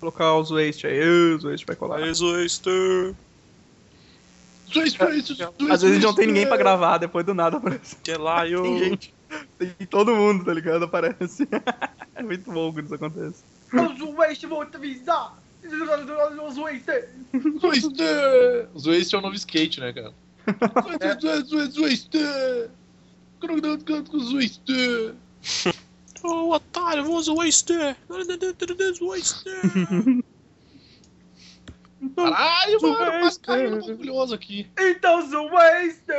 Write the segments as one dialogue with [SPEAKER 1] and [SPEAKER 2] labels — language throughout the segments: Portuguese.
[SPEAKER 1] colocar os waste aí. Ah, Os waste vai colar.
[SPEAKER 2] Exoester.
[SPEAKER 1] Às vezes não tem ninguém
[SPEAKER 3] é.
[SPEAKER 1] pra gravar, depois do nada aparece.
[SPEAKER 2] Que lá eu.
[SPEAKER 1] Tem gente. Tem todo mundo, tá ligado? Aparece. é muito bom quando isso acontece.
[SPEAKER 3] Os Waste vão te avisar! Os Waste!
[SPEAKER 4] Zoester! Zoester é o novo skate, né, cara? Zoester! Cronocanto com Zoester!
[SPEAKER 2] Ô, otário, vou usar o Waster. Waster.
[SPEAKER 4] Caralho, mano, mas
[SPEAKER 1] Zoester.
[SPEAKER 4] caiu no bagulhoso aqui.
[SPEAKER 3] Então, os Waste!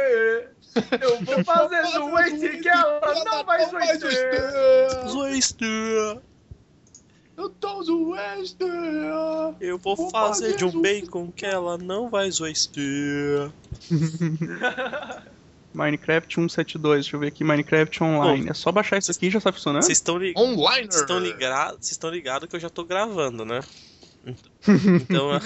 [SPEAKER 3] Eu vou fazer
[SPEAKER 4] Mas
[SPEAKER 3] o Waste
[SPEAKER 4] Zoester,
[SPEAKER 3] que ela não
[SPEAKER 4] mais
[SPEAKER 3] vai Waste!
[SPEAKER 4] Zoester.
[SPEAKER 2] Waster.
[SPEAKER 4] Eu tô Zoester!
[SPEAKER 2] Eu vou,
[SPEAKER 4] Vou
[SPEAKER 2] fazer
[SPEAKER 4] fazer
[SPEAKER 2] de um
[SPEAKER 4] justo.
[SPEAKER 2] bacon que ela não vai Waster.
[SPEAKER 1] Minecraft 172, deixa eu ver aqui. Minecraft online. é só baixar isso aqui e já tá funcionando?
[SPEAKER 2] Vocês estão ligados?
[SPEAKER 4] Online!
[SPEAKER 2] Vocês estão ligados ligado que eu já tô gravando, né? Então a,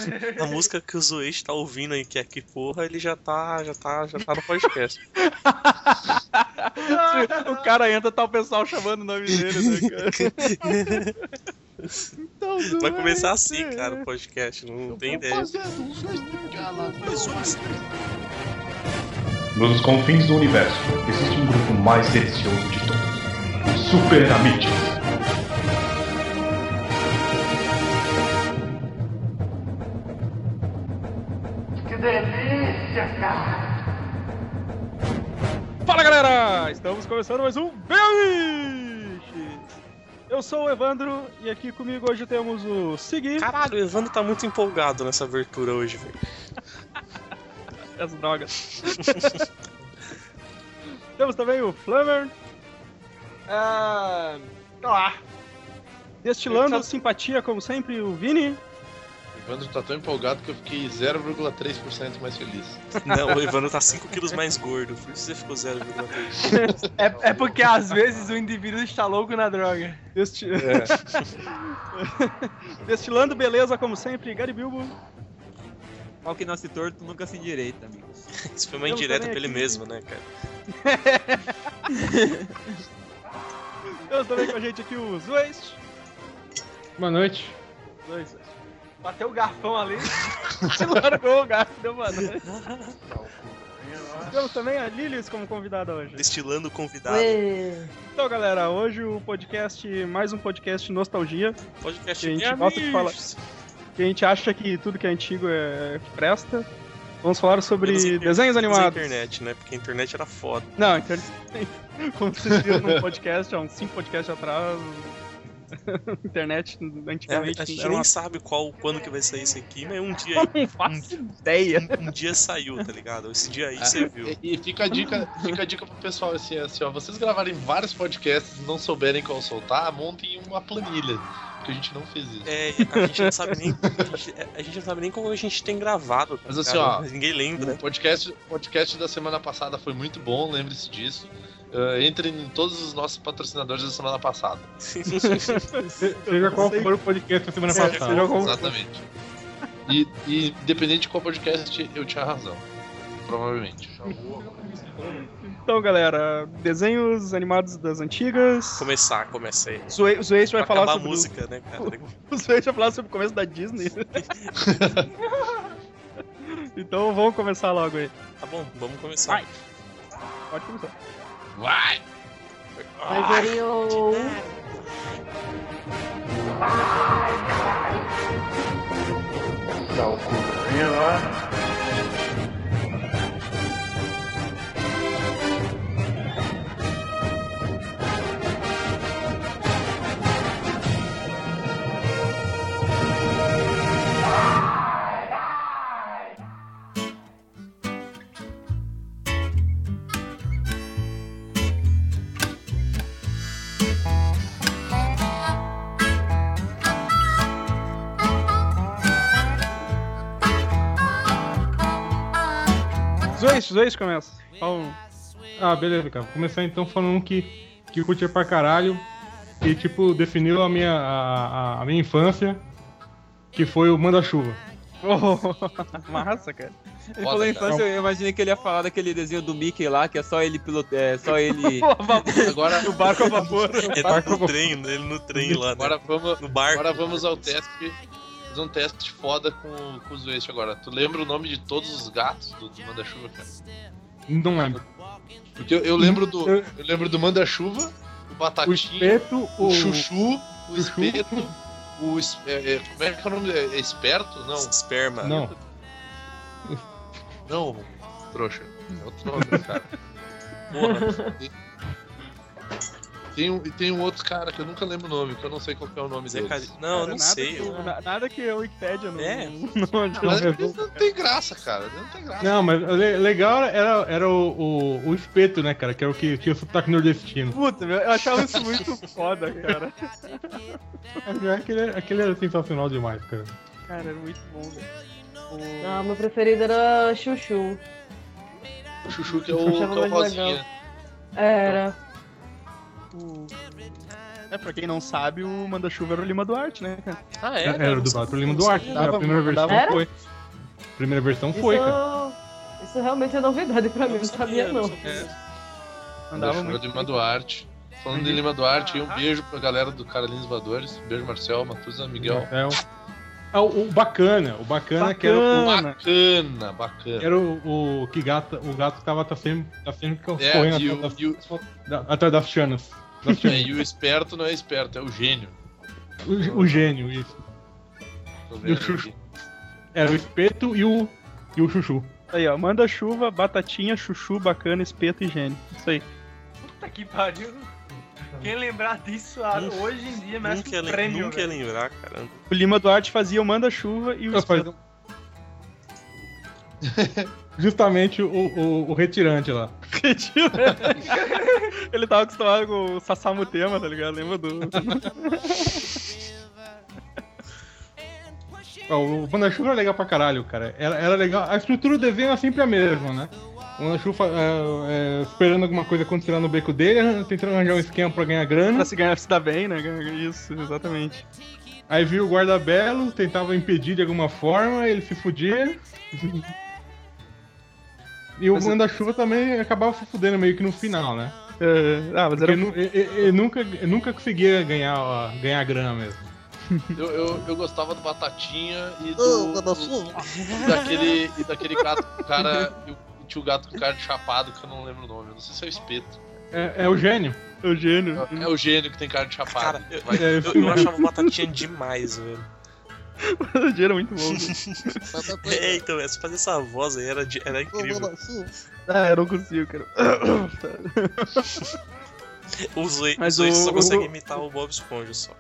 [SPEAKER 2] a música que o Zoeste tá ouvindo aí, que é que porra, ele já tá, já tá, já tá no podcast.
[SPEAKER 1] o cara entra, tá o pessoal chamando o nome dele, né, cara?
[SPEAKER 4] Então,
[SPEAKER 2] Vai começar assim,
[SPEAKER 4] Zoester.
[SPEAKER 2] cara, o podcast, não
[SPEAKER 4] Eu
[SPEAKER 2] tem
[SPEAKER 4] vou
[SPEAKER 2] ideia.
[SPEAKER 4] fazer Zoester que ela não vai Zoester.
[SPEAKER 5] Nos confins do universo existe um grupo mais delicioso de todos: os Super Amigos.
[SPEAKER 6] Fala galera! Estamos começando mais um Belix! Eu sou o Evandro e aqui comigo hoje temos o Segui.
[SPEAKER 2] Caralho, o Evandro tá muito empolgado nessa abertura hoje, velho.
[SPEAKER 1] As drogas.
[SPEAKER 6] Temos também o Flammer,
[SPEAKER 3] Ah. Ah,
[SPEAKER 6] destilando
[SPEAKER 3] Eu só-
[SPEAKER 6] simpatia como sempre, o Vini.
[SPEAKER 4] O Evandro tá tão empolgado que eu fiquei 0,3% mais feliz.
[SPEAKER 2] Não, o Evandro tá 5kg mais gordo, por isso você ficou 0,3.
[SPEAKER 3] é, é porque às vezes o indivíduo está louco na droga.
[SPEAKER 6] Desti- Destilando beleza como sempre, Gary Bilbo.
[SPEAKER 7] Mal que nasce torto nunca se direita, amigos.
[SPEAKER 2] Isso foi uma
[SPEAKER 6] Eu
[SPEAKER 2] indireta
[SPEAKER 6] também
[SPEAKER 2] pra ele
[SPEAKER 6] aqui.
[SPEAKER 2] mesmo, né, cara?
[SPEAKER 6] Temos também com a gente aqui o Zoist.
[SPEAKER 8] Boa noite.
[SPEAKER 6] Zoist.
[SPEAKER 3] Bateu o garfão ali.
[SPEAKER 6] Largou o gato, deu boa noite. Temos também a Lilies como convidada hoje.
[SPEAKER 2] Destilando o convidado.
[SPEAKER 6] Então galera, hoje o podcast, mais um podcast Nostalgia.
[SPEAKER 2] Podcast
[SPEAKER 6] Gente,
[SPEAKER 2] de
[SPEAKER 6] gosta de falar.
[SPEAKER 2] amigos.
[SPEAKER 6] que a gente acha que tudo que é antigo é que presta. Vamos falar sobre
[SPEAKER 2] Menos inter-
[SPEAKER 6] desenhos
[SPEAKER 2] Menos
[SPEAKER 6] animados.
[SPEAKER 2] é internet, né? Porque a internet era foda.
[SPEAKER 6] Não, então como vocês viram num podcast, há uns 5 podcasts atrás, internet
[SPEAKER 2] É,
[SPEAKER 6] antigamente
[SPEAKER 2] a gente
[SPEAKER 6] era uma
[SPEAKER 2] nem sabe qual, quando que vai sair isso aqui, mas um dia,
[SPEAKER 6] não faço ideia.
[SPEAKER 2] um dia saiu, tá ligado? Esse dia aí
[SPEAKER 4] Ah,
[SPEAKER 2] você viu.
[SPEAKER 4] E, e fica a dica, fica a dica pro pessoal assim, assim, ó, vocês gravarem vários podcasts e não souberem qual soltar, montem uma planilha. Porque a gente não fez isso.
[SPEAKER 2] É, a gente não sabe nem. A gente, a gente não sabe nem como a gente tem gravado. tá
[SPEAKER 4] Mas assim,
[SPEAKER 2] ligado?
[SPEAKER 4] ó,
[SPEAKER 2] Ninguém lembra.
[SPEAKER 4] O podcast, o podcast da semana passada foi muito bom, lembre-se disso. Ah, entrem em todos os nossos patrocinadores da semana passada.
[SPEAKER 8] Seja qual for o podcast da semana
[SPEAKER 2] Seja
[SPEAKER 8] passada.
[SPEAKER 6] Seja como-
[SPEAKER 4] Exatamente. E, e independente de qual podcast, eu tinha razão. Provavelmente.
[SPEAKER 6] Então, galera, desenhos animados das antigas.
[SPEAKER 2] Começar, comecei.
[SPEAKER 6] Zoe- O Zoeste vai
[SPEAKER 2] Pra Ah,
[SPEAKER 6] falar
[SPEAKER 2] acabar a
[SPEAKER 6] sobre. o-
[SPEAKER 2] música, né, cara?
[SPEAKER 6] O Zoeste vai falar sobre o começo da Disney. então vamos começar logo aí.
[SPEAKER 2] Tá bom, vamos começar.
[SPEAKER 6] Pode começar.
[SPEAKER 4] Vai!
[SPEAKER 9] Margaril.
[SPEAKER 6] Zoeste, Zoeste começa. Fala um.
[SPEAKER 8] Ah, beleza, cara. Vou começar então falando um que, que eu curtia pra caralho. E tipo, definiu a minha, a, a- a minha infância. Que foi o Manda-Chuva.
[SPEAKER 6] Oh, massa, cara.
[SPEAKER 7] Ele falou infância, eu imaginei que ele ia falar daquele desenho do Mickey lá, que é só ele piloto, é só ele.
[SPEAKER 4] Agora,
[SPEAKER 6] O barco a vapor.
[SPEAKER 2] Ele no tá trem, ele no trem lá, né?
[SPEAKER 4] agora vamos,
[SPEAKER 2] No barco.
[SPEAKER 4] Agora vamos ao teste. Fiz um teste foda com, com o Zueste agora. Tu lembra o nome de todos os gatos do, do Manda-Chuva, cara?
[SPEAKER 8] Não lembro.
[SPEAKER 4] Porque eu, eu lembro do.
[SPEAKER 8] Eu-
[SPEAKER 4] Eu lembro do Manda-Chuva, o
[SPEAKER 8] O
[SPEAKER 4] Batatinha,
[SPEAKER 8] espeto,
[SPEAKER 4] o,
[SPEAKER 8] o.
[SPEAKER 4] Chuchu, o
[SPEAKER 8] Chuchu.
[SPEAKER 4] Espeto, o. es- é- é- como é que é o nome? É, é Esperto? Não,
[SPEAKER 2] Esperma.
[SPEAKER 8] Não.
[SPEAKER 4] não, trouxa. É outro nome, cara.
[SPEAKER 2] Porra.
[SPEAKER 4] Tem um, e tem um outro cara que eu nunca lembro o nome, que eu não sei qual que é o nome
[SPEAKER 2] Zé
[SPEAKER 4] dele.
[SPEAKER 2] Cali-
[SPEAKER 1] Cara,
[SPEAKER 2] Não, eu não
[SPEAKER 1] nada
[SPEAKER 2] sei.
[SPEAKER 1] Que,
[SPEAKER 2] eu-
[SPEAKER 1] na- nada que a Wikipédia não.
[SPEAKER 2] É.
[SPEAKER 1] não ajuda.
[SPEAKER 4] Mas
[SPEAKER 8] Eu-
[SPEAKER 4] eles não tem graça, cara. eles Não tem graça.
[SPEAKER 8] Não, mas o le- legal era, era o, o, o espeto, né, cara? Que era o que tinha o sotaque nordestino.
[SPEAKER 1] Puta, meu, eu achava isso muito foda, cara.
[SPEAKER 8] É, Aquele, aquele era sensacional demais, cara.
[SPEAKER 1] Cara,
[SPEAKER 6] é
[SPEAKER 1] era muito bom, velho.
[SPEAKER 10] Ah, meu preferido era Chuchu.
[SPEAKER 4] O Chuchu que é o, que é
[SPEAKER 10] Achava
[SPEAKER 4] o
[SPEAKER 10] mais
[SPEAKER 4] Rosinha.
[SPEAKER 10] Era.
[SPEAKER 1] O- É, pra quem não sabe, o Manda-Chuva era o Lima Duarte, né, cara?
[SPEAKER 2] Ah, é?
[SPEAKER 8] Era do Bato Lima Duarte. né?
[SPEAKER 1] Dava-
[SPEAKER 8] a primeira versão
[SPEAKER 10] dava-
[SPEAKER 8] foi. A primeira versão
[SPEAKER 6] Então,
[SPEAKER 8] foi,
[SPEAKER 9] Então,
[SPEAKER 8] cara.
[SPEAKER 10] isso, isso realmente é novidade pra mim, não sabia não.
[SPEAKER 6] É.
[SPEAKER 1] Andava
[SPEAKER 4] Manda-Chuva
[SPEAKER 1] muito. Ah.
[SPEAKER 4] de Lima Duarte. Falando de Lima Duarte, um beijo pra galera do Carlinhos Vadores. Beijo, Marcel, Matuza, Miguel.
[SPEAKER 8] É o, ah, o, o bacana, o bacana, que era o.
[SPEAKER 1] Bacana.
[SPEAKER 4] Bacana, bacana.
[SPEAKER 8] Era o, o que gata, o gato tava tá sempre, tá sempre
[SPEAKER 4] É,
[SPEAKER 8] correndo
[SPEAKER 4] e o-
[SPEAKER 8] atrás,
[SPEAKER 4] e o-
[SPEAKER 8] das, da- atrás das chanas. Das
[SPEAKER 4] É,
[SPEAKER 8] chanas.
[SPEAKER 4] e o esperto não é esperto, é o gênio.
[SPEAKER 8] o, o gênio, isso.
[SPEAKER 4] Tô
[SPEAKER 8] E o
[SPEAKER 4] vendo
[SPEAKER 8] chuchu.
[SPEAKER 4] aqui.
[SPEAKER 8] Era o espeto e o, e o chuchu.
[SPEAKER 1] Aí, ó, Manda-Chuva, Batatinha, Chuchu, Bacana, Espeto e Gênio. Isso aí.
[SPEAKER 9] Puta que pariu. Quem lembrar disso ah,
[SPEAKER 2] Nunca-
[SPEAKER 9] hoje em dia merece
[SPEAKER 2] Nunca,
[SPEAKER 9] um
[SPEAKER 2] lem-
[SPEAKER 9] prêmio.
[SPEAKER 2] nunca ia lembrar, caramba.
[SPEAKER 1] O Lima Duarte fazia o Manda-Chuva e o
[SPEAKER 8] Rapaz,
[SPEAKER 1] Espeto.
[SPEAKER 8] Justamente o, o, o retirante lá.
[SPEAKER 1] Ele tava acostumado com o Sassamutema, tá ligado? Lembra do...
[SPEAKER 8] Ó, O Bandachuva era legal pra caralho, cara. Era, era legal. A estrutura do desenho é sempre a mesma, né? O Bandachuva é, é, esperando alguma coisa acontecer lá no beco dele, arran- tentando arranjar um esquema pra ganhar grana.
[SPEAKER 1] pra se ganhar, se dar bem, né? Isso, exatamente.
[SPEAKER 8] Aí viu o guarda-belo, tentava impedir de alguma forma, ele se fudia. E o
[SPEAKER 1] Mas-
[SPEAKER 8] Bandachuva também acabava se fudendo meio que no final, né?
[SPEAKER 1] É, ah, mas
[SPEAKER 8] Porque
[SPEAKER 1] era...
[SPEAKER 8] nu- e- e- ele nunca, ele nunca conseguia ganhar, ó, ganhar grana mesmo.
[SPEAKER 4] Eu, eu, eu gostava do Batatinha e do. e daquele, e daquele gato com cara. E o, tinha o gato com cara de chapado, que eu não lembro o nome. Eu não sei se é o espeto.
[SPEAKER 8] É, é o gênio.
[SPEAKER 1] o gênio.
[SPEAKER 4] É o gênio que tem cara de chapado.
[SPEAKER 2] Cara, eu,
[SPEAKER 4] Vai-
[SPEAKER 8] É,
[SPEAKER 2] eu, eu achava o Batatinha demais, velho.
[SPEAKER 1] O gênio é muito bom. velho.
[SPEAKER 2] É, então, essa- fazer essa voz aí era, de- era incrível.
[SPEAKER 1] ah, eu não consigo, cara.
[SPEAKER 2] O Zoe,
[SPEAKER 1] Mas
[SPEAKER 2] o Zoe
[SPEAKER 1] o-
[SPEAKER 2] só consegue
[SPEAKER 1] o-
[SPEAKER 2] imitar o Bob Esponja só.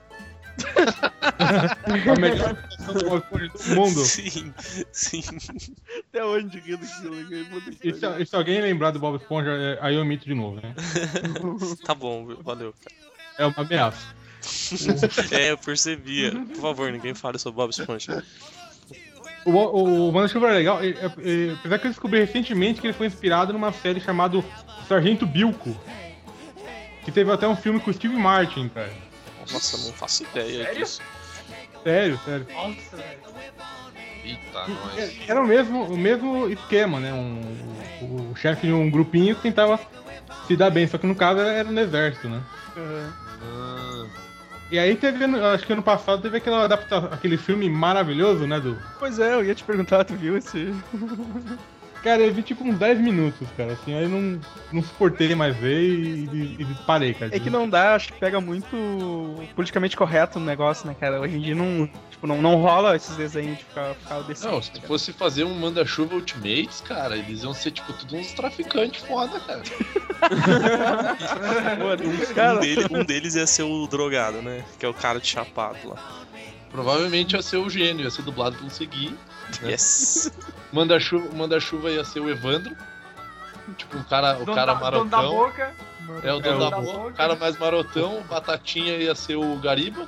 [SPEAKER 8] É A melhor pessoa do mundo.
[SPEAKER 2] Sim, sim.
[SPEAKER 1] Até onde que aquilo?
[SPEAKER 8] E
[SPEAKER 3] é-
[SPEAKER 8] se, e se alguém lembrar do Bob Esponja, é, aí eu omito de novo, né?
[SPEAKER 2] Tá bom, viu? valeu. cara.
[SPEAKER 8] É uma ameaça.
[SPEAKER 2] É, eu percebia. Por favor, ninguém fale sobre Bob Esponja.
[SPEAKER 8] O, o, o Mano Chuva era legal, e- e- e- apesar que eu descobri recentemente que ele foi inspirado numa série chamada Sargento Bilko. Que teve até um filme com o Steve Martin, cara.
[SPEAKER 2] Nossa, não faço ideia
[SPEAKER 9] Sério?
[SPEAKER 2] disso.
[SPEAKER 8] Sério, sério.
[SPEAKER 9] Nossa, velho.
[SPEAKER 4] Eita, nós.
[SPEAKER 8] Era o mesmo, o mesmo esquema, né? Um, o, o chefe de um grupinho que tentava se dar bem, só que no caso era, era no exército, né?
[SPEAKER 4] Ah,
[SPEAKER 8] E aí teve, ano- acho que ano passado, teve aquela adaptação, aquele filme maravilhoso, né? Do,
[SPEAKER 1] Pois é, eu ia te perguntar, tu viu esse...
[SPEAKER 8] Cara, eu vi tipo uns 10 minutos, cara, assim, aí não, não suportei mais ver e, e- e parei, cara.
[SPEAKER 1] É que não dá, acho que pega muito politicamente correto no negócio, né, cara? Hoje em dia não, tipo, não, não rola esses desenhos de ficar, ficar tipo, desse
[SPEAKER 4] Não, se fosse fazer um manda-chuva Ultimates, cara, eles iam ser, tipo, tudo uns traficantes foda, cara.
[SPEAKER 2] Um, dele- um deles ia ser o drogado, né? Que é o cara de chapado lá.
[SPEAKER 4] Provavelmente ia ser o gênio, ia ser dublado pelo Segui.
[SPEAKER 8] É.
[SPEAKER 2] Yes!
[SPEAKER 4] Manda-chuva manda -chuva ia ser o Evandro. Tipo, um cara, o
[SPEAKER 9] Dono
[SPEAKER 4] cara
[SPEAKER 9] da- dono da
[SPEAKER 4] marotão.
[SPEAKER 9] boca.
[SPEAKER 4] É o
[SPEAKER 8] É,
[SPEAKER 4] dono
[SPEAKER 8] o-
[SPEAKER 4] da boca. O cara mais marotão. o Batatinha ia ser o Gariba.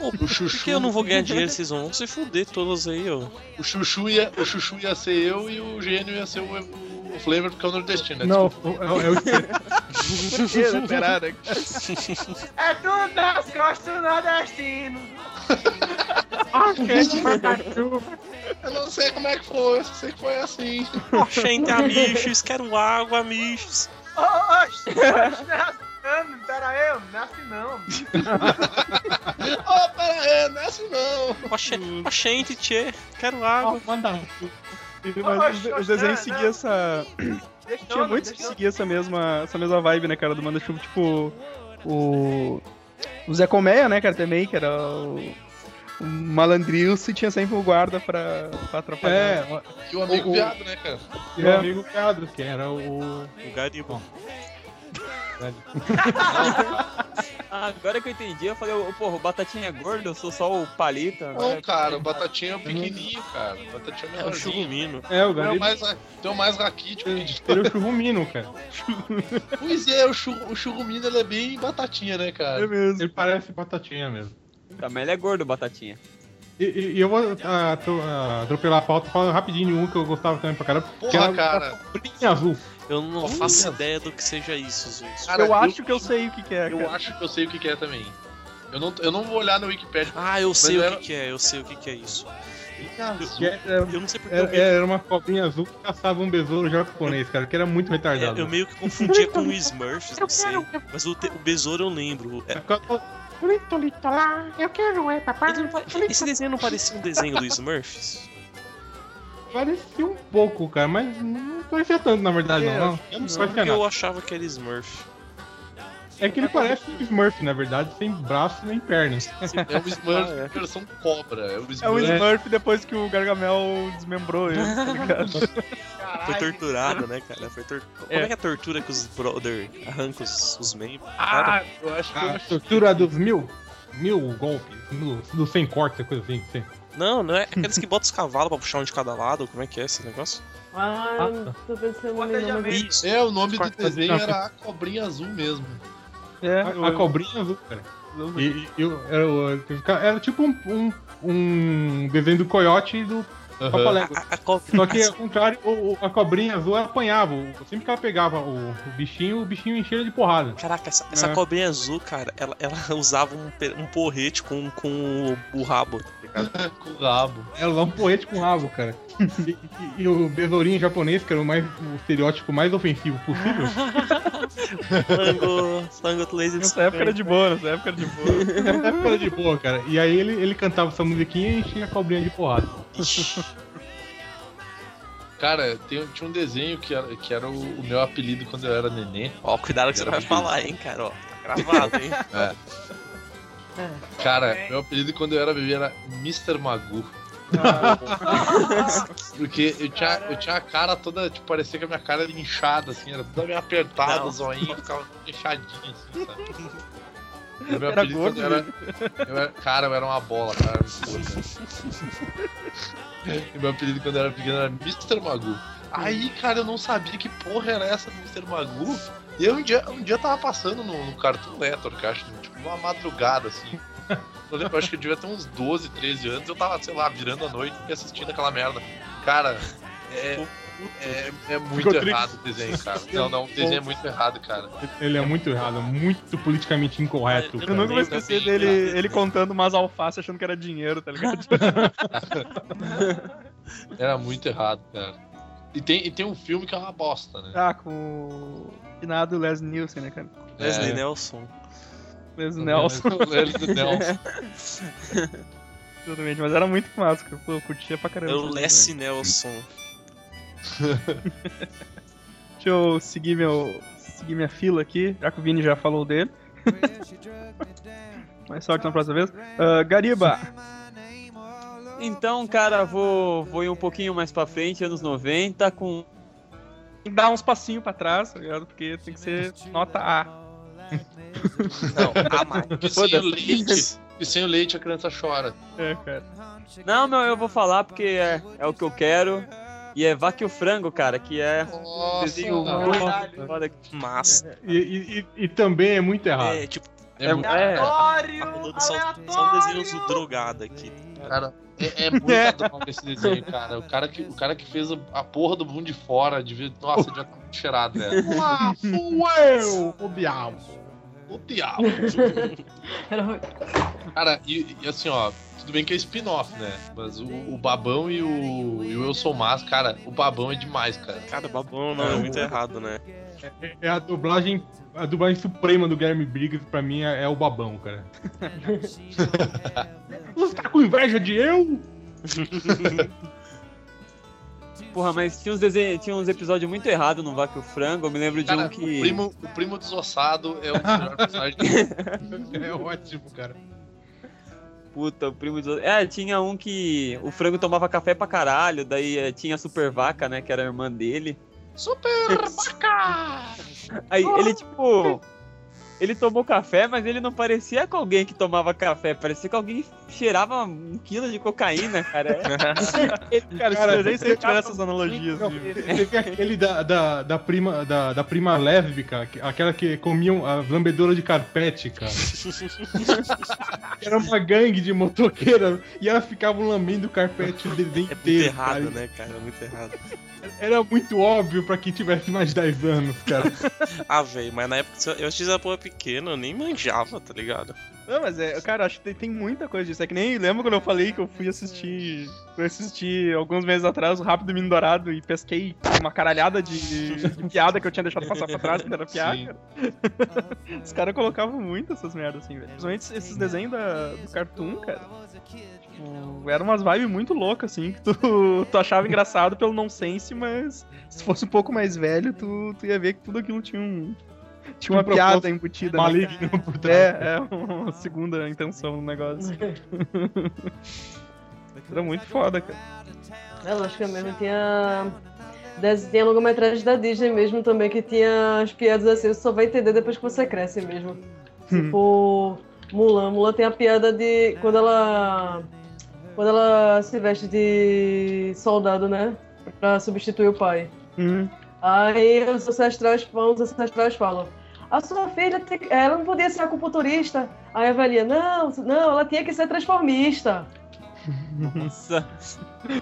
[SPEAKER 4] O
[SPEAKER 2] Por
[SPEAKER 4] Chuchu,
[SPEAKER 2] que eu não vou ganhar dinheiro? Vocês vão se fuder todos aí, ó.
[SPEAKER 4] o Chuchu ia, o Chuchu ia ser eu e o gênio ia ser o, o Flavor, porque é o nordestino. né?
[SPEAKER 8] Não, o- é, o- é o espeto.
[SPEAKER 9] É tudo nas costas do nordestino.
[SPEAKER 4] Eu não sei como é que foi, eu só sei que foi assim.
[SPEAKER 2] Gente, amichos, quero água, amichos.
[SPEAKER 9] Ô, ô, ô, Oxe, tá assando, pera
[SPEAKER 3] aí, não é assim não.
[SPEAKER 4] Oh, pera aí, não é assim não.
[SPEAKER 2] Oxe- Oxente, tchê, quero água.
[SPEAKER 8] manda.
[SPEAKER 3] Oxe,
[SPEAKER 6] Mas os de- os
[SPEAKER 3] oxe,
[SPEAKER 6] desenhos
[SPEAKER 3] não,
[SPEAKER 6] seguiam
[SPEAKER 3] não.
[SPEAKER 6] essa.
[SPEAKER 3] Deixa
[SPEAKER 6] Tinha
[SPEAKER 3] não,
[SPEAKER 6] muitos que
[SPEAKER 3] deixa não.
[SPEAKER 6] seguiam essa mesma, essa mesma vibe, né, cara, do Manda Chuva, tipo.
[SPEAKER 1] O. O Zé Colmeia, né, cara, também, que era o. O malandril se tinha sempre o guarda pra, pra atrapalhar.
[SPEAKER 8] É, ó,
[SPEAKER 4] E o amigo
[SPEAKER 8] O- o-
[SPEAKER 4] viado, né, cara?
[SPEAKER 8] e meu
[SPEAKER 1] É.
[SPEAKER 8] amigo Pedro, que era o.
[SPEAKER 2] Um garibo.
[SPEAKER 7] Ah, agora que eu entendi, eu falei, ô, porra, o Batatinha é gordo, eu sou só o palito. né?" Agora.
[SPEAKER 4] Não, cara, o batatinha é pequenininho, cara. O batatinha é
[SPEAKER 2] É o
[SPEAKER 4] menorzinho.
[SPEAKER 2] churumino.
[SPEAKER 8] É,
[SPEAKER 4] Tem
[SPEAKER 8] o
[SPEAKER 4] o
[SPEAKER 8] Garibo.
[SPEAKER 4] mais, tem o mais raquítico que de
[SPEAKER 8] Ele é o Churrumino, cara.
[SPEAKER 4] Pois é, o, chu, o churrumino ele é bem batatinha, né,
[SPEAKER 1] É
[SPEAKER 4] cara?
[SPEAKER 8] Ele parece batatinha mesmo.
[SPEAKER 7] Também ele é gordo, o Batatinha.
[SPEAKER 8] E, e- e eu vou ah, atro- ah, atropelar a pauta falando rapidinho um que eu gostava também pra caramba. que
[SPEAKER 4] Porra,
[SPEAKER 8] era
[SPEAKER 4] cara.
[SPEAKER 8] o Cobrinha Azul.
[SPEAKER 2] Eu não faço ideia do que seja isso, Zuiz.
[SPEAKER 4] cara
[SPEAKER 1] Eu acho que eu sei o que, que é,
[SPEAKER 4] Eu
[SPEAKER 1] cara.
[SPEAKER 4] acho que eu sei o que, que é também. Eu não, eu não vou olhar no Wikipedia. um
[SPEAKER 2] Ah, eu sei
[SPEAKER 4] Mas
[SPEAKER 2] o
[SPEAKER 4] era-
[SPEAKER 2] que, que é, eu sei o que, que é isso.
[SPEAKER 8] Que é- é-
[SPEAKER 2] Eu não sei porque eu
[SPEAKER 8] era,
[SPEAKER 2] meio,
[SPEAKER 8] era uma cobrinha azul que caçava um besouro japonês, cara, que era muito retardado.
[SPEAKER 2] é, eu meio que confundia com o Smurfs, não sei. Mas o, te- o besouro eu lembro. É,
[SPEAKER 11] Lito, lito lá, eu quero é papai.
[SPEAKER 2] ele não pa- esse desenho não parecia um desenho do Smurfs?
[SPEAKER 8] Parecia um pouco, cara, mas não parecia tanto, na verdade,
[SPEAKER 2] É,
[SPEAKER 8] não. não. Eu não
[SPEAKER 2] Porque
[SPEAKER 8] parecia nada.
[SPEAKER 2] eu achava que era Smurf.
[SPEAKER 8] É que ele parece um Smurf, na verdade, sem braço nem pernas.
[SPEAKER 4] É o Smurf versão cobra. É o
[SPEAKER 1] É o
[SPEAKER 4] Smurf.
[SPEAKER 1] Smurf depois que o Gargamel desmembrou ele, tá ligado?
[SPEAKER 2] Foi
[SPEAKER 3] Caralho.
[SPEAKER 2] torturado, né, cara? Foi tor- Como é que é a tortura que os brother arrancam os, os membros?
[SPEAKER 4] Ah, eu acho que
[SPEAKER 8] A
[SPEAKER 4] eu
[SPEAKER 8] estrutura dos mil, mil golpes, mil- do sem corte, coisa assim. Sem...
[SPEAKER 2] Não, não é aqueles que botam os cavalos pra puxar um de cada lado, como é que é esse negócio?
[SPEAKER 9] Ah, eu tô pensando
[SPEAKER 3] Bota
[SPEAKER 9] em nome.
[SPEAKER 3] Planejamento.
[SPEAKER 2] Isso.
[SPEAKER 4] É, o nome do desenho era a cobrinha azul mesmo.
[SPEAKER 1] É,
[SPEAKER 8] A, a cobrinha azul, cara. Ah, E, e- e eu- era, o- era tipo um, um, um desenho do coiote e do Papa Légua.
[SPEAKER 2] A, a cobra.
[SPEAKER 8] Só que ao contrário, o- o- a cobrinha azul ela apanhava. O- Sempre que ela pegava o, o bichinho, o bichinho enchia ele de porrada.
[SPEAKER 2] Caraca, essa, essa
[SPEAKER 8] É.
[SPEAKER 2] cobrinha azul, cara, ela, ela usava um, pe- um porrete com, com o, o rabo. tá ligado?
[SPEAKER 4] Com o rabo.
[SPEAKER 8] Ela lá um poete com rabo, cara. E, e- e o besourinho japonês, que era o, mais, o estereótipo mais ofensivo possível,
[SPEAKER 2] Tango, tango laser.
[SPEAKER 1] Nessa época era de boa, nessa época era de boa.
[SPEAKER 8] na época era de boa, cara. E aí ele, ele cantava essa musiquinha e enchia a cobrinha de porrada.
[SPEAKER 2] Ixi,
[SPEAKER 4] Cara, tem- tinha um desenho que era, que era o, o meu apelido quando eu era nenê.
[SPEAKER 2] Ó, cuidado que você vai falar, hein, cara, ó. Tá gravado, hein.
[SPEAKER 4] Cara, meu apelido quando eu era bebê era Mr. Magoo. Porque eu tinha, eu tinha a cara toda, tipo, parecia que a minha cara era inchada, assim, era toda meio apertada,
[SPEAKER 2] Não.
[SPEAKER 4] o zoinho ficava fechadinho, assim, sabe? O
[SPEAKER 1] Era
[SPEAKER 4] Meu apelido quando
[SPEAKER 1] gordo,
[SPEAKER 4] eu era, eu era- Cara, eu era uma bola, cara. eu era muito gordo. E meu apelido quando eu era pequeno era Mr. Magoo. Aí, cara, eu não sabia que porra era essa do Mr. Magoo. E aí um dia, um dia eu tava passando no, no Cartoon Network, acho, tipo, numa madrugada, assim. Eu lembro, acho que eu devia ter uns 12, 13 anos, eu tava, sei lá, virando a noite e assistindo aquela merda. Cara, é.
[SPEAKER 2] Tipo,
[SPEAKER 4] É, é muito
[SPEAKER 8] Ficou
[SPEAKER 4] errado o desenho, cara. Não, não, o desenho é muito errado, cara.
[SPEAKER 8] Ele é muito errado, muito politicamente incorreto.
[SPEAKER 2] Eu
[SPEAKER 1] Eu nunca vou
[SPEAKER 2] lembro
[SPEAKER 1] esquecer
[SPEAKER 2] assim,
[SPEAKER 1] dele
[SPEAKER 2] cara.
[SPEAKER 1] ele contando umas alfaces achando que era dinheiro, tá ligado?
[SPEAKER 4] Era muito errado, cara. E tem, e tem um filme que é uma bosta, né?
[SPEAKER 1] Ah, com o finado Les Nielsen, né, cara?
[SPEAKER 2] Leslie
[SPEAKER 4] É.
[SPEAKER 2] Nelson.
[SPEAKER 1] Les Nelson,
[SPEAKER 4] Ele do Nelson.
[SPEAKER 1] exatamente. Mas era muito massa, cara. Pô, eu curtia pra caramba.
[SPEAKER 2] Era o
[SPEAKER 1] esse
[SPEAKER 2] Leslie Nelson.
[SPEAKER 1] desenho. Deixa eu seguir, meu, seguir minha fila aqui, já que o Vini já falou dele. Mais sorte na próxima vez. Ah, Gariba,
[SPEAKER 7] Então, cara, vou, vou ir um pouquinho mais pra frente, anos 90, com.
[SPEAKER 1] dá uns passinhos pra trás, tá ligado? Porque tem que ser nota A.
[SPEAKER 2] Não, a mais.
[SPEAKER 4] E sem o leite. E sem o leite a criança chora.
[SPEAKER 1] É, cara.
[SPEAKER 7] Não, meu, eu vou falar porque é, é o que eu quero. E é Vaca e o Frango, cara, que é.
[SPEAKER 4] Nossa, é
[SPEAKER 7] desenho
[SPEAKER 4] cara.
[SPEAKER 7] muito foda.
[SPEAKER 2] Mas,
[SPEAKER 8] E, e- e- e também é muito errado.
[SPEAKER 2] é, tipo,
[SPEAKER 4] É, mu-
[SPEAKER 7] É.
[SPEAKER 3] Aleatório!
[SPEAKER 2] tá rolando só, só um
[SPEAKER 3] Aleatório!
[SPEAKER 2] desenhos do drogado aqui.
[SPEAKER 4] cara, é, é muito adorado esse desenho, cara. O cara que, o cara que fez a, a porra do mundo de fora, devia, nossa, devia estar muito cheirado, velho.
[SPEAKER 8] Ah, sou eu, o diabo.
[SPEAKER 4] o diabo. Cara, e, e assim, ó, tudo bem que é spin-off, né? Mas o, o Babão e o, e o Eu Sou Mas, cara, o Babão é demais, cara.
[SPEAKER 2] Cara, Babão não é muito errado, né?
[SPEAKER 8] É- É a dublagem, a dublagem suprema do Guilherme Briggs, pra mim, é, é o babão, cara. Você tá com inveja de eu?
[SPEAKER 7] Porra, mas tinha uns, desenho, tinha uns episódios muito errados no Vaca e o Frango. Eu me lembro de
[SPEAKER 4] Cara,
[SPEAKER 7] um que.
[SPEAKER 4] o, primo, o primo desossado é o melhor personagem do
[SPEAKER 8] É ótimo, cara.
[SPEAKER 7] Puta, o primo dos outros. É, tinha um que o frango tomava café pra caralho, daí eh, tinha a super vaca, né, que era a irmã dele.
[SPEAKER 4] Super vaca!
[SPEAKER 7] Aí ele, tipo. Ele tomou café, mas ele não parecia com alguém que tomava café, parecia que alguém cheirava um quilo de cocaína, cara.
[SPEAKER 6] Cara, eu nem sei tirar essas
[SPEAKER 8] analogias.
[SPEAKER 6] analogias. viu?
[SPEAKER 8] Teve aquele da, da, da prima, da, da prima lésbica, que- aquela que comiam a lambedora de carpete, cara. Era uma gangue de motoqueira e elas ficavam lambendo o carpete o desenho
[SPEAKER 2] É Muito
[SPEAKER 8] inteiro.
[SPEAKER 2] errado,
[SPEAKER 8] cara.
[SPEAKER 2] né, cara? Muito errado.
[SPEAKER 8] Era muito óbvio pra quem tivesse mais de 10 anos, cara.
[SPEAKER 2] Ah, velho, mas na época se eu- eu assisti essa porra pequena, eu nem manjava, tá ligado?
[SPEAKER 1] Não, mas é, cara, acho que tem, tem muita coisa disso. É que nem lembro quando eu falei que eu fui assistir. Fui assistir alguns meses atrás o Rápido Menino Dourado e pesquei uma caralhada de, de piada que eu tinha deixado passar pra trás quando era piada. cara. Os caras colocavam muito essas merdas assim, velho. Principalmente esses desenhos da, do Cartoon, cara. Tipo, eram umas vibes muito loucas, assim, que tu, tu achava engraçado pelo nonsense, mas se fosse um pouco mais velho, tu, tu ia ver que tudo aquilo tinha um. Tinha uma
[SPEAKER 8] Um propósito
[SPEAKER 1] piada embutida. né, cara?
[SPEAKER 8] Maligno por trás.
[SPEAKER 1] É, é uma segunda intenção no negócio. Era muito foda, cara.
[SPEAKER 9] É lógico mesmo, tinha. das- Tinha longa-metragem da Disney mesmo também, que tinha as piadas assim, você só vai entender depois que você cresce mesmo. Tipo, Mulan. Mulan tem a piada de. Quando ela. Quando ela se veste de soldado, né? Pra substituir o pai.
[SPEAKER 1] Hum.
[SPEAKER 9] Aí os ancestrais, os ancestrais falam: A sua filha, tem que- ela não podia ser acupunturista. Aí a velhinha: Não, não, ela tinha que ser transformista.
[SPEAKER 7] Nossa.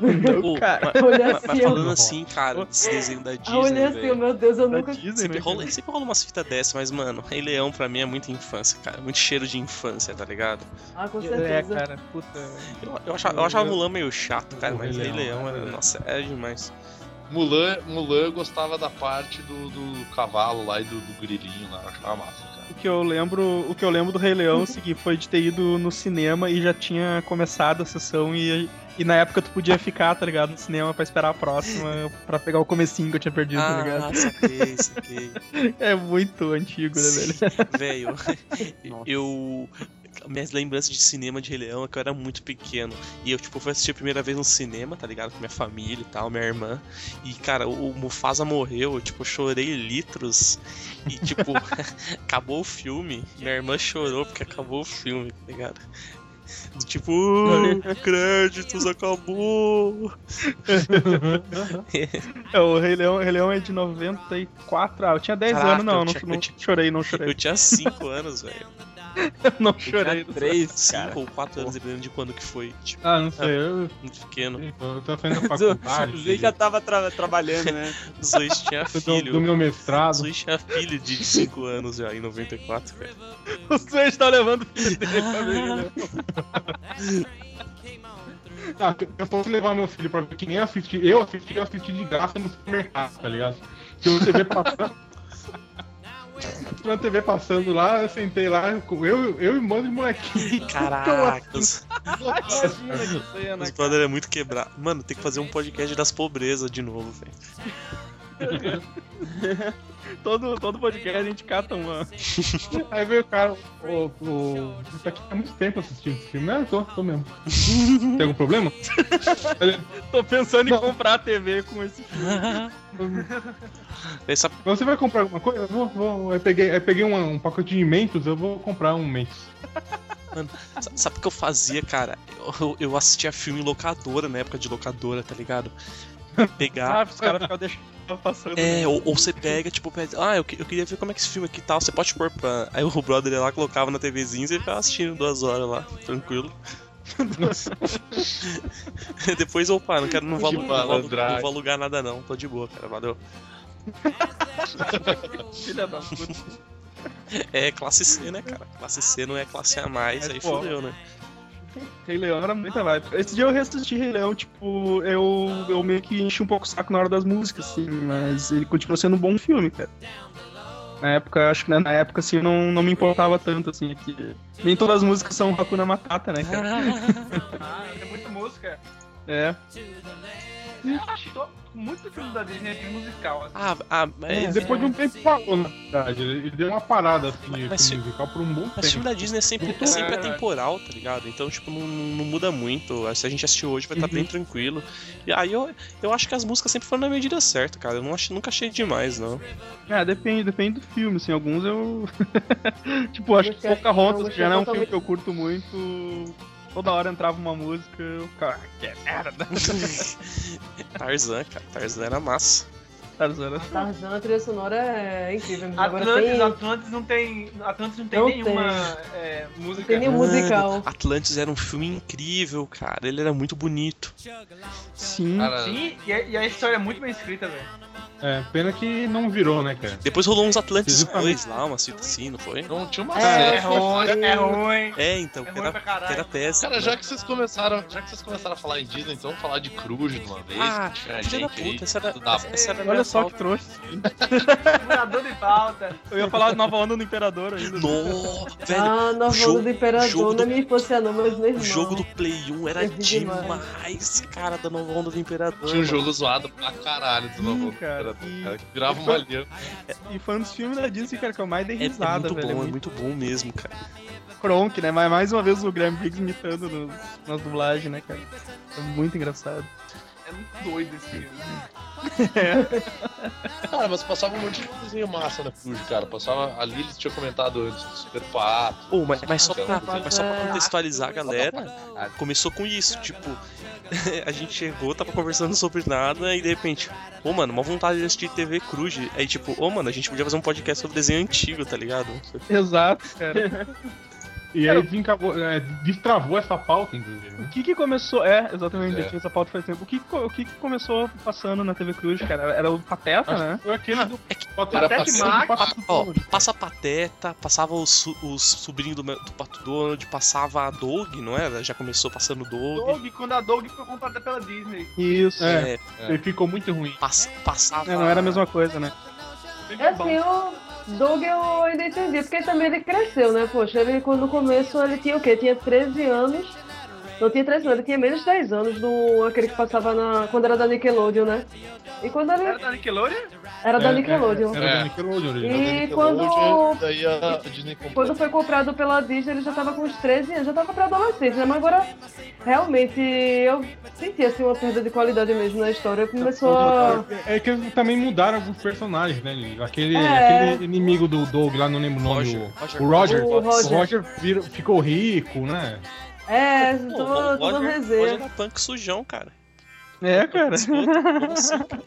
[SPEAKER 2] Pô,
[SPEAKER 1] Então, cara.
[SPEAKER 2] mas-
[SPEAKER 9] Olha
[SPEAKER 2] mas, mas
[SPEAKER 9] assim,
[SPEAKER 2] falando
[SPEAKER 9] ó.
[SPEAKER 2] assim, cara, desse desenho da Disney.
[SPEAKER 9] Aí eu olhei assim:
[SPEAKER 2] velho.
[SPEAKER 9] Meu Deus, eu nunca.
[SPEAKER 2] Sempre rola, sempre rola umas fitas dessas, mas, mano, Rei Leão pra mim é muito infância, cara. Muito cheiro de infância, tá ligado?
[SPEAKER 9] Ah, com
[SPEAKER 1] É,
[SPEAKER 9] certeza.
[SPEAKER 1] cara, puta.
[SPEAKER 2] Eu, eu achava, eu achava
[SPEAKER 8] Eu-
[SPEAKER 2] Mulan meio chato, cara, mas
[SPEAKER 8] Rei
[SPEAKER 2] Rei
[SPEAKER 8] Leão,
[SPEAKER 2] Leão, era, nossa, é demais.
[SPEAKER 4] Mulan, Mulan gostava da parte do, do cavalo lá e do, do grilinho lá, eu achava massa, cara.
[SPEAKER 1] O que eu lembro, o que eu lembro do Rei Leão seguir foi de ter ido no cinema e já tinha começado a sessão e, e na época tu podia ficar, tá ligado, no cinema pra esperar a próxima, pra pegar o comecinho que eu tinha perdido, tá
[SPEAKER 2] Ah,
[SPEAKER 1] ligado?
[SPEAKER 2] saquei, saquei.
[SPEAKER 1] É muito antigo, né, velho?
[SPEAKER 2] Velho, eu. Minhas lembranças de cinema de Rei Leão é que eu era muito pequeno. E eu, tipo, fui assistir a primeira vez no cinema, tá ligado? Com minha família e tal, minha irmã. E, cara, o o Mufasa morreu, eu, tipo, chorei litros. E, tipo, acabou o filme. Minha irmã chorou porque acabou o filme, tá ligado? Do Tipo, "Ah, créditos, acabou.
[SPEAKER 1] É, o Rei Leão, Rei Leão é de 94. Ah, eu tinha 10
[SPEAKER 2] Caraca,
[SPEAKER 1] anos, não,
[SPEAKER 2] eu
[SPEAKER 1] não,
[SPEAKER 2] tinha-
[SPEAKER 1] não
[SPEAKER 2] eu tinha-
[SPEAKER 1] chorei, não chorei.
[SPEAKER 2] Eu tinha 5 anos, velho.
[SPEAKER 1] Eu não
[SPEAKER 7] tinha
[SPEAKER 1] chorei.
[SPEAKER 7] Três, cara.
[SPEAKER 2] 5 ou 4 anos, dependendo de quando que foi. Tipo,
[SPEAKER 8] Ah, não sei, eu,
[SPEAKER 2] muito pequeno.
[SPEAKER 8] eu tô saindo da
[SPEAKER 7] O
[SPEAKER 8] faculdade.
[SPEAKER 7] Zé já tava tra- trabalhando, né?
[SPEAKER 2] Zeus tinha
[SPEAKER 8] do- do,
[SPEAKER 2] filho.
[SPEAKER 8] meu mestrado.
[SPEAKER 2] Zeus tinha filho de 5 anos já, em 94, velho.
[SPEAKER 1] O Zeus tá levando
[SPEAKER 8] Ah, eu posso levar meu filho pra ver que nem assistir. Eu assisti, eu assisti de graça no supermercado, tá ligado? Tinha uma TV passando. Tinha uma TV passando lá, eu sentei lá, eu, eu e um monte de molequinho.
[SPEAKER 2] Caraca, os,
[SPEAKER 1] cena,
[SPEAKER 2] os brother é muito quebrado. Mano, tem que fazer um podcast das pobrezas de novo, velho.
[SPEAKER 1] Todo, todo podcast a gente cata uma.
[SPEAKER 8] Aí veio o cara, o. o isso aqui há muito tempo assistindo esse filme. Não, eu tô, tô mesmo. Tem algum problema?
[SPEAKER 1] Tô pensando em comprar a TV com esse filme.
[SPEAKER 2] Essa
[SPEAKER 8] Você vai comprar alguma coisa? Eu vou, vou. Aí peguei, aí peguei um, um pacote de mentos, eu vou comprar um mentos.
[SPEAKER 2] Sa- Sabe o que eu fazia, cara? Eu, eu assistia filme em locadora, na época de locadora, tá ligado?
[SPEAKER 1] Ah,
[SPEAKER 2] Pegar.
[SPEAKER 1] os caras ficam deixando passando. né?
[SPEAKER 2] É, ou, ou você pega, tipo, pede, ah, eu, que- eu queria ver como é que esse filme aqui tal, você pode pôr pra. Aí o brother ia lá colocava na TVzinha e você ficava assistindo duas horas lá, tranquilo. Depois, opa, não quero, não vou,
[SPEAKER 4] Que
[SPEAKER 2] alu- não vou, alu-
[SPEAKER 4] malandragem.
[SPEAKER 2] não vou alugar nada não, tô de boa, cara, valeu.
[SPEAKER 1] Filha da puta.
[SPEAKER 2] É classe C, né, cara? Classe C não é classe A mais,
[SPEAKER 1] Mas,
[SPEAKER 2] aí
[SPEAKER 1] pô,
[SPEAKER 2] fodeu, né?
[SPEAKER 1] Rei Leão era muita vibe. Esse dia eu reassisti Rei Leão, tipo, eu, eu meio que enchi um pouco o saco na hora das músicas, assim, mas ele continua sendo um bom filme, cara. Na época, acho que né, na época, assim, eu não, não me importava tanto, assim, que nem todas as músicas são Hakuna Matata, né, cara?
[SPEAKER 3] Ah, tem muita música.
[SPEAKER 1] é.
[SPEAKER 3] Eu acho to- muito filme da Disney é de musical. Assim.
[SPEAKER 2] Ah, ah,
[SPEAKER 8] É,
[SPEAKER 2] mas,
[SPEAKER 8] depois de um tempo parou, na verdade. Ele, ele deu uma parada assim, de
[SPEAKER 2] Mas se-
[SPEAKER 8] filme musical por um bom
[SPEAKER 2] mas filme
[SPEAKER 8] tempo.
[SPEAKER 2] da Disney é sempre, é
[SPEAKER 8] Muito
[SPEAKER 2] sempre
[SPEAKER 8] bom.
[SPEAKER 2] atemporal, tá ligado? Então, tipo, não, não muda muito. Se a gente assistir hoje, vai estar
[SPEAKER 1] Uhum.
[SPEAKER 2] bem tranquilo. E aí eu, eu acho que as músicas sempre foram na medida certa, cara. Eu não achei, nunca achei demais, não.
[SPEAKER 1] Ah, depende, depende do filme, assim, alguns eu. tipo, acho que Pocahontas já não é um filme que eu curto muito. Toda hora entrava uma música, eu cara, que merda.
[SPEAKER 2] Tarzan, cara. Tarzan era massa.
[SPEAKER 1] Tarzan era
[SPEAKER 9] Tarzan, a trilha sonora é incrível. mesmo. Agora
[SPEAKER 3] Atlantis,
[SPEAKER 9] tem,
[SPEAKER 3] Atlantis não tem. Atlantis não tem
[SPEAKER 9] Não
[SPEAKER 3] nenhuma
[SPEAKER 9] tem.
[SPEAKER 3] é, música.
[SPEAKER 9] tem nem musical.
[SPEAKER 2] Mano, Atlantis era um filme incrível, cara. Ele era muito bonito.
[SPEAKER 1] Sim.
[SPEAKER 4] Cara,
[SPEAKER 3] Sim, e a, e a história é muito bem escrita, velho.
[SPEAKER 8] É, pena que não virou, né, cara?
[SPEAKER 2] Depois rolou uns Atlantis
[SPEAKER 8] Exatamente.
[SPEAKER 2] 2 lá, uma cita assim, não foi?
[SPEAKER 4] não tinha uma
[SPEAKER 9] É,
[SPEAKER 4] série.
[SPEAKER 9] é ruim,
[SPEAKER 3] É ruim.
[SPEAKER 2] É, então, que
[SPEAKER 3] ruim
[SPEAKER 2] era,
[SPEAKER 3] pra caralho.
[SPEAKER 2] que era né? tese.
[SPEAKER 4] Cara, já que vocês começaram, já que vocês começaram a falar em Disney, então vamos falar de Cruz de uma vez.
[SPEAKER 2] Ah,
[SPEAKER 4] que tinha
[SPEAKER 2] filha da
[SPEAKER 4] é gente aí.
[SPEAKER 2] puta, essa era,
[SPEAKER 4] tudo dá-
[SPEAKER 2] essa, essa era a
[SPEAKER 1] Olha
[SPEAKER 2] minha
[SPEAKER 1] só que
[SPEAKER 2] falta.
[SPEAKER 1] trouxa.
[SPEAKER 3] Curador de pauta.
[SPEAKER 1] Eu ia falar de Nova Onda do Imperador ainda. né?
[SPEAKER 2] No, velho,
[SPEAKER 9] Ah, novela
[SPEAKER 2] jogo-
[SPEAKER 9] do Imperador,
[SPEAKER 2] jogo
[SPEAKER 9] na
[SPEAKER 2] do-
[SPEAKER 9] minha infância não, mas meu irmão.
[SPEAKER 2] o jogo do Play 1 era
[SPEAKER 9] Eu vi demais.
[SPEAKER 2] demais, cara, da nova onda do Imperador.
[SPEAKER 4] Tinha um jogo zoado pra caralho do
[SPEAKER 1] Sim,
[SPEAKER 4] novo.
[SPEAKER 1] cara,
[SPEAKER 4] Cara,
[SPEAKER 1] e-
[SPEAKER 4] que virava uma linha.
[SPEAKER 1] E foi um dos filmes da Disney, cara, que eu mais dei
[SPEAKER 2] É, é
[SPEAKER 1] risada,
[SPEAKER 2] muito
[SPEAKER 1] velho.
[SPEAKER 2] bom,
[SPEAKER 1] é
[SPEAKER 2] é
[SPEAKER 1] muito
[SPEAKER 2] muito bom mesmo, cara.
[SPEAKER 1] cronk, né? Mas mais uma vez o Graham Briggs imitando no- nas dublagens, né, cara? É muito engraçado.
[SPEAKER 3] É muito doido esse filme.
[SPEAKER 4] Cara, mas passava um monte de coisinha massa na Cruz, cara. Passava. Ali eles tinham comentado antes do Super Pato.
[SPEAKER 2] Pô, mas, mas só pra,
[SPEAKER 4] Mas
[SPEAKER 2] mas só pra
[SPEAKER 9] é-
[SPEAKER 2] contextualizar a galera, começou com isso, tipo, a gente chegou, tava conversando sobre nada e de repente, ô mano, uma vontade de assistir TV Cruz. Aí tipo, ô mano, a gente podia fazer um podcast sobre desenho antigo, tá ligado?
[SPEAKER 1] Exato, cara.
[SPEAKER 8] E aí desencavou- é, destravou essa pauta, inclusive. né?
[SPEAKER 1] O que que começou... É, exatamente,
[SPEAKER 4] É.
[SPEAKER 1] eu tinha essa pauta faz tempo. O que, que co- o que que começou passando na TV Cruz, cara? Era o Pateta, né?
[SPEAKER 8] Foi aquele do.
[SPEAKER 4] Era
[SPEAKER 8] Patete
[SPEAKER 4] passando-
[SPEAKER 8] Max,
[SPEAKER 2] Ó, passa a Pateta, passava o, su o sobrinho do, meu- do Pato Donald, passava a Doug, não era? Já começou passando o Doug.
[SPEAKER 3] Doug, quando a Doug foi comprada pela Disney.
[SPEAKER 1] Isso.
[SPEAKER 8] É.
[SPEAKER 2] É,
[SPEAKER 8] Ele ficou muito ruim.
[SPEAKER 2] pass- passava.
[SPEAKER 1] É, não era a mesma coisa, né?
[SPEAKER 9] É assim, o Doug eu ainda entendi, porque também ele cresceu, né? Poxa, ele quando- no começo ele tinha o quê? Tinha 13 anos. Não tinha 13 anos, ele tinha menos de 10 anos do aquele que passava na. quando era da Nickelodeon, né? E quando
[SPEAKER 3] Era
[SPEAKER 9] ele.
[SPEAKER 3] da Nickelodeon?
[SPEAKER 9] Era da
[SPEAKER 8] É, é,
[SPEAKER 9] Nickelodeon.
[SPEAKER 8] Era
[SPEAKER 4] É.
[SPEAKER 8] da Nickelodeon né? original.
[SPEAKER 9] E
[SPEAKER 4] Nickelodeon,
[SPEAKER 9] quando-
[SPEAKER 4] Daí a Disney comprou.
[SPEAKER 9] Quando foi comprado pela Disney, ele já tava com uns 13 anos, já tava pra adolescente, né? Mas agora, realmente, eu senti assim uma perda de qualidade mesmo na história. Começou a.
[SPEAKER 8] É que eles também mudaram alguns personagens, né? Lili? Aquele,
[SPEAKER 9] É.
[SPEAKER 8] aquele inimigo do Doug lá, não lembro o nome.
[SPEAKER 2] Roger,
[SPEAKER 8] o-
[SPEAKER 2] Roger.
[SPEAKER 8] o Roger.
[SPEAKER 9] O Roger.
[SPEAKER 8] O Roger virou- ficou rico, né?
[SPEAKER 9] É,
[SPEAKER 2] Pô,
[SPEAKER 9] toda
[SPEAKER 2] o
[SPEAKER 9] toda uma
[SPEAKER 2] Roger,
[SPEAKER 9] resenha.
[SPEAKER 2] Roger era punk sujão, cara.
[SPEAKER 1] É, cara.
[SPEAKER 2] Como assim, cara?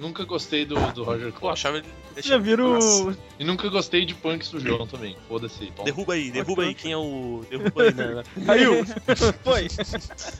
[SPEAKER 4] Nunca gostei do, do Roger
[SPEAKER 2] Pô,
[SPEAKER 4] Clark.
[SPEAKER 2] achava ele.
[SPEAKER 1] Já viram
[SPEAKER 2] Nossa.
[SPEAKER 1] o...
[SPEAKER 4] E nunca gostei de Punk Sujão também. Foda-se. Bom,
[SPEAKER 2] Derruba aí, derruba aí. Quem é o. Derruba aí, né?
[SPEAKER 1] Aí, o- foi.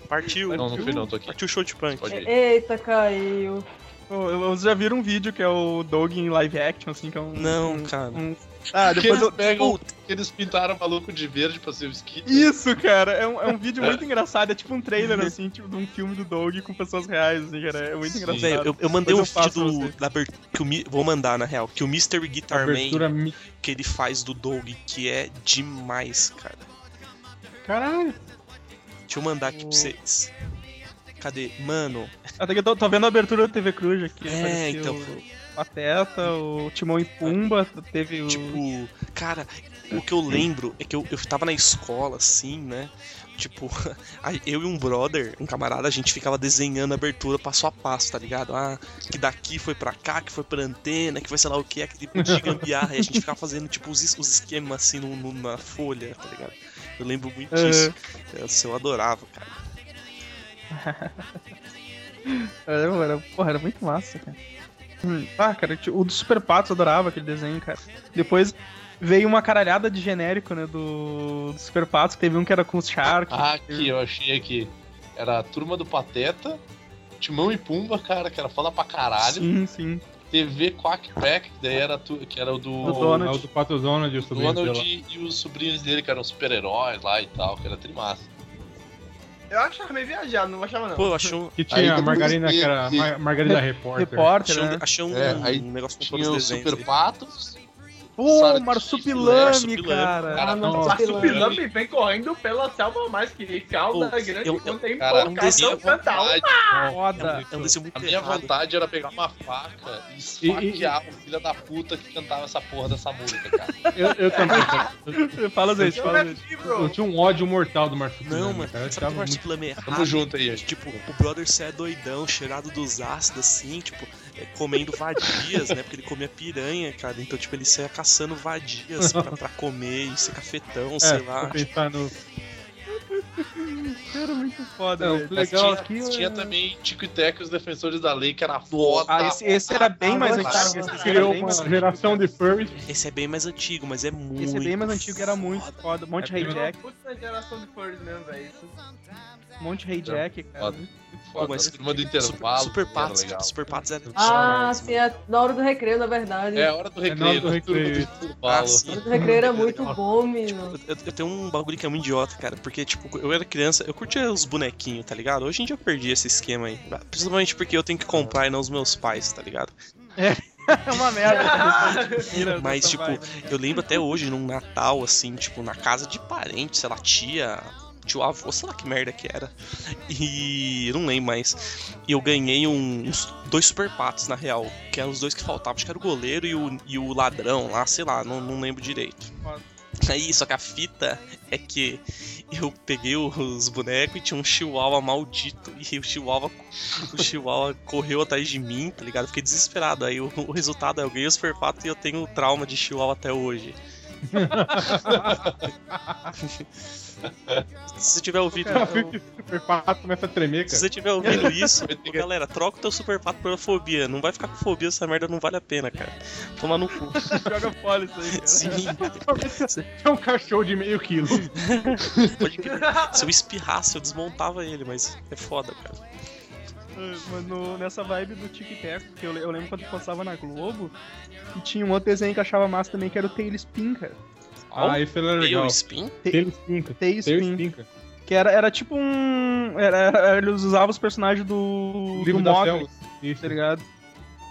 [SPEAKER 2] Partiu.
[SPEAKER 4] Não, não fui não, tô aqui.
[SPEAKER 2] Partiu o show de punk.
[SPEAKER 4] Pode ir.
[SPEAKER 9] Eita, caiu.
[SPEAKER 1] Pô, Vocês já viram um vídeo que é o Doug em live action, assim, que é um...
[SPEAKER 2] Não, cara.
[SPEAKER 1] um- Ah,
[SPEAKER 4] Porque
[SPEAKER 1] depois
[SPEAKER 4] eles
[SPEAKER 1] eu...
[SPEAKER 4] pegam. Eles pintaram o maluco de verde pra ser o Skid.
[SPEAKER 1] Isso, cara, é um, é um vídeo muito engraçado, é tipo um trailer, assim, tipo de um filme do Doug com pessoas reais, assim, cara, é muito engraçado.
[SPEAKER 2] Velho, eu, eu mandei um
[SPEAKER 1] Depois eu faço
[SPEAKER 2] vídeo
[SPEAKER 1] pra
[SPEAKER 2] do.
[SPEAKER 1] vocês.
[SPEAKER 2] Da abertura, que o Mi- vou mandar, na real. Que o Mr. Guitar Man
[SPEAKER 8] Abertura. mi-
[SPEAKER 2] que ele faz do Doug, que é demais, cara.
[SPEAKER 8] Caralho.
[SPEAKER 2] Deixa eu mandar aqui pra vocês. Cadê? Mano,
[SPEAKER 1] Até que eu tô, tô vendo a abertura da TV Cruz aqui,
[SPEAKER 2] É,
[SPEAKER 1] apareceu
[SPEAKER 2] então.
[SPEAKER 1] o Pateta, o Timão e Pumba, teve o...
[SPEAKER 2] tipo, cara, o que eu lembro é que eu, eu tava na escola, assim, né? Tipo, a- eu e um brother, um camarada, a gente ficava desenhando a abertura passo a passo, tá ligado? Ah, que daqui foi pra cá, que foi pra antena, que foi sei lá o que, aquele tipo de gambiarra. e a gente ficava fazendo, tipo, os, es- os esquemas assim no, no- na folha, tá ligado? Eu lembro muito
[SPEAKER 1] Aham.
[SPEAKER 2] disso. Nossa, eu adorava, cara.
[SPEAKER 1] É, Era, era- porra, era muito massa, cara. Hum, Ah, cara, tipo, o do Super Patos eu adorava aquele desenho, cara. Depois veio uma caralhada de genérico, né, do, do Super Patos, teve um que era com os Shark.
[SPEAKER 4] Ah, aqui, eu achei aqui. Era a turma do Pateta, Timão e Pumba, cara, que era foda pra caralho.
[SPEAKER 1] Sim, sim.
[SPEAKER 4] TV Quack Pack, que daí era, tu, que era o do.
[SPEAKER 8] O Donald. do Pato Donald, o sobrinho
[SPEAKER 4] Donald e os sobrinhos dele, que eram super-heróis lá e tal, que era trimassa.
[SPEAKER 3] Eu achava meio viajado, não achava não.
[SPEAKER 2] Pô, eu achei um...
[SPEAKER 8] Que tinha a Margarina, que era Ma- Margarina Repórter.
[SPEAKER 1] Repórter,
[SPEAKER 2] Achei um,
[SPEAKER 1] né?
[SPEAKER 2] achei um,
[SPEAKER 4] É, aí
[SPEAKER 2] um negócio com
[SPEAKER 4] Tinha
[SPEAKER 2] todos
[SPEAKER 4] os
[SPEAKER 2] os desenhos.
[SPEAKER 4] Super
[SPEAKER 2] aí.
[SPEAKER 4] Patos.
[SPEAKER 9] É,
[SPEAKER 1] Pô,
[SPEAKER 4] Saracen,
[SPEAKER 1] Marsupilame,
[SPEAKER 2] Marsupilame,
[SPEAKER 1] cara.
[SPEAKER 4] cara,
[SPEAKER 9] Ah, não,
[SPEAKER 8] nossa.
[SPEAKER 9] Marsupilame.
[SPEAKER 3] Supilame vem correndo pela selva mais que calda
[SPEAKER 2] Pô,
[SPEAKER 3] grande
[SPEAKER 2] eu- eu-
[SPEAKER 4] cara,
[SPEAKER 3] contemporânea.
[SPEAKER 2] um desenho-
[SPEAKER 3] Cantal.
[SPEAKER 9] né?
[SPEAKER 1] Foda.
[SPEAKER 2] É um desenho muito
[SPEAKER 4] A minha
[SPEAKER 2] errado.
[SPEAKER 4] vontade era pegar uma faca e esfaquear o filho da puta que cantava essa porra dessa música, cara.
[SPEAKER 8] Eu, eu também. cara.
[SPEAKER 1] Fala, Zé, assim, fala, Zé.
[SPEAKER 8] Eu tinha um ódio mortal do Marsupilame.
[SPEAKER 4] né?
[SPEAKER 2] Não, mano,
[SPEAKER 8] cara. Eu
[SPEAKER 2] sabe que o
[SPEAKER 8] achava muito-
[SPEAKER 2] Marsupilame é
[SPEAKER 4] Tamo
[SPEAKER 2] errado?
[SPEAKER 4] junto aí, gente.
[SPEAKER 2] Tipo, o brother cê é doidão, cheirado dos ácidos, assim, tipo, é, comendo vadias, né? Porque ele comia piranha, cara. Então, tipo, ele saia caçando vadias pra, pra comer e ser cafetão, sei
[SPEAKER 8] É,
[SPEAKER 2] lá.
[SPEAKER 8] vou pensar no.
[SPEAKER 1] Era é muito foda,
[SPEAKER 8] Não,
[SPEAKER 1] velho.
[SPEAKER 8] o legal
[SPEAKER 4] tinha,
[SPEAKER 8] aqui é-
[SPEAKER 4] tinha também Tico e Teco e os Defensores da Lei, que era foda.
[SPEAKER 1] Ah, esse, esse era bem mais
[SPEAKER 4] Nossa.
[SPEAKER 1] antigo. Esse, esse era
[SPEAKER 8] Criou
[SPEAKER 1] bem
[SPEAKER 8] uma
[SPEAKER 1] mais-
[SPEAKER 8] geração de furries. tá
[SPEAKER 2] Esse é bem mais antigo, mas é muito.
[SPEAKER 1] esse é bem mais antigo e era muito
[SPEAKER 2] foda.
[SPEAKER 1] foda. Um monte de
[SPEAKER 8] É,
[SPEAKER 1] Ray Jack,
[SPEAKER 3] Puta geração de furries mesmo, velho. Isso.
[SPEAKER 1] um monte de Ray Jack, cara.
[SPEAKER 4] Foda.
[SPEAKER 2] Pô,
[SPEAKER 4] Mas
[SPEAKER 2] mas-
[SPEAKER 4] turma do
[SPEAKER 2] Super,
[SPEAKER 4] intervalo.
[SPEAKER 2] super
[SPEAKER 4] era
[SPEAKER 2] Patos,
[SPEAKER 4] legal.
[SPEAKER 2] Super Patos era
[SPEAKER 9] Ah, sim, é na hora do recreio, na verdade.
[SPEAKER 4] É, hora do
[SPEAKER 8] na
[SPEAKER 4] recreio.
[SPEAKER 8] hora do
[SPEAKER 4] né? Turma do
[SPEAKER 8] recreio.
[SPEAKER 4] intervalo.
[SPEAKER 2] Ah, sim.
[SPEAKER 9] A hora do recreio
[SPEAKER 8] Hum,
[SPEAKER 9] era muito bom, menino.
[SPEAKER 2] Eu, eu tenho um bagulho que é muito idiota, cara, porque, tipo, eu era criança, eu curtia os bonequinhos, tá ligado? Hoje em dia eu perdi esse esquema aí. Principalmente porque eu tenho que comprar e não os meus pais, tá ligado?
[SPEAKER 1] É uma merda.
[SPEAKER 2] Mas, tipo, eu lembro até hoje, num Natal, assim, tipo, na casa de parente, sei lá, tia, tio avô, sei lá que merda que era. E eu não lembro mais. E eu ganhei um- uns dois super patos, na real, que eram os dois que faltavam. Acho que era o goleiro e o, e o ladrão lá, sei lá, não, não lembro direito. Aí, só que a fita é que eu peguei os bonecos e tinha um chihuahua maldito. E o chihuahua, o chihuahua correu atrás de mim, tá ligado? Eu Fiquei desesperado. Aí o, o resultado é eu ganhei o super pato e eu tenho trauma de chihuahua até hoje. Se tiver ouvido.
[SPEAKER 8] Cara, fica super pato, começa a tremer,
[SPEAKER 2] Se
[SPEAKER 8] cara.
[SPEAKER 2] você tiver ouvindo isso, ô, galera, troca o teu super pato pela fobia. Não vai ficar com fobia, essa merda não vale a pena, cara. Toma no cu.
[SPEAKER 1] Joga fora isso aí, cara.
[SPEAKER 2] Sim,
[SPEAKER 8] É um cachorro de meio quilo.
[SPEAKER 2] pode crer. Se eu espirrasse, eu desmontava ele, mas é foda, cara.
[SPEAKER 1] Mas no- nessa vibe do Tic Tac, que eu, le- eu lembro quando passava na Globo, e tinha um outro desenho que eu achava massa também, que era o Tailspin, cara.
[SPEAKER 8] Ah, isso era
[SPEAKER 2] Eu
[SPEAKER 8] legal.
[SPEAKER 2] espinho?
[SPEAKER 8] Tail Spinca. Tail
[SPEAKER 1] Tailspin.
[SPEAKER 8] Spinca.
[SPEAKER 1] Que era, era tipo um. Era, era- eles usavam os personagens do. do
[SPEAKER 8] Livro da
[SPEAKER 1] Mogli,
[SPEAKER 8] Selva. Isso.
[SPEAKER 1] tá ligado?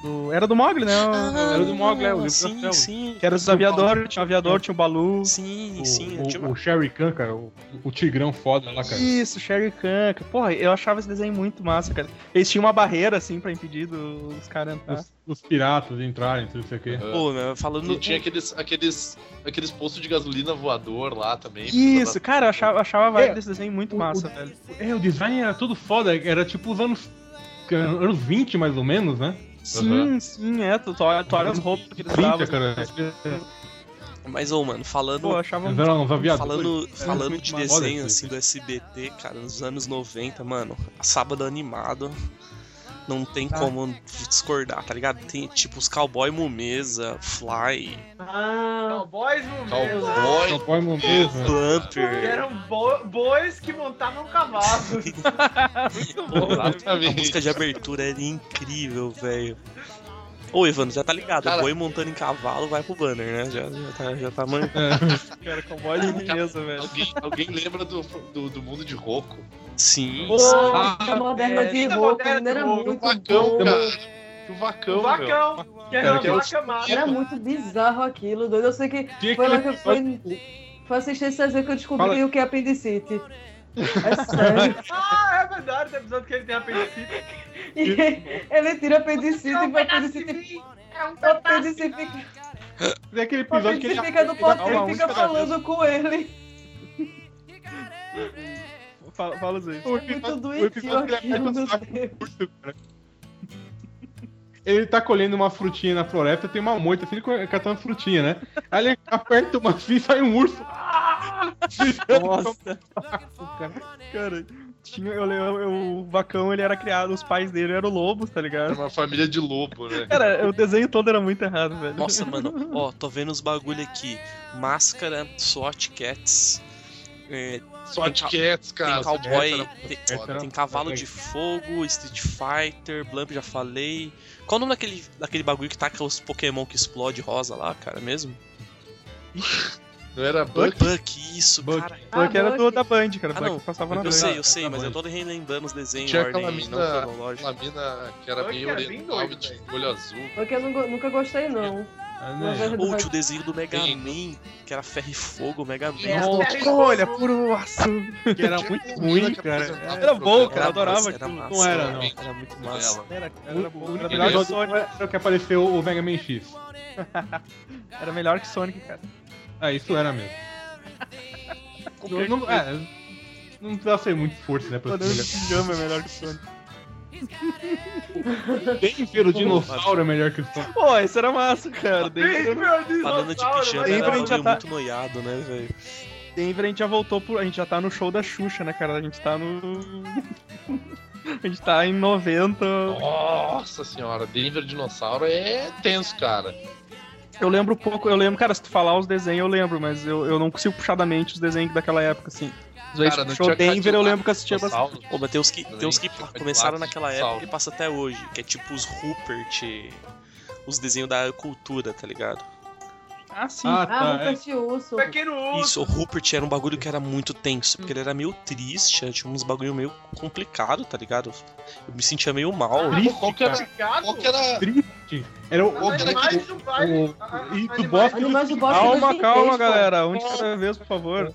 [SPEAKER 1] Do- era do Mogli, né? O-
[SPEAKER 8] era do Mogli, é, o livro da
[SPEAKER 2] Ah, Sim,
[SPEAKER 8] selva.
[SPEAKER 2] sim.
[SPEAKER 1] que era dos aviadores, tinha o aviador, tinha o Balu.
[SPEAKER 2] Sim,
[SPEAKER 8] O,
[SPEAKER 2] sim. eu tinha
[SPEAKER 8] o,
[SPEAKER 2] uma-
[SPEAKER 8] o Sherry Khan, cara, o, o tigrão foda lá, cara.
[SPEAKER 1] Isso, Sherry Khan. cara. Porra, eu achava esse desenho muito massa, cara. Eles tinham uma barreira, assim, pra impedir do- dos caras entrar.
[SPEAKER 8] Os, os piratas entrarem, tudo isso aqui.
[SPEAKER 4] Aham.
[SPEAKER 2] Pô, meu, falando.
[SPEAKER 4] E tinha aqueles, aqueles, aqueles postos de gasolina voador lá também.
[SPEAKER 1] Isso, cara, eu achava, eu achava a vibe
[SPEAKER 8] É,
[SPEAKER 1] desse desenho muito
[SPEAKER 8] o-
[SPEAKER 1] massa,
[SPEAKER 8] o-
[SPEAKER 1] velho.
[SPEAKER 8] É, o design era tudo foda, era tipo os anos. anos 20 mais ou menos, né?
[SPEAKER 1] Sim, sim, é. Tu, tu olha tu olha as roupas que eles
[SPEAKER 8] 30,
[SPEAKER 1] usavam.
[SPEAKER 8] cara.
[SPEAKER 2] Mas, ô, mano, falando.
[SPEAKER 1] Pô, eu achava
[SPEAKER 8] Eles
[SPEAKER 1] muito.
[SPEAKER 8] eram uns aviadores.
[SPEAKER 2] Falando, falando
[SPEAKER 8] muito
[SPEAKER 2] de
[SPEAKER 8] maluco.
[SPEAKER 2] desenho
[SPEAKER 8] Olha
[SPEAKER 2] assim do SBT, cara, nos anos 90, mano, sábado animado. Não tem como discordar, tá ligado? Tem tipo os cowboy mumesa, fly,
[SPEAKER 9] Ah,
[SPEAKER 3] Cowboys no meio. né?
[SPEAKER 4] Cowboy.
[SPEAKER 8] Cowboy Momento, né?
[SPEAKER 2] plumper.
[SPEAKER 3] Eram bo- bois que montavam cavalos.
[SPEAKER 2] A música
[SPEAKER 4] Exatamente.
[SPEAKER 2] de abertura era incrível, velho. Ô, Evandro, já tá ligado?
[SPEAKER 4] Cara-
[SPEAKER 2] Boi montando em cavalo vai pro banner, né? Já, já tá, já tá man...
[SPEAKER 1] Cara, cowboy de beleza, velho.
[SPEAKER 4] Alguém, alguém lembra do, do, do mundo de Roco?
[SPEAKER 2] Sim.
[SPEAKER 9] ah, a moderna
[SPEAKER 3] é,
[SPEAKER 9] de
[SPEAKER 3] vida
[SPEAKER 9] roupa
[SPEAKER 3] moderna
[SPEAKER 9] ainda
[SPEAKER 3] de
[SPEAKER 9] era
[SPEAKER 3] roupa,
[SPEAKER 8] um
[SPEAKER 9] muito
[SPEAKER 4] Vacão,
[SPEAKER 9] bom.
[SPEAKER 1] É.
[SPEAKER 4] cara. O vacão,
[SPEAKER 3] O vacão, que era
[SPEAKER 8] Cara, que é
[SPEAKER 3] uma vaca magra.
[SPEAKER 9] Era muito bizarro aquilo, doido. Eu sei que
[SPEAKER 8] Tinha
[SPEAKER 9] foi lá
[SPEAKER 8] aquele
[SPEAKER 9] que eu fui, fui assistir esse desenho que eu descobri
[SPEAKER 8] Fala.
[SPEAKER 9] o que é apendicite. É sério.
[SPEAKER 3] Ah, é verdade, tem episódio que ele tem apendicite.
[SPEAKER 9] E ele tira apendicite e vai apendicite.
[SPEAKER 11] É um
[SPEAKER 9] Apendicite fica-
[SPEAKER 8] Tem aquele
[SPEAKER 9] O
[SPEAKER 8] episódio
[SPEAKER 9] apendicite
[SPEAKER 8] que ele
[SPEAKER 9] fica no
[SPEAKER 8] dá uma
[SPEAKER 9] potinho e fica
[SPEAKER 8] música da
[SPEAKER 9] falando com ele.
[SPEAKER 1] Fala, fala assim, isso aí.
[SPEAKER 8] O
[SPEAKER 9] É Muito
[SPEAKER 8] episódio- o
[SPEAKER 9] doentio
[SPEAKER 8] episódio que ele
[SPEAKER 9] aquilo,
[SPEAKER 8] aperta
[SPEAKER 9] meu
[SPEAKER 8] o saco
[SPEAKER 9] Deus.
[SPEAKER 8] curto, cara. Ele tá colhendo uma frutinha na floresta, tem uma moita, assim, ele co- catando frutinha, né? Aí ele aperta uma assim e sai um urso.
[SPEAKER 9] Ah,
[SPEAKER 7] Nossa,
[SPEAKER 1] Cara, tinha, eu, eu, eu- o Vacão, ele era criado, os pais dele eram lobos, tá
[SPEAKER 4] Era
[SPEAKER 1] ligado?
[SPEAKER 4] uma família de lobo, né?
[SPEAKER 1] Cara, o desenho todo era muito errado, velho.
[SPEAKER 2] Nossa, mano, ó, tô vendo os bagulho aqui. Máscara, SWAT Cats. É,
[SPEAKER 4] Sword
[SPEAKER 2] tem ca-
[SPEAKER 4] Cats, cara.
[SPEAKER 2] Tem
[SPEAKER 4] Sword
[SPEAKER 2] cowboy,
[SPEAKER 4] Cats era
[SPEAKER 2] tem,
[SPEAKER 4] muito foda.
[SPEAKER 2] tem cavalo de fogo, Street Fighter, Blamp já falei. Qual o nome daquele, daquele bagulho que taca os Pokémon que explode rosa lá, cara, mesmo?
[SPEAKER 4] Não era
[SPEAKER 2] Buck?
[SPEAKER 4] Buck?
[SPEAKER 2] Buck, isso, cara.
[SPEAKER 1] Porque era do, da Band, cara.
[SPEAKER 2] Ah,
[SPEAKER 1] Buck
[SPEAKER 2] não.
[SPEAKER 1] passava na
[SPEAKER 2] eu
[SPEAKER 1] Band.
[SPEAKER 2] sei, eu sei, mas eu tô relembrando os desenhos em
[SPEAKER 4] Tinha aquela
[SPEAKER 2] ordem não
[SPEAKER 4] mina,
[SPEAKER 2] cronológica.
[SPEAKER 4] aquela mina que era
[SPEAKER 3] Buck
[SPEAKER 4] meio
[SPEAKER 3] era bem
[SPEAKER 4] oriental,
[SPEAKER 3] doido,
[SPEAKER 4] de olho azul.
[SPEAKER 9] Porque eu não go- nunca gostei, não. Uma vez
[SPEAKER 2] Ou
[SPEAKER 9] do-
[SPEAKER 2] tinha o desenho do Mega Man, que era ferro e fogo, Mega Man.
[SPEAKER 1] Olha, puro açúcar.
[SPEAKER 8] Que era
[SPEAKER 4] Tinha
[SPEAKER 8] muito
[SPEAKER 4] uma
[SPEAKER 8] ruim,
[SPEAKER 4] mina que
[SPEAKER 8] cara.
[SPEAKER 4] apresentava
[SPEAKER 8] Era
[SPEAKER 4] o
[SPEAKER 8] bom,
[SPEAKER 4] programa.
[SPEAKER 8] cara. Eu adorava
[SPEAKER 2] massa,
[SPEAKER 8] aquilo. Não
[SPEAKER 2] massa,
[SPEAKER 8] era, não.
[SPEAKER 2] Era muito massa.
[SPEAKER 1] Era, era,
[SPEAKER 8] O
[SPEAKER 1] bom, era melhor que
[SPEAKER 8] único melhor
[SPEAKER 1] Sonic.
[SPEAKER 8] jogo era o que apareceu o Mega Man X.
[SPEAKER 1] Era melhor que Sonic, cara.
[SPEAKER 8] Ah, isso era mesmo. Não, não, é, não precisava ser muito esforço, né? Pra
[SPEAKER 1] Todo
[SPEAKER 8] ser
[SPEAKER 1] mundo
[SPEAKER 8] melhor.
[SPEAKER 1] pijama é melhor que Sonic.
[SPEAKER 8] Bem ver o
[SPEAKER 3] assim?
[SPEAKER 8] dinossauro é melhor que o Sonic.
[SPEAKER 1] Pô, isso era massa, cara. Denver,
[SPEAKER 2] Banana de pijama
[SPEAKER 1] mas
[SPEAKER 2] era
[SPEAKER 1] pra
[SPEAKER 2] um
[SPEAKER 1] gente já
[SPEAKER 2] bagulho
[SPEAKER 1] tá-
[SPEAKER 2] muito noiado, né, velho?
[SPEAKER 1] Denver a gente já voltou por. A gente já tá no show da Xuxa, né, cara? A gente tá no. a gente tá em 90.
[SPEAKER 4] Nossa senhora, Denver Dinossauro é tenso, cara.
[SPEAKER 1] Eu lembro pouco, eu lembro, cara, se tu falar os desenhos eu lembro, mas eu, eu não consigo puxar da mente os desenhos daquela época, assim. Às vezes
[SPEAKER 4] Cara, não
[SPEAKER 1] show
[SPEAKER 4] tinha
[SPEAKER 1] Denver eu
[SPEAKER 4] Cadillac,
[SPEAKER 1] lembro que eu assistia bastante.
[SPEAKER 4] Dinossauro.
[SPEAKER 2] Pô, mas tem uns que, tem uns que
[SPEAKER 4] Gente,
[SPEAKER 2] começaram
[SPEAKER 4] Eduardo
[SPEAKER 2] naquela
[SPEAKER 4] Dinossauro.
[SPEAKER 2] época e passa até hoje, que é tipo os Rupert, os desenhos da cultura, tá ligado?
[SPEAKER 1] Ah, sim.
[SPEAKER 8] Ah,
[SPEAKER 9] Ah,
[SPEAKER 8] tá. é.
[SPEAKER 9] Rupert Urso.
[SPEAKER 3] Pequeno urso.
[SPEAKER 2] Isso, o Rupert era um bagulho que era muito tenso, porque ele era meio triste, tinha uns bagulho meio complicado, tá ligado? Eu me sentia meio mal.
[SPEAKER 8] Triste,
[SPEAKER 4] Qual que era-
[SPEAKER 8] cara.
[SPEAKER 3] Gato.
[SPEAKER 4] Qual que era
[SPEAKER 8] Triste. é. Era o.
[SPEAKER 4] Qual que era
[SPEAKER 3] Animais do baile.
[SPEAKER 8] o-
[SPEAKER 3] Ah,
[SPEAKER 8] e do
[SPEAKER 3] animais-
[SPEAKER 8] bosta-
[SPEAKER 9] Animais do Bosque
[SPEAKER 1] Calma,
[SPEAKER 9] 2010,
[SPEAKER 1] calma,
[SPEAKER 9] pô.
[SPEAKER 1] galera. Um de cada vez, por favor.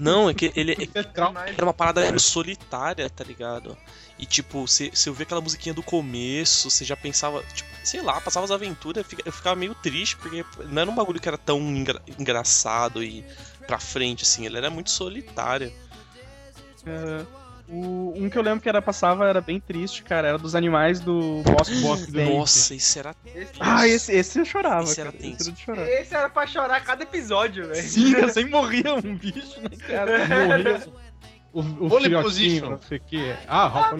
[SPEAKER 2] Não, é que ele,
[SPEAKER 8] Central.
[SPEAKER 2] era uma parada meio solitária, tá ligado? E tipo, você ouvia aquela musiquinha do começo, você já pensava, tipo, sei lá, passava as aventuras, eu fica- eu ficava meio triste, porque não era um bagulho que era tão engra- engraçado e pra frente, assim, ele era muito solitário.
[SPEAKER 1] É, o- um que eu lembro que era passava era bem triste, cara. Era dos animais do Bosque do Ocidente.
[SPEAKER 2] Nossa, isso era.
[SPEAKER 3] Esse,
[SPEAKER 1] Ah, esse, esse eu chorava.
[SPEAKER 2] Esse era
[SPEAKER 1] cara. Esse
[SPEAKER 2] tenso.
[SPEAKER 1] era de chorar.
[SPEAKER 3] esse era pra chorar cada episódio, velho.
[SPEAKER 1] Sim, eu sempre morria um bicho, né, cara?
[SPEAKER 8] Morria o, o
[SPEAKER 4] Pole
[SPEAKER 8] filhotinho,
[SPEAKER 4] position.
[SPEAKER 8] não sei o que. Ah, Rafa.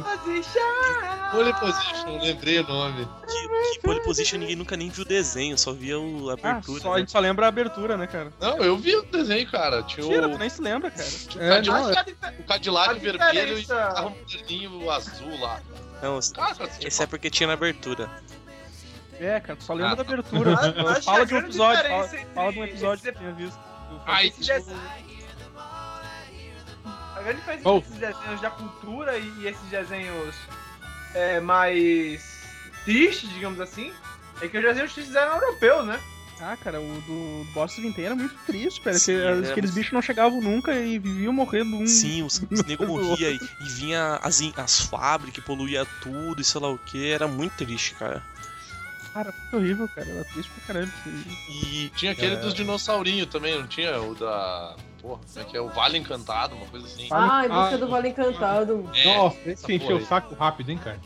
[SPEAKER 4] Pole Position? Lembrei o nome.
[SPEAKER 2] tipo, Que, que pole position ninguém nunca nem viu o desenho, só via o- a
[SPEAKER 1] Ah,
[SPEAKER 2] abertura.
[SPEAKER 1] só, a
[SPEAKER 2] né?
[SPEAKER 1] gente só lembra a abertura, né, cara?
[SPEAKER 4] Não, eu vi o desenho, cara. Tinha
[SPEAKER 1] Mentira, né?
[SPEAKER 4] o,
[SPEAKER 1] tu nem se lembra, cara.
[SPEAKER 8] É,
[SPEAKER 4] Cadillac-
[SPEAKER 8] não, é-
[SPEAKER 4] o Cadillac
[SPEAKER 3] a
[SPEAKER 4] vermelho e o
[SPEAKER 3] diferença-
[SPEAKER 4] carro moderninho azul lá.
[SPEAKER 2] Não,
[SPEAKER 4] Cara, assim,
[SPEAKER 2] esse é porque tinha na abertura.
[SPEAKER 1] É, cara, tu só lembra
[SPEAKER 4] Ah,
[SPEAKER 1] da abertura.
[SPEAKER 3] Mas- mas
[SPEAKER 1] fala
[SPEAKER 3] a
[SPEAKER 1] de um
[SPEAKER 3] grande
[SPEAKER 1] episódio, fala,
[SPEAKER 3] diferença entre
[SPEAKER 1] fala de um episódio que
[SPEAKER 3] esse-
[SPEAKER 1] tu tinha visto.
[SPEAKER 4] Ai,
[SPEAKER 3] esse desenho- A grande diferença
[SPEAKER 8] Oh.
[SPEAKER 3] entre esses desenhos da cultura e e esses desenhos é, mais tristes, digamos assim, é que os desenhos tristes eram europeus, né?
[SPEAKER 1] Ah, cara, o do Boss Vintém era muito triste, cara.
[SPEAKER 2] Sim,
[SPEAKER 1] que-
[SPEAKER 2] era
[SPEAKER 1] aqueles
[SPEAKER 2] muito-
[SPEAKER 1] bichos não chegavam nunca e viviam morrendo um.
[SPEAKER 2] Sim, os, os nego
[SPEAKER 1] Meu
[SPEAKER 2] morria e, e vinha as, in- as fábricas, poluía tudo e sei lá o que, era muito triste, cara.
[SPEAKER 1] Cara, muito horrível, cara. Era triste pra caralho. assim.
[SPEAKER 2] E
[SPEAKER 4] Tinha aquele dos dinossaurinhos também, não tinha? O da. Porra, como é que é? O Vale Encantado, uma coisa assim.
[SPEAKER 9] Ah, em busca
[SPEAKER 8] Ah,
[SPEAKER 9] do Vale Encantado.
[SPEAKER 4] É,
[SPEAKER 8] Nossa, esse
[SPEAKER 4] porra
[SPEAKER 8] encheu o
[SPEAKER 4] aí.
[SPEAKER 8] saco rápido, hein, cara.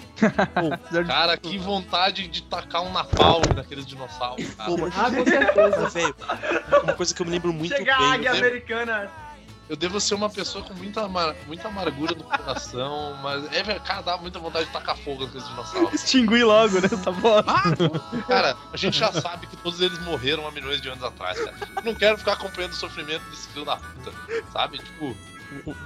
[SPEAKER 4] Cara, que vontade de tacar um napalm naqueles dinossauros, cara.
[SPEAKER 2] Pô, mas-
[SPEAKER 9] Ah, com certeza.
[SPEAKER 2] Mas, velho, uma coisa que eu me lembro muito
[SPEAKER 3] Chega
[SPEAKER 2] bem. é né?
[SPEAKER 3] a
[SPEAKER 2] eu
[SPEAKER 3] águia
[SPEAKER 2] lembro-
[SPEAKER 3] americana.
[SPEAKER 4] Eu devo ser uma pessoa com muita, amar- muita amargura no coração, mas é, ver- cara, dá muita vontade de tacar fogo naqueles dinossauros.
[SPEAKER 1] Extingui logo, né, essa bosta.
[SPEAKER 2] Ah!
[SPEAKER 4] Cara, a gente já sabe que todos eles morreram há milhões de anos atrás, cara. Eu não quero ficar acompanhando o sofrimento desse filho da puta, sabe? Tipo,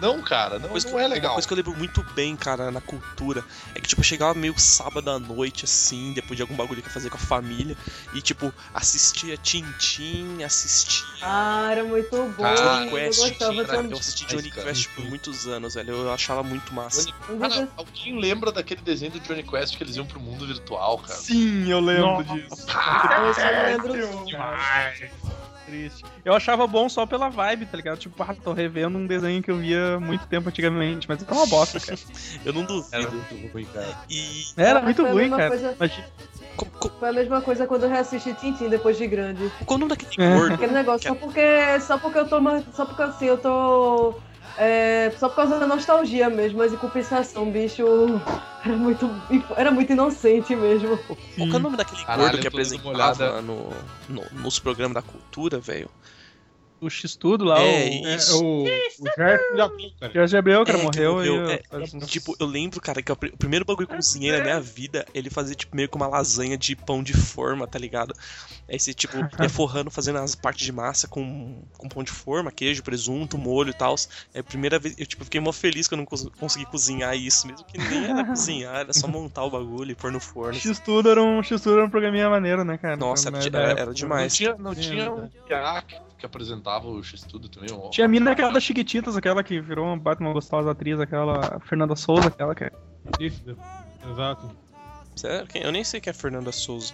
[SPEAKER 4] não, cara, não,
[SPEAKER 2] uma coisa que
[SPEAKER 4] não
[SPEAKER 2] eu-
[SPEAKER 4] é legal.
[SPEAKER 2] Uma coisa que eu lembro muito bem, cara, na cultura, é que, tipo, eu chegava meio sábado à noite, assim, depois de algum bagulho que eu fazia com a família, e, tipo, assistia Tintin, assistia
[SPEAKER 9] Ah, era muito bom.
[SPEAKER 4] Cara,
[SPEAKER 2] Johnny
[SPEAKER 9] eu
[SPEAKER 2] Quest,
[SPEAKER 9] gostava
[SPEAKER 2] cara,
[SPEAKER 9] também.
[SPEAKER 2] eu assisti Johnny
[SPEAKER 4] Mas, cara,
[SPEAKER 2] Quest por muitos anos, velho, eu achava muito massa.
[SPEAKER 4] Johnny-
[SPEAKER 9] Eu gostava-
[SPEAKER 4] Cara, alguém lembra daquele desenho do Johnny Quest que eles iam pro mundo virtual, cara?
[SPEAKER 1] Sim, eu lembro disso.
[SPEAKER 9] Eu só não lembro.
[SPEAKER 1] Triste. Eu achava bom só pela vibe, tá ligado? Tipo, ah, tô revendo um desenho que eu via muito tempo antigamente, mas era uma bosta, cara.
[SPEAKER 2] Eu não duvido.
[SPEAKER 4] Era muito ruim, cara.
[SPEAKER 2] E
[SPEAKER 1] Era
[SPEAKER 9] Ah,
[SPEAKER 1] muito
[SPEAKER 9] foi a
[SPEAKER 1] ruim,
[SPEAKER 9] mesma
[SPEAKER 1] cara.
[SPEAKER 9] coisa- assim.
[SPEAKER 1] Imagina-
[SPEAKER 2] co- co-
[SPEAKER 9] Foi a mesma coisa quando eu reassisti Tintin depois de grande.
[SPEAKER 2] qual o nome daquele
[SPEAKER 1] É.
[SPEAKER 2] gordo?
[SPEAKER 9] Aquele negócio, só porque. Só porque eu tô. mais- Só porque assim, eu tô. é, só por causa da nostalgia mesmo, mas em compensação, o bicho era muito, era muito inocente mesmo.
[SPEAKER 2] Qual que é o nome daquele
[SPEAKER 4] Caralho,
[SPEAKER 2] gordo que
[SPEAKER 4] eu tô dando uma
[SPEAKER 2] apresentava
[SPEAKER 4] olhada.
[SPEAKER 2] no, no- nos programas da cultura, velho?
[SPEAKER 1] o X-Tudo lá.
[SPEAKER 2] É,
[SPEAKER 1] o,
[SPEAKER 2] isso.
[SPEAKER 1] o, o Gerson de Abreu,
[SPEAKER 8] né?
[SPEAKER 1] cara. Gerson de Abreu, cara,
[SPEAKER 2] É, que
[SPEAKER 1] morreu. e eu-
[SPEAKER 2] morreu, é, tipo, eu lembro, cara, que o pr- o primeiro bagulho que eu cozinhei na minha vida, ele fazia, tipo, meio que uma lasanha de pão de forma, tá ligado? Aí você, tipo, ia forrando, fazendo as partes de massa com, com pão de forma, queijo, presunto, molho e tal. É a primeira vez, eu, tipo, fiquei mó feliz que eu não cons- consegui cozinhar isso, mesmo que nem era cozinhar, era só montar o bagulho e pôr no forno.
[SPEAKER 1] X-Tudo era um X-Tudo era um programinha maneiro, né, cara?
[SPEAKER 2] Nossa, era,
[SPEAKER 1] Mas é,
[SPEAKER 2] de-
[SPEAKER 1] da
[SPEAKER 2] era-
[SPEAKER 1] época.
[SPEAKER 2] era demais.
[SPEAKER 4] Não tinha, não
[SPEAKER 1] Sim,
[SPEAKER 4] tinha um
[SPEAKER 1] verdade.
[SPEAKER 4] piá que que apresentava o X-Tudo também? ó.
[SPEAKER 1] Tinha a mina aquela das Chiquititas, aquela que virou uma Batman gostosa atriz, aquela Fernanda Souza, aquela que é.
[SPEAKER 8] Isso, exato.
[SPEAKER 2] Sério? Quem- Eu nem sei quem é Fernanda Souza.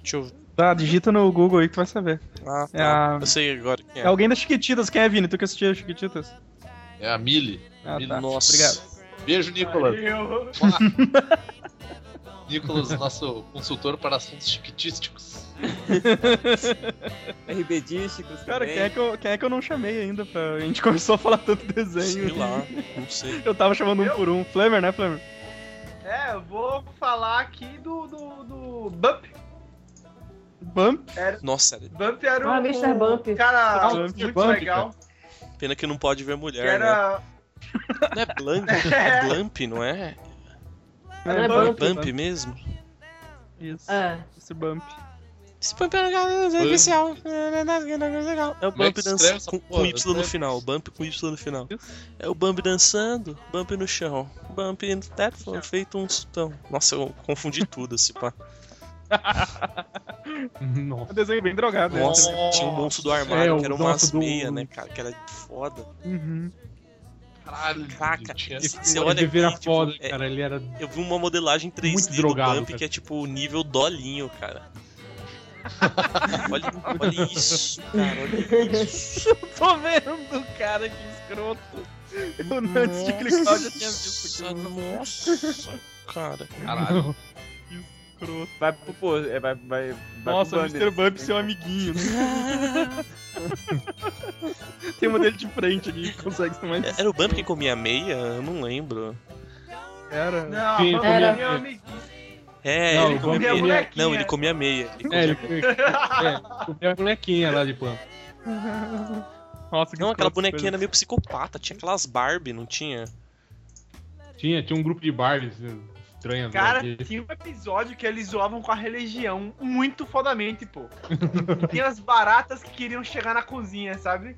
[SPEAKER 2] Deixa eu.
[SPEAKER 1] Tá, digita no Google aí que tu vai saber.
[SPEAKER 2] Ah,
[SPEAKER 1] É
[SPEAKER 2] tá.
[SPEAKER 1] a-
[SPEAKER 2] Eu sei agora quem
[SPEAKER 1] É,
[SPEAKER 2] é.
[SPEAKER 1] alguém das Chiquititas, quem é, Vini? Tu que assistia as Chiquititas?
[SPEAKER 4] É a Mili.
[SPEAKER 1] Ah,
[SPEAKER 4] Mili.
[SPEAKER 1] tá.
[SPEAKER 2] Nossa.
[SPEAKER 1] Obrigado.
[SPEAKER 4] Beijo, Nicolas.
[SPEAKER 3] Eu...
[SPEAKER 4] Nicolas, nosso consultor para assuntos chiquitísticos.
[SPEAKER 7] RBDísticos
[SPEAKER 1] Cara,
[SPEAKER 7] também.
[SPEAKER 1] quem é, que eu, quem é que eu não chamei ainda pra. A gente começou a falar tanto desenho.
[SPEAKER 2] Sei lá, não sei.
[SPEAKER 1] Eu tava chamando um por um. Flamer, né, Flamer?
[SPEAKER 3] É, eu vou falar aqui do. do. do Bump.
[SPEAKER 1] Bump?
[SPEAKER 2] Nossa, era-
[SPEAKER 3] Bump era um.
[SPEAKER 9] Ah, Mr. Bump.
[SPEAKER 3] Cara,
[SPEAKER 1] Ah, o Mr.
[SPEAKER 3] muito
[SPEAKER 1] Bump,
[SPEAKER 3] legal.
[SPEAKER 2] pena que não pode ver mulher,
[SPEAKER 3] Que
[SPEAKER 2] né?
[SPEAKER 3] era.
[SPEAKER 2] Não é Blank, é Blamp, não é?
[SPEAKER 9] Não é
[SPEAKER 2] É
[SPEAKER 9] Bump.
[SPEAKER 2] Bump mesmo?
[SPEAKER 1] Isso.
[SPEAKER 9] É.
[SPEAKER 1] Esse Bump.
[SPEAKER 2] Esse Bump era oficial. É o
[SPEAKER 4] Como é
[SPEAKER 2] Bump
[SPEAKER 4] que escreve
[SPEAKER 2] dançando
[SPEAKER 4] essa
[SPEAKER 2] com, com
[SPEAKER 4] porra?
[SPEAKER 2] Y no
[SPEAKER 4] Escreve.
[SPEAKER 2] final. Bump com Y no final. É o Bump dançando, Bump no chão. Bump no teto, foi feito um sutão. Nossa, eu confundi tudo, esse pá.
[SPEAKER 1] É um desenho bem drogado, né?
[SPEAKER 2] Nossa, tinha um monstro do armário,
[SPEAKER 8] É,
[SPEAKER 2] que era
[SPEAKER 8] o
[SPEAKER 2] umas
[SPEAKER 8] nosso do-
[SPEAKER 2] meia, né, cara? Que era foda.
[SPEAKER 1] Uhum.
[SPEAKER 4] Caralho,
[SPEAKER 2] Caraca,
[SPEAKER 4] tinha-
[SPEAKER 2] esse-
[SPEAKER 8] Ele-
[SPEAKER 2] Você olha
[SPEAKER 8] ele vira
[SPEAKER 2] aqui, tipo,
[SPEAKER 8] foda,
[SPEAKER 2] é-
[SPEAKER 8] cara. Ele era.
[SPEAKER 2] Eu vi uma modelagem 3D
[SPEAKER 8] Muito
[SPEAKER 2] do
[SPEAKER 8] drogado,
[SPEAKER 2] Bump
[SPEAKER 8] cara.
[SPEAKER 2] que é tipo o nível dolinho, cara. olha, olha isso, cara, olha isso.
[SPEAKER 1] Tô vendo, cara, que escroto. Eu
[SPEAKER 2] um
[SPEAKER 1] antes de clicar eu já
[SPEAKER 2] assim,
[SPEAKER 1] tinha visto que
[SPEAKER 2] Nossa, Nossa, cara.
[SPEAKER 4] Caralho.
[SPEAKER 1] escroto.
[SPEAKER 7] Vai pro pô, é, vai, vai, vai
[SPEAKER 1] Nossa,
[SPEAKER 7] pro
[SPEAKER 1] Mr.
[SPEAKER 7] banner. assim.
[SPEAKER 1] Bump seu amiguinho. Tem uma dele de frente aqui que consegue ser mais.
[SPEAKER 2] Era o Bump que comia meia? Eu não lembro.
[SPEAKER 1] Era.
[SPEAKER 3] Não,
[SPEAKER 8] Sim,
[SPEAKER 3] Bump
[SPEAKER 9] era-
[SPEAKER 3] meu amiguinho.
[SPEAKER 2] É,
[SPEAKER 8] Não,
[SPEAKER 2] ele
[SPEAKER 8] o
[SPEAKER 2] comia
[SPEAKER 8] Bump
[SPEAKER 2] meia.
[SPEAKER 8] comia-
[SPEAKER 2] Não, ele comia meia. Ele comia
[SPEAKER 8] É, ele
[SPEAKER 2] meia.
[SPEAKER 8] é, comia a bonequinha lá de plano.
[SPEAKER 1] Nossa,
[SPEAKER 2] Não, aquela
[SPEAKER 1] escroto,
[SPEAKER 2] bonequinha
[SPEAKER 1] coisa.
[SPEAKER 2] era meio psicopata, tinha aquelas Barbie, não tinha?
[SPEAKER 8] Tinha, tinha um grupo de Barbies né, estranhas.
[SPEAKER 3] Cara,
[SPEAKER 8] né, que-
[SPEAKER 3] tinha um episódio que eles zoavam com a religião muito fodamente, pô. E tinha as baratas que queriam chegar na cozinha, sabe?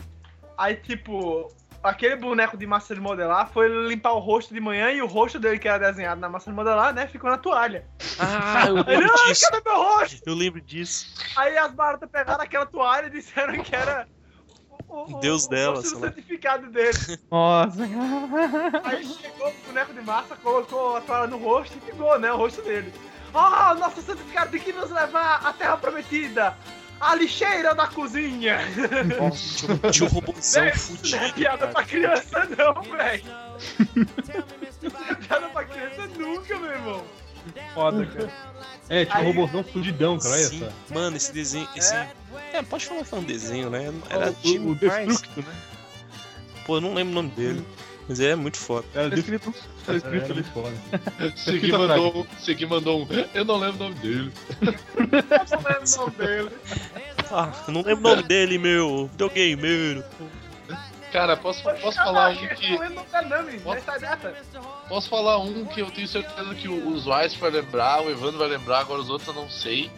[SPEAKER 3] Aí, tipo, aquele boneco de massa de modelar foi limpar o rosto de manhã e o rosto dele, que era desenhado na massa de modelar, né, ficou na toalha.
[SPEAKER 2] Ah, eu
[SPEAKER 3] Aí,
[SPEAKER 2] lembro
[SPEAKER 3] não,
[SPEAKER 2] disso.
[SPEAKER 3] cadê meu rosto?
[SPEAKER 2] Eu lembro disso.
[SPEAKER 3] Aí as baratas pegaram aquela toalha e disseram que era. O,
[SPEAKER 2] Deus delas,
[SPEAKER 3] rosto
[SPEAKER 2] sei
[SPEAKER 3] do
[SPEAKER 2] lá.
[SPEAKER 3] santificado dele.
[SPEAKER 1] Nossa,
[SPEAKER 3] Aí chegou o boneco de massa, colocou a toalha no rosto e pegou, né? O rosto dele. Ah, nosso santificado tem que nos levar à terra prometida! A lixeira da cozinha!
[SPEAKER 2] Tinha, tinha um robôzão
[SPEAKER 3] Não é
[SPEAKER 2] fudido.
[SPEAKER 3] piada
[SPEAKER 2] cara.
[SPEAKER 3] pra criança, não, velho! piada pra criança nunca, meu irmão!
[SPEAKER 1] foda, cara.
[SPEAKER 8] É, tinha um
[SPEAKER 3] Aí-
[SPEAKER 8] robôzão fudidão, cara. Olha
[SPEAKER 2] Sim,
[SPEAKER 8] essa.
[SPEAKER 2] mano, esse desenho. Esse... É.
[SPEAKER 3] É.
[SPEAKER 2] pode falar que é um desenho, né? Era
[SPEAKER 8] O, o
[SPEAKER 2] demais.
[SPEAKER 8] Destructo, né?
[SPEAKER 2] Pô, eu não lembro o nome dele. Mas é muito foda.
[SPEAKER 8] Era
[SPEAKER 1] Tá
[SPEAKER 8] Destructo.
[SPEAKER 1] escrito, tá escrito
[SPEAKER 8] Era
[SPEAKER 1] ali.
[SPEAKER 8] foda.
[SPEAKER 4] Segui mandou, Segui mandou um. Eu não lembro o nome dele.
[SPEAKER 3] Não lembro o nome dele.
[SPEAKER 2] Ah, eu não lembro o nome dele, meu. Videogameiro.
[SPEAKER 4] Cara, posso, posso falar um que.
[SPEAKER 3] Não lembro o nome né? Tá dele, não, menino. Já está data.
[SPEAKER 4] Posso falar um que eu tenho certeza que o- os Weiss vai lembrar, o Evandro vai lembrar, agora os outros eu não sei.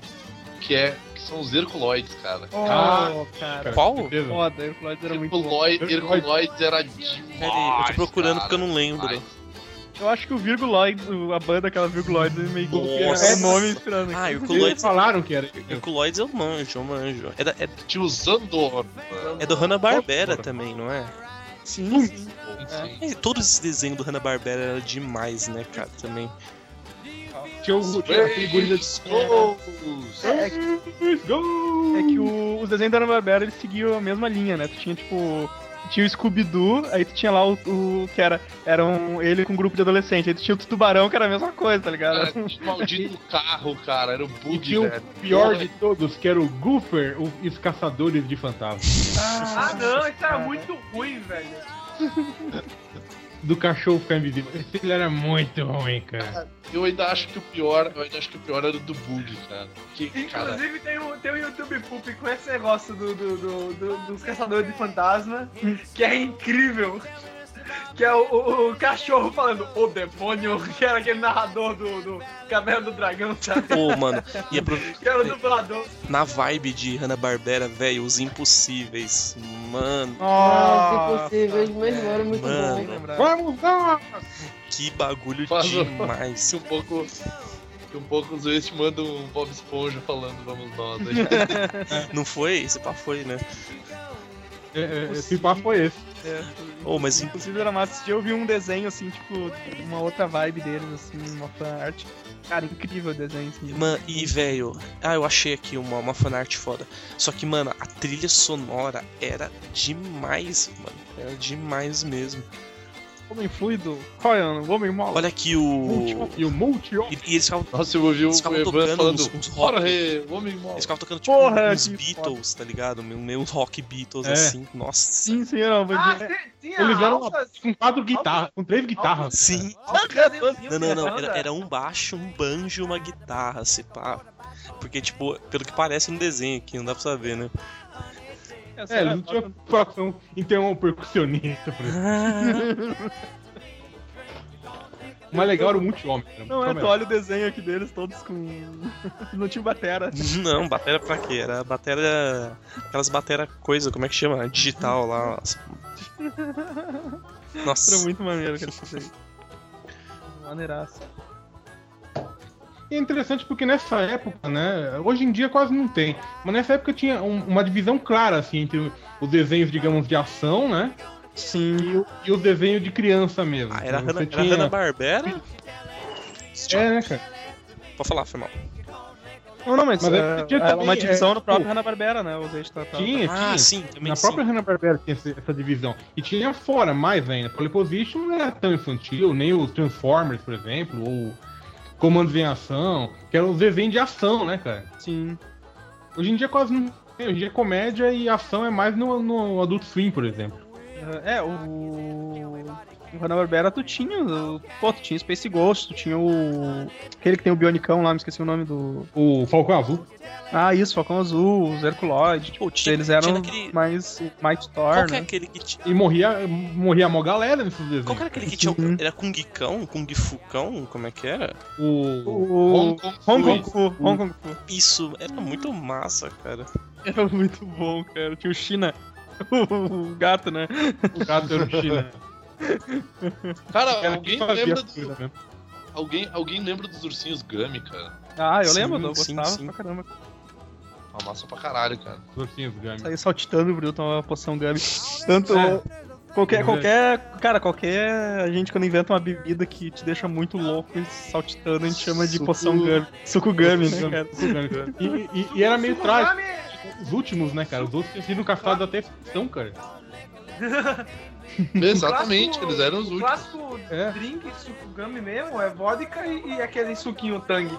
[SPEAKER 4] Que é. Que são os Herculoides, cara. Ah,
[SPEAKER 1] Oh, cara.
[SPEAKER 2] Qual?
[SPEAKER 8] Certeza.
[SPEAKER 1] Foda, Herculoides
[SPEAKER 4] Tipo,
[SPEAKER 1] era muito bom.
[SPEAKER 4] Herculoi-
[SPEAKER 8] Herculoides.
[SPEAKER 4] Herculoides era demais.
[SPEAKER 2] Pera aí, eu tô procurando porque eu não lembro. né?
[SPEAKER 4] demais.
[SPEAKER 1] Eu acho que o Virguloides, o- a banda aquela Virguloides, meio que
[SPEAKER 2] Nossa.
[SPEAKER 1] é o nome inspirando.
[SPEAKER 2] Ah,
[SPEAKER 8] Eles
[SPEAKER 2] Herculoides.
[SPEAKER 8] falaram que era.
[SPEAKER 2] Herculoides eu manjo, eu manjo. um É, da- é-
[SPEAKER 4] Tio Zandor.
[SPEAKER 2] é do Hanna-Barbera também, não é? Sim. É, todo esse desenho do Hanna-Barbera era demais, né, cara, também.
[SPEAKER 8] Tinha o tinha aquele gorila de
[SPEAKER 1] É, que- é que o, os desenhos da Hanna-Barbera, eles seguiam a mesma linha, né? Tu tinha, tipo... Tinha o Scooby-Doo, aí tu tinha lá o, o que era... Era um- ele com um grupo de adolescente. Aí tu tinha o Tubarão, que era a mesma coisa, tá ligado?
[SPEAKER 4] Cara, tinha o maldito carro, cara. Era o
[SPEAKER 8] E
[SPEAKER 4] bug,
[SPEAKER 8] tinha o
[SPEAKER 4] velho.
[SPEAKER 8] pior de todos, que era o Goofer, o- e os caçadores de fantasmas.
[SPEAKER 3] Ah, não, isso era muito ruim, velho.
[SPEAKER 8] do cachorro ficar invisível. Esse filho era muito ruim, cara.
[SPEAKER 4] Eu ainda acho que o pior, eu ainda acho que o pior era o do bug, cara. Que, cara,
[SPEAKER 3] Inclusive tem um, tem um YouTube Poop com esse negócio do, do- do- do- dos caçadores de fantasma, que é incrível. Que é o, o- o cachorro falando, o demônio, que era aquele narrador do, do Caverna do Dragão, sabe?
[SPEAKER 2] Pô, mano, e apro-
[SPEAKER 3] Que era o dublador.
[SPEAKER 2] na vibe de Hanna-Barbera, velho, os impossíveis. Mano,
[SPEAKER 9] Ah, se possível, mas
[SPEAKER 1] é
[SPEAKER 9] não era muito bom.
[SPEAKER 2] mano,
[SPEAKER 8] Vamos lá!
[SPEAKER 2] que bagulho
[SPEAKER 4] Faz o-
[SPEAKER 2] demais.
[SPEAKER 4] que um pouco. Que um pouco os vezes manda um Bob Esponja falando, vamos nós. aí.
[SPEAKER 2] Ah, Não foi? Esse pá foi, né?
[SPEAKER 8] É, é, Esse papo foi esse.
[SPEAKER 2] Oh, mas em-
[SPEAKER 1] É. Inclusive era massa. Esse dia eu vi um desenho, assim, tipo, uma outra vibe deles, assim, uma fanart. Cara, incrível o desenho, assim.
[SPEAKER 2] Mano, e velho, ah, eu achei aqui uma, uma fanart foda. Só que, mano, a trilha sonora era demais, mano. Era demais mesmo.
[SPEAKER 1] Homem fluido, coreano, homem mola.
[SPEAKER 2] Olha aqui o.
[SPEAKER 8] E o multi
[SPEAKER 2] E, e eles ficavam,
[SPEAKER 4] Nossa, eu ouvi o
[SPEAKER 2] eles ficavam
[SPEAKER 4] Evan
[SPEAKER 2] tocando
[SPEAKER 4] falando.
[SPEAKER 2] uns, uns rock.
[SPEAKER 4] Jorge, o homem mal.
[SPEAKER 2] Eles ficavam tocando tipo
[SPEAKER 1] Porra,
[SPEAKER 2] uns
[SPEAKER 1] que
[SPEAKER 2] Beatles, tá ligado? Meu, meu rock Beatles
[SPEAKER 8] É.
[SPEAKER 2] assim. Nossa.
[SPEAKER 1] Sim, senhor, eu vou
[SPEAKER 3] Ah,
[SPEAKER 1] dizer.
[SPEAKER 3] ti- tinha
[SPEAKER 8] Eles eram
[SPEAKER 3] altas,
[SPEAKER 8] com é tipo um quatro guitarras, com três guitarras.
[SPEAKER 2] Sim.
[SPEAKER 3] altas assim,
[SPEAKER 2] Não, não, não. Era, era um baixo, um banjo e uma guitarra, se pá. Porque, tipo, pelo que parece no desenho aqui, não dá pra saber, né?
[SPEAKER 3] assim,
[SPEAKER 8] É, eles não tinham preocupação em ter um percussionista, por exemplo. O mais legal era o né? multi-homem. era o
[SPEAKER 1] Não é,
[SPEAKER 8] multi-homem.
[SPEAKER 1] tu olha o desenho aqui deles todos com. não tinha batera.
[SPEAKER 2] Não, batera pra quê? Era batera. Aquelas batera coisa, como é que chama? Digital lá. as-
[SPEAKER 1] Era
[SPEAKER 2] Nossa.
[SPEAKER 1] muito maneiro aquele desenho. Maneiraço.
[SPEAKER 8] E é interessante porque nessa época, né? Hoje em dia quase não tem. Mas nessa época tinha um- uma divisão clara, assim, entre os desenhos, digamos, de ação, né? Sim. E, o- e os desenhos de criança mesmo.
[SPEAKER 2] Ah, era
[SPEAKER 1] né?
[SPEAKER 8] Você
[SPEAKER 2] Hanna, era
[SPEAKER 8] tinha-
[SPEAKER 2] Hanna Barbera?
[SPEAKER 8] É, né, cara?
[SPEAKER 2] Pode falar, foi mal.
[SPEAKER 1] Não, não, mas,
[SPEAKER 8] Mas
[SPEAKER 1] é,
[SPEAKER 8] é que tinha
[SPEAKER 1] é uma
[SPEAKER 8] também,
[SPEAKER 1] divisão
[SPEAKER 8] é,
[SPEAKER 1] no próprio
[SPEAKER 8] pô,
[SPEAKER 1] Hanna-Barbera, né? Os ex-tratado.
[SPEAKER 8] Tinha,
[SPEAKER 2] Ah,
[SPEAKER 8] tinha.
[SPEAKER 2] sim, também
[SPEAKER 8] Na
[SPEAKER 2] sim.
[SPEAKER 8] própria Hanna-Barbera tinha essa, essa divisão. E tinha fora, mais ainda. Polyposition não era tão infantil, nem o Transformers, por exemplo, ou Comandos em Ação, que eram os desenhos de ação, né, cara?
[SPEAKER 1] Sim.
[SPEAKER 8] Hoje em dia quase não tem. Hoje em dia comédia e ação é mais no, no Adult Swim, por exemplo.
[SPEAKER 1] É, o. O Hanna-Barbera, tu tinha. o- Pô, tu tinha Space Ghost, tu tinha o. Aquele que tem o Bionicão lá, me esqueci o nome do.
[SPEAKER 8] O Falcão Azul.
[SPEAKER 1] Ah, isso, Falcão Azul, os Herculoid. Tipo,
[SPEAKER 2] Pô, tinha-
[SPEAKER 1] eles
[SPEAKER 2] tinha
[SPEAKER 1] eram
[SPEAKER 2] naquele-
[SPEAKER 1] mais. Might
[SPEAKER 2] Qual
[SPEAKER 1] Thor,
[SPEAKER 2] que é
[SPEAKER 1] né?
[SPEAKER 2] aquele que tinha.
[SPEAKER 8] E morria, morria mó galera nesses desenhos.
[SPEAKER 2] Qual que era aquele que tinha.
[SPEAKER 1] Uhum.
[SPEAKER 2] Era Kung Kão? Kung Fucão? Como é que era?
[SPEAKER 8] O...
[SPEAKER 1] O.
[SPEAKER 4] Hong Kong
[SPEAKER 2] é?
[SPEAKER 1] Hong
[SPEAKER 4] Fui.
[SPEAKER 1] Kong Fu, Hong Kong Fu.
[SPEAKER 2] Isso era muito massa, cara.
[SPEAKER 1] Era muito bom, cara. Tinha o China. O gato, né?
[SPEAKER 8] o gato era o China.
[SPEAKER 4] Cara,
[SPEAKER 8] Era
[SPEAKER 4] É, alguém
[SPEAKER 8] quem fazia
[SPEAKER 4] lembra,
[SPEAKER 8] as
[SPEAKER 4] do,
[SPEAKER 8] coisas, né?
[SPEAKER 4] alguém, alguém lembra dos ursinhos Gummy, cara?
[SPEAKER 1] Ah, eu
[SPEAKER 2] Sim,
[SPEAKER 1] lembro, eu
[SPEAKER 2] sim,
[SPEAKER 1] gostava
[SPEAKER 2] sim.
[SPEAKER 1] pra caramba.
[SPEAKER 4] Uma massa pra caralho, cara.
[SPEAKER 8] Os ursinhos Gummy.
[SPEAKER 1] Sair saltitando, Bruno, tomar uma poção Gummy. Tanto.
[SPEAKER 8] É.
[SPEAKER 1] Qualquer,
[SPEAKER 8] É.
[SPEAKER 1] qualquer. Cara, qualquer. A gente quando inventa uma bebida que te deixa muito louco e saltitando, a gente chama de
[SPEAKER 8] Suco-
[SPEAKER 1] poção Gummy. Suco Gummy, né,
[SPEAKER 8] Gummy,
[SPEAKER 1] cara?
[SPEAKER 8] Gummy. E, e- e era meio
[SPEAKER 3] Suco
[SPEAKER 8] trágico.
[SPEAKER 3] Gummy.
[SPEAKER 8] Os últimos, né, cara? Os outros tinham sido
[SPEAKER 4] Tá.
[SPEAKER 8] caçados até ficção, cara.
[SPEAKER 4] Exatamente,
[SPEAKER 3] Clássico-
[SPEAKER 4] eles eram os
[SPEAKER 3] O
[SPEAKER 4] últimos.
[SPEAKER 3] clássico
[SPEAKER 8] É.
[SPEAKER 3] drink, sucugami mesmo, é vodka e, e aquele suquinho tangue.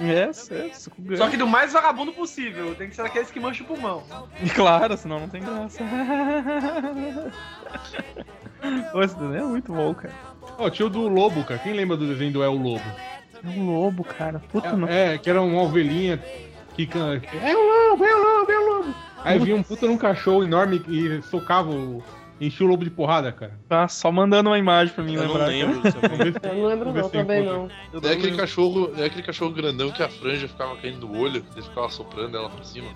[SPEAKER 1] É, é, suco Gummy.
[SPEAKER 3] Só que do mais vagabundo possível, tem que ser daqueles que mancham o pulmão.
[SPEAKER 1] E claro, senão não tem graça. Pô, Esse desenho é muito bom, cara.
[SPEAKER 8] Ó, tinha o do Lobo, cara. Quem lembra do desenho do É o Lobo?
[SPEAKER 1] É um lobo, cara. Puta, não.
[SPEAKER 8] É, é, que era uma ovelhinha que can- que- É o lobo, é o lobo, é o lobo. Aí vinha um puta num cachorro enorme e socava o. Enchia o lobo de porrada, cara.
[SPEAKER 1] Tá só mandando uma imagem pra mim
[SPEAKER 2] Eu não
[SPEAKER 1] lembrar.
[SPEAKER 2] lembro
[SPEAKER 8] Vamos
[SPEAKER 2] também.
[SPEAKER 8] ver se-
[SPEAKER 9] Eu não lembro
[SPEAKER 8] vamos ver
[SPEAKER 9] não,
[SPEAKER 8] se
[SPEAKER 9] também
[SPEAKER 8] encontra.
[SPEAKER 9] não.
[SPEAKER 1] Eu
[SPEAKER 4] É
[SPEAKER 1] não
[SPEAKER 4] aquele
[SPEAKER 1] lembro.
[SPEAKER 4] cachorro, é aquele cachorro grandão que a franja ficava caindo do olho, ele ficava soprando ela pra cima.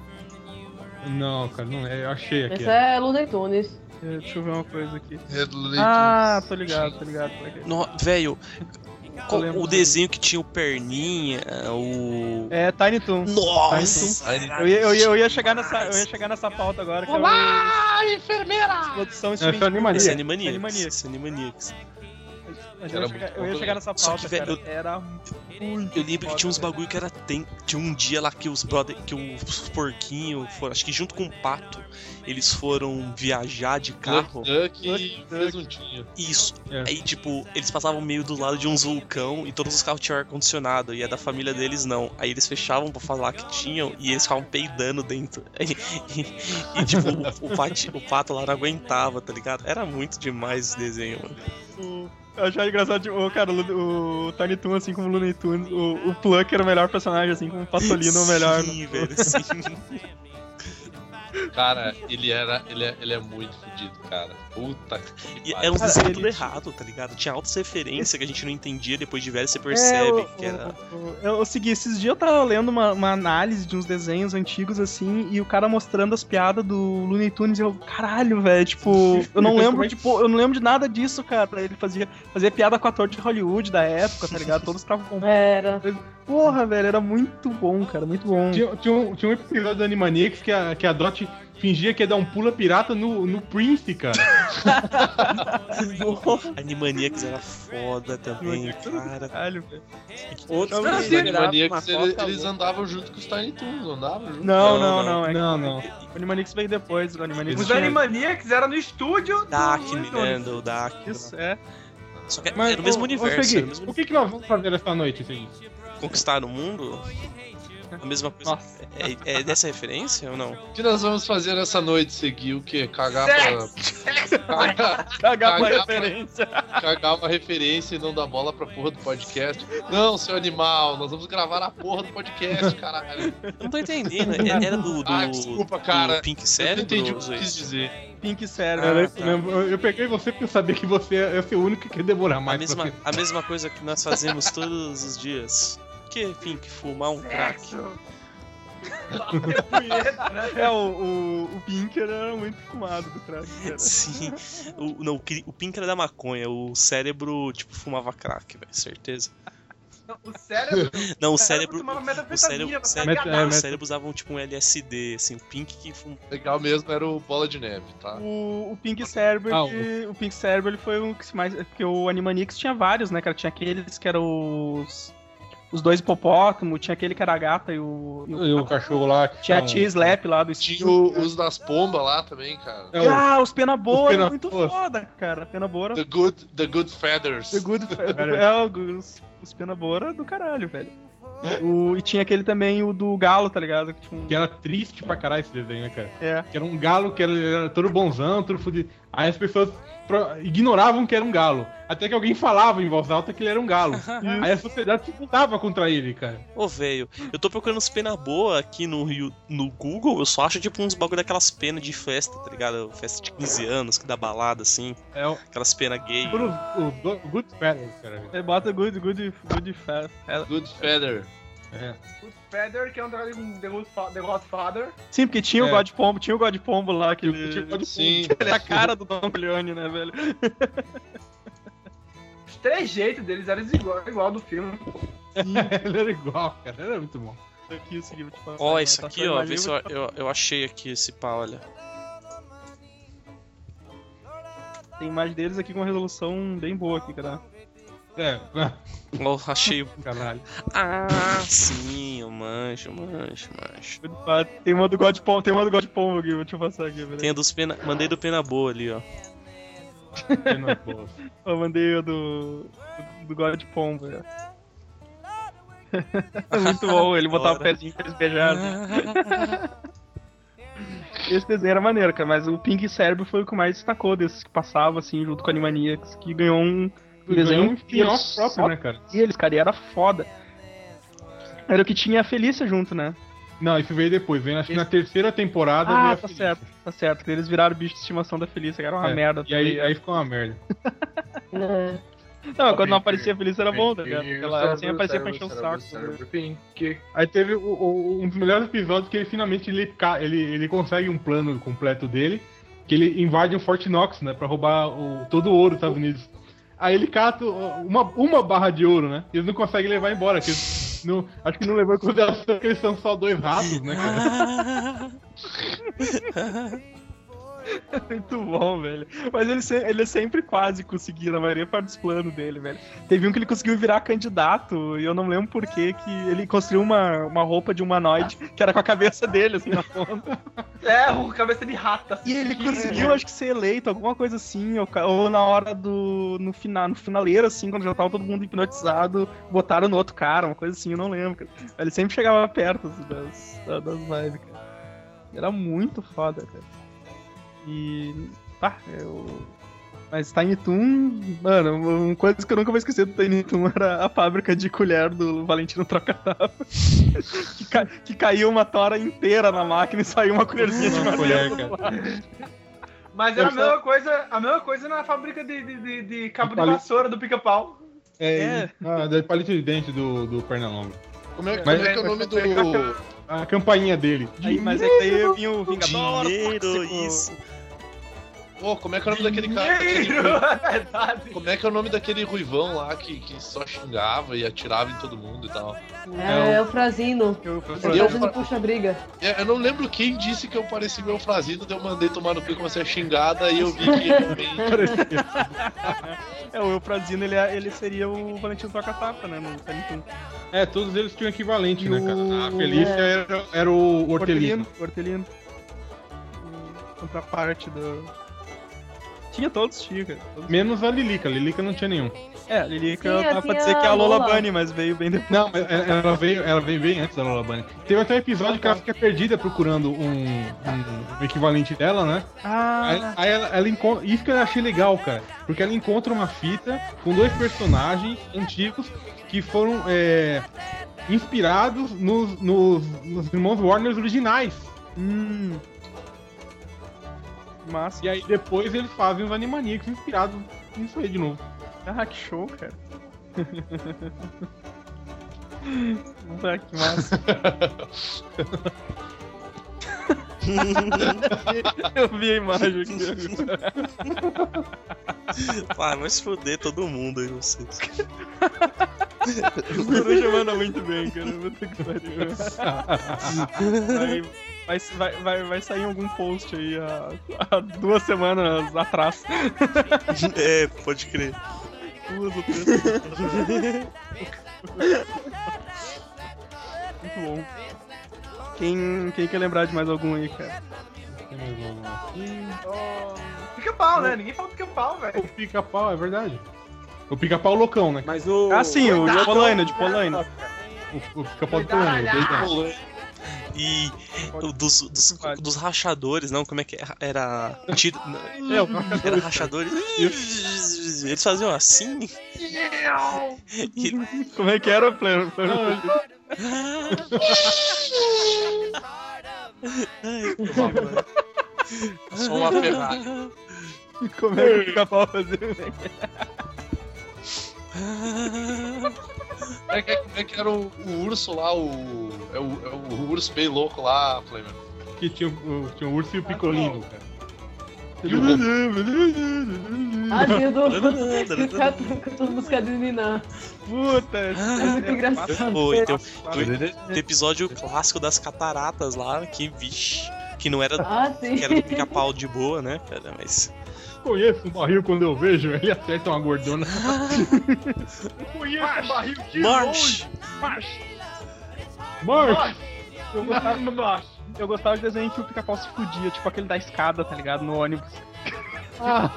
[SPEAKER 8] Não, cara, não é. Eu achei aqui.
[SPEAKER 9] Essa é Looney Tunes.
[SPEAKER 1] É, Deixa eu ver uma coisa aqui.
[SPEAKER 4] É do leite.
[SPEAKER 1] Ah, tô ligado, tô ligado. Tô ligado.
[SPEAKER 2] No- Velho, qual-
[SPEAKER 1] lembro
[SPEAKER 2] o
[SPEAKER 1] também.
[SPEAKER 2] desenho que tinha o Perninha, o.
[SPEAKER 1] É Tiny Toons.
[SPEAKER 2] Nossa!
[SPEAKER 1] Eu ia, eu, ia, eu ia chegar nessa, eu ia chegar nessa pauta agora. Que Olá, enfermeira! Produção
[SPEAKER 8] Essa é
[SPEAKER 1] Steam.
[SPEAKER 8] animaria.
[SPEAKER 2] Esse é Animaniacs.
[SPEAKER 1] Animaniacs.
[SPEAKER 2] Esse é Animaniacs.
[SPEAKER 1] Mas
[SPEAKER 2] Era
[SPEAKER 1] eu, ia chegar,
[SPEAKER 2] muito
[SPEAKER 1] eu ia
[SPEAKER 2] bom.
[SPEAKER 1] chegar nessa
[SPEAKER 2] Só
[SPEAKER 1] pauta,
[SPEAKER 2] que, velho,
[SPEAKER 1] cara.
[SPEAKER 2] eu-
[SPEAKER 1] Era
[SPEAKER 2] Eu lembro que
[SPEAKER 1] né?
[SPEAKER 2] tinha uns bagulho que era tem. Tinha um dia lá que os brother, que os porquinhos foram, acho que junto com o pato, eles foram viajar de carro.
[SPEAKER 4] Duck e presuntinho.
[SPEAKER 2] Isso.
[SPEAKER 1] É.
[SPEAKER 2] Aí, tipo, eles passavam meio do lado de uns vulcão e todos os carros tinham ar-condicionado. E a da família deles não. Aí eles fechavam pra falar que tinham e eles ficavam peidando dentro. E, e- e, tipo, o, o pati- o pato lá não aguentava, tá ligado? Era muito demais esse desenho, mano.
[SPEAKER 1] O- Eu achava engraçado, tipo, o cara, o Lu- o Tiny Toon, assim como o Looney Tunes, o, o Pluck era o melhor personagem, assim como o Patolino é o melhor.
[SPEAKER 2] Sim,
[SPEAKER 1] né?
[SPEAKER 2] velho, sim.
[SPEAKER 4] Cara, ele era. Ele é, ele é muito fodido, cara. Puta que
[SPEAKER 2] E
[SPEAKER 4] pariu.
[SPEAKER 2] era um desenho tudo errado, tá ligado? Tinha altas referências que a gente não entendia, depois de velho você
[SPEAKER 1] É,
[SPEAKER 2] percebe
[SPEAKER 1] o-
[SPEAKER 2] que era.
[SPEAKER 1] o- Eu, eu segui, esses dias eu tava lendo uma, uma análise de uns desenhos antigos, assim, e o cara mostrando as piadas do Looney Tunes, e eu, caralho, velho, tipo, eu não lembro, tipo, eu não lembro de nada disso, cara. Ele fazia, fazia piada com ator de Hollywood da época, tá ligado? Todos estavam com.
[SPEAKER 9] Era.
[SPEAKER 1] Porra, velho, era muito bom, cara, muito bom.
[SPEAKER 8] Tinha, tinha um, tinha um episódio do Animaniacs que a, que a Dot fingia que ia dar um pula pirata no, no Prince, cara.
[SPEAKER 2] Animaniacs era foda também, cara. tipo,
[SPEAKER 1] Caralho, velho.
[SPEAKER 7] Outros
[SPEAKER 4] Cara,
[SPEAKER 7] caras
[SPEAKER 4] assim,
[SPEAKER 7] gravavam
[SPEAKER 4] Animaniacs,
[SPEAKER 7] uma
[SPEAKER 4] ele-
[SPEAKER 7] foto
[SPEAKER 4] eles
[SPEAKER 7] louca.
[SPEAKER 4] andavam junto com os Tiny Toons, não andavam junto.
[SPEAKER 1] Não, não, não. é que
[SPEAKER 8] Não, não.
[SPEAKER 1] O Animaniacs veio depois, o Animaniacs.
[SPEAKER 3] Os
[SPEAKER 1] tinha-
[SPEAKER 3] Animaniacs eram no estúdio do
[SPEAKER 2] Acne, né?
[SPEAKER 3] Looney Tunes.
[SPEAKER 2] Do da Acme.
[SPEAKER 1] Isso, é.
[SPEAKER 2] Só que
[SPEAKER 8] Mas,
[SPEAKER 2] era o mesmo
[SPEAKER 8] ô, ô,
[SPEAKER 2] universo,
[SPEAKER 8] Segui,
[SPEAKER 2] era o mesmo
[SPEAKER 8] o que, que nós vamos fazer essa noite, Segui?
[SPEAKER 2] conquistar o mundo. A mesma coisa. É, é dessa referência ou não?
[SPEAKER 4] O que nós vamos fazer essa noite? Seguir o quê? Cagar pra. Cagar,
[SPEAKER 1] Cagar pra
[SPEAKER 4] Cagar pra-
[SPEAKER 1] referência.
[SPEAKER 4] cagar uma referência e não dar bola pra porra do podcast. Não, seu animal, nós vamos gravar a porra do podcast, caralho.
[SPEAKER 2] Eu não tô entendendo. é- Era do. do
[SPEAKER 4] Ah, desculpa, cara.
[SPEAKER 2] do Pink
[SPEAKER 4] Eu não
[SPEAKER 2] Cérebro?
[SPEAKER 4] entendi o que
[SPEAKER 2] Zoe?
[SPEAKER 4] quis dizer.
[SPEAKER 1] Pink Cérebro.
[SPEAKER 8] Era
[SPEAKER 2] Ah,
[SPEAKER 1] né?
[SPEAKER 2] tá.
[SPEAKER 8] isso mesmo. Eu, eu peguei você porque eu sabia que você ia ser o único que ia demorar
[SPEAKER 2] a,
[SPEAKER 8] mais.
[SPEAKER 2] mesma,
[SPEAKER 8] pra
[SPEAKER 2] a mesma coisa que nós fazemos todos os dias. Que, Pink, fumar um crack.
[SPEAKER 1] É, o, o, o Pinker era muito fumado do crack. cara.
[SPEAKER 2] Sim. O, não, o cri- o Pink era da maconha. O cérebro, tipo, fumava crack, velho. Certeza.
[SPEAKER 3] Não, O cérebro.
[SPEAKER 2] Não, o
[SPEAKER 3] O
[SPEAKER 2] cérebro.
[SPEAKER 3] cérebro tomava
[SPEAKER 2] O cérebro,
[SPEAKER 3] metafetamina
[SPEAKER 2] o
[SPEAKER 1] tá
[SPEAKER 3] pra ficar
[SPEAKER 2] cérebro,
[SPEAKER 8] Meta- é,
[SPEAKER 3] gadado.
[SPEAKER 2] o
[SPEAKER 8] meta-
[SPEAKER 2] cérebro usava um, tipo um LSD, assim, o Pink que fumava.
[SPEAKER 4] Legal mesmo era o Bola de Neve, tá?
[SPEAKER 1] O, o Pink Cérebro,
[SPEAKER 8] Ah,
[SPEAKER 1] ele, o Pink Cérebro ele foi um que se mais. Porque o Animaniacs tinha vários, né, cara? Tinha aqueles que eram os. Os dois hipopótamo, tinha aquele que era a gata e o. e o-
[SPEAKER 8] E o cachorro lá. que
[SPEAKER 1] tinha a
[SPEAKER 8] tá um-
[SPEAKER 1] Tia Slap lá do
[SPEAKER 4] Tinha
[SPEAKER 1] Steve.
[SPEAKER 4] o- os das pombas lá também, cara.
[SPEAKER 8] É o-
[SPEAKER 1] Ah, os Pena Boa,
[SPEAKER 8] Os
[SPEAKER 1] eram
[SPEAKER 8] Pena
[SPEAKER 1] muito
[SPEAKER 8] Boa.
[SPEAKER 1] foda, cara. Pena Boa era
[SPEAKER 4] The Good, the good Feathers.
[SPEAKER 1] The Good É, os, os Pena Boa era do caralho, velho. O- e tinha aquele também, o do Galo, tá ligado? Que tinha um-
[SPEAKER 8] Que era triste pra caralho esse desenho, né, cara?
[SPEAKER 1] É.
[SPEAKER 8] Que era um galo que era, era todo bonzão, todo fudido. Aí as pessoas pro- ignoravam que era um galo. Até que alguém falava em voz alta que ele era um galo. Aí a sociedade se mudava contra ele, cara.
[SPEAKER 2] Ô, velho, eu tô procurando uns pena boa aqui no Rio, no Google, eu só acho tipo uns bagulho daquelas penas de festa, tá ligado? Festa de 15 anos, que dá balada assim,
[SPEAKER 8] É o,
[SPEAKER 2] aquelas penas gay.
[SPEAKER 8] por os- o, Go- Good Feathers, cara.
[SPEAKER 1] Ele bota good, good, good fast.
[SPEAKER 4] Good Feather.
[SPEAKER 3] O Feather, que é um dragão com The Godfa- The Godfather.
[SPEAKER 1] Sim, porque tinha
[SPEAKER 8] É.
[SPEAKER 1] o God Pombo, tinha o God Pombo lá, que ele...
[SPEAKER 8] Tipo, pode-
[SPEAKER 4] Sim.
[SPEAKER 1] ele era a cara do Don Corleone, né, velho?
[SPEAKER 3] Os três jeitos deles eram igual, igual do filme.
[SPEAKER 8] ele era igual, cara. Era muito bom.
[SPEAKER 1] Aqui, isso aqui, vou te passar,
[SPEAKER 2] Ó,
[SPEAKER 1] né?
[SPEAKER 2] isso
[SPEAKER 1] Tá
[SPEAKER 2] aqui,
[SPEAKER 1] só
[SPEAKER 2] ó,
[SPEAKER 1] imagem,
[SPEAKER 2] vê se
[SPEAKER 1] vou
[SPEAKER 2] eu,
[SPEAKER 1] te
[SPEAKER 2] eu, eu achei aqui esse pá, olha.
[SPEAKER 1] passar. Tem imagem deles aqui com uma resolução bem boa aqui, cara.
[SPEAKER 8] É,
[SPEAKER 2] Ó, achei. o-
[SPEAKER 8] caralho.
[SPEAKER 2] Ah, sim, eu manjo, manjo, manjo.
[SPEAKER 1] Good fast. Tem uma do God Pombo, tem uma do God Pombo aqui, vou te passar aqui, velho.
[SPEAKER 2] Tem a dos pena. Mandei do pena boa ali, ó.
[SPEAKER 8] Pena boa.
[SPEAKER 1] Eu mandei a do... do God Pombo, velho. Muito bom, ele botava o
[SPEAKER 2] Adoro.
[SPEAKER 1] pezinho pra eles beijarem. Esse desenho era maneiro, cara, mas o Pink Cérebro foi o que mais destacou desses que passava, assim, junto com a Animaniacs, que ganhou um
[SPEAKER 8] Desenho um
[SPEAKER 1] desenho
[SPEAKER 8] spin-off próprio, né, cara?
[SPEAKER 1] deles, cara, e era foda. Era o que tinha a Felícia junto, né?
[SPEAKER 8] Não, isso veio depois. Veio, acho que na terceira temporada. veio
[SPEAKER 1] Ah,
[SPEAKER 8] a
[SPEAKER 1] tá
[SPEAKER 8] Feliz.
[SPEAKER 1] certo, tá certo. Eles viraram bicho de estimação da Felícia, que era uma
[SPEAKER 8] É,
[SPEAKER 1] merda.
[SPEAKER 8] E aí, aí ficou uma merda.
[SPEAKER 9] Né?
[SPEAKER 1] Não, quando não aparecia a Felícia era bom, tá ligado? Porque Ela sempre aparecia pra encher o saco. né?
[SPEAKER 8] Aí teve o- o- um dos melhores episódios que ele finalmente ele, ca- ele, ele consegue um plano completo dele, que ele invade um Fort Knox, né, pra roubar o- todo o ouro dos Estados Unidos. Aí ele cata o- uma, uma barra de ouro, né? Eles não conseguem levar embora, que eles não- acho que não levou em
[SPEAKER 1] Ah,
[SPEAKER 8] consideração que eles são só dois ratos, né, cara?
[SPEAKER 1] Muito bom, velho. Mas ele, se- ele sempre quase conseguia, na maioria parte dos planos dele, velho. Teve um que ele conseguiu virar candidato, e eu não lembro por quê, que ele construiu uma, uma roupa de humanoide que era com a cabeça dele, assim, na ponta.
[SPEAKER 3] É, o cabeça de rata.
[SPEAKER 1] E ele conseguiu, acho que, ser eleito, alguma coisa assim, ou, ca- ou na hora do. No, final, no finaleiro, assim, quando já tava todo mundo hipnotizado, botaram no outro cara, uma coisa assim, eu não lembro. cara. Ele sempre chegava perto assim, das, da- das vibes, cara. Era muito foda, cara. E. Pá, eu. Mas Tiny Toon, mano, uma coisa que eu nunca vou esquecer do Tiny Toon era a fábrica de colher do Valentino Trocatapa. que, ca- que caiu uma tora inteira na máquina e saiu uma colherzinha de madeira. do lado.
[SPEAKER 3] Mas era a mesma coisa, a mesma coisa na fábrica de, de, de, de cabo de
[SPEAKER 8] Palito.
[SPEAKER 3] vassoura do pica-pau.
[SPEAKER 8] É,
[SPEAKER 3] É.
[SPEAKER 8] Ah, da palito de dente do, do Pernalonga.
[SPEAKER 4] Como é,
[SPEAKER 8] Mas-
[SPEAKER 4] como é que é o nome do.
[SPEAKER 8] A campainha dele.
[SPEAKER 1] Aí, mas é que daí vinha o Vingador.
[SPEAKER 2] Dinheiro,
[SPEAKER 1] tóxico.
[SPEAKER 2] isso.
[SPEAKER 4] Pô, como é que é o nome daquele cara? daquele- Como é que é o nome daquele ruivão lá que, que só xingava e atirava em todo mundo e tal?
[SPEAKER 9] É, é o Frazino.
[SPEAKER 1] Eu,
[SPEAKER 9] O Frazino puxa briga.
[SPEAKER 4] É, Eu não lembro quem disse que eu pareci meu frasido, daí eu mandei tomar no cu e comecei a xingar, daí eu vi que realmente.
[SPEAKER 1] É, o Eufrazino, ele, é- ele seria o Valentino Trocatapa, né? No Tiny Toon.
[SPEAKER 8] É, todos eles tinham equivalente, né, cara? A
[SPEAKER 1] o-
[SPEAKER 8] Felícia
[SPEAKER 1] é.
[SPEAKER 8] era, era o
[SPEAKER 1] Hortelino.
[SPEAKER 8] hortelino.
[SPEAKER 1] Hortelino. Hum, Outra parte do. Tinha todos, tinha, cara. Todos.
[SPEAKER 8] Menos a Lilica. A Lilica não tinha nenhum.
[SPEAKER 1] É, a Lilica
[SPEAKER 9] Tinha-
[SPEAKER 1] dá pra
[SPEAKER 9] tinha
[SPEAKER 1] dizer que é a Lola,
[SPEAKER 9] Lola.
[SPEAKER 1] Bunny, mas veio bem depois.
[SPEAKER 8] Não, mas ela ela veio, ela veio bem antes da Lola Bunny. Teve até um episódio que ela fica perdida procurando um, um- um equivalente dela, né? Aí,
[SPEAKER 1] Ah,
[SPEAKER 8] aí ela, ela encontra. Isso que eu achei legal, cara. Porque ela encontra uma fita com dois personagens antigos que foram é, inspirados nos, nos, nos irmãos Warner originais.
[SPEAKER 1] hum. Massa.
[SPEAKER 8] E aí depois eles fazem os Animaniacs inspirados nisso aí de novo.
[SPEAKER 1] Ah, que show, cara. Ah, que massa. Eu vi a imagem aqui. agora.
[SPEAKER 2] Ah, vai se foder todo mundo aí, vocês.
[SPEAKER 1] O Coruja manda muito bem, cara. Puta que pariu. Vai, vai, vai, vai sair em algum post aí há, há duas semanas atrás.
[SPEAKER 2] É, pode crer.
[SPEAKER 1] Duas ou três semanas. Muito bom. Quem, quem quer lembrar de mais algum aí, cara?
[SPEAKER 3] Pica-pau, né? Ninguém fala pica-pau, velho.
[SPEAKER 8] O pica-pau, é verdade. O pica-pau loucão, né?
[SPEAKER 7] Mas o.
[SPEAKER 1] Ah, sim, o de Polaina, de Polaina.
[SPEAKER 8] O, o pica-pau do Pernalonga. desde-
[SPEAKER 2] E o dos, dos, dos rachadores, não, como é que era? era? Tiro,
[SPEAKER 8] É, o marcador.
[SPEAKER 2] era rachadores. Eles faziam assim. E
[SPEAKER 1] Como é que era o plano?
[SPEAKER 2] Ai, por favor.
[SPEAKER 4] Só uma Ferrari.
[SPEAKER 1] Como é que o pica-pau fazia?
[SPEAKER 4] Como é que, como é que era o, o urso lá, o. É o, é o urso bem louco lá, Flamer.
[SPEAKER 8] Que tinha, o- tinha o urso e o picolino, cara.
[SPEAKER 9] Ah, tinha do. Cantando música de Niná.
[SPEAKER 1] Puta,
[SPEAKER 9] É muito engraçado.
[SPEAKER 2] Pô, então, do episódio clássico das cataratas lá, que vixe, que não era,
[SPEAKER 9] Ah, sim.
[SPEAKER 2] que era do pica-pau de boa, né, cara, mas...
[SPEAKER 8] Conheço um barril quando eu vejo, ele acerta uma gordona.
[SPEAKER 3] Conheço o barril de
[SPEAKER 2] March!
[SPEAKER 8] Mark!
[SPEAKER 1] eu gostava, eu gostava de desenho que o pica-pau se fudia, tipo aquele da escada, tá ligado? No ônibus.
[SPEAKER 8] Ah!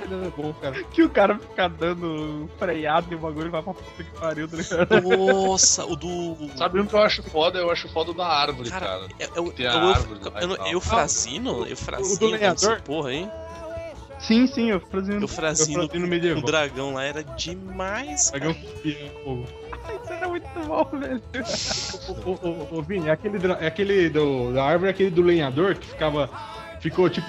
[SPEAKER 8] Ele era bom, cara.
[SPEAKER 1] Que o cara fica dando freado e o bagulho vai pra puta que pariu, tá ligado?
[SPEAKER 2] Nossa, o do...
[SPEAKER 4] Sabe o que eu acho foda? Eu acho foda o da árvore,
[SPEAKER 2] Cara,
[SPEAKER 4] cara.
[SPEAKER 2] É, é o,
[SPEAKER 4] Tem
[SPEAKER 2] é
[SPEAKER 4] a
[SPEAKER 2] o eu-
[SPEAKER 4] árvore lá e
[SPEAKER 2] eu não-
[SPEAKER 4] tal.
[SPEAKER 2] Eufrazino? Eufrazino,
[SPEAKER 8] do lenhador?
[SPEAKER 2] essa porra, hein?
[SPEAKER 1] Sim, sim, eu fazendo.
[SPEAKER 2] Eufrazino,
[SPEAKER 8] Fazendo
[SPEAKER 2] o
[SPEAKER 8] medieval. um
[SPEAKER 2] dragão lá era demais, cara.
[SPEAKER 8] Dragão cuspia fogo.
[SPEAKER 1] Isso era muito bom, velho.
[SPEAKER 8] Ô, ô, ô, ô, Vini, é aquele, dra- é aquele do, da árvore, é aquele do lenhador que ficava. Ficou tipo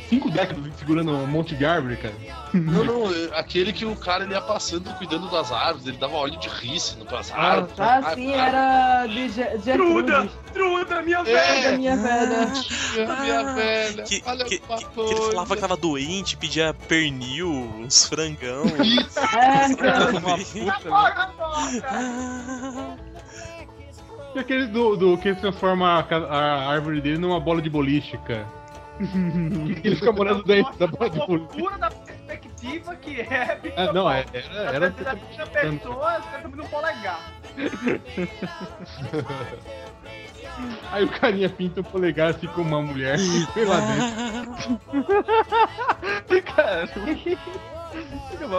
[SPEAKER 8] 5 décadas segurando um monte de árvore, cara.
[SPEAKER 4] Não, não, é aquele que o cara ele ia passando cuidando das árvores, ele dava olho de rice no pras árvores.
[SPEAKER 9] Ah, sim, era de Je- Jeff
[SPEAKER 3] Truda!
[SPEAKER 9] Bridges.
[SPEAKER 3] Truda, minha
[SPEAKER 9] Truda,
[SPEAKER 3] velha!
[SPEAKER 9] minha velha.
[SPEAKER 4] É, Minha, Ah. minha velha,
[SPEAKER 2] Que,
[SPEAKER 4] olha
[SPEAKER 2] que-
[SPEAKER 4] uma
[SPEAKER 2] que- que ele falava que tava doente, pedia pernil, uns frangão.
[SPEAKER 9] É, cara.
[SPEAKER 1] Uma
[SPEAKER 3] Apaga a porta!
[SPEAKER 8] E aquele do, do que transforma a, ca- a árvore dele numa bola de boliche, cara. Ele fica morando dentro da bagulho.
[SPEAKER 3] Pura da perspectiva que é.
[SPEAKER 8] Ah, não, é- era-
[SPEAKER 3] A
[SPEAKER 8] era-
[SPEAKER 3] vida da minha pessoa, você tá comendo um polegar.
[SPEAKER 8] Aí o carinha pinta o polegar, fica uma mulher e foi lá dentro.
[SPEAKER 1] Cara.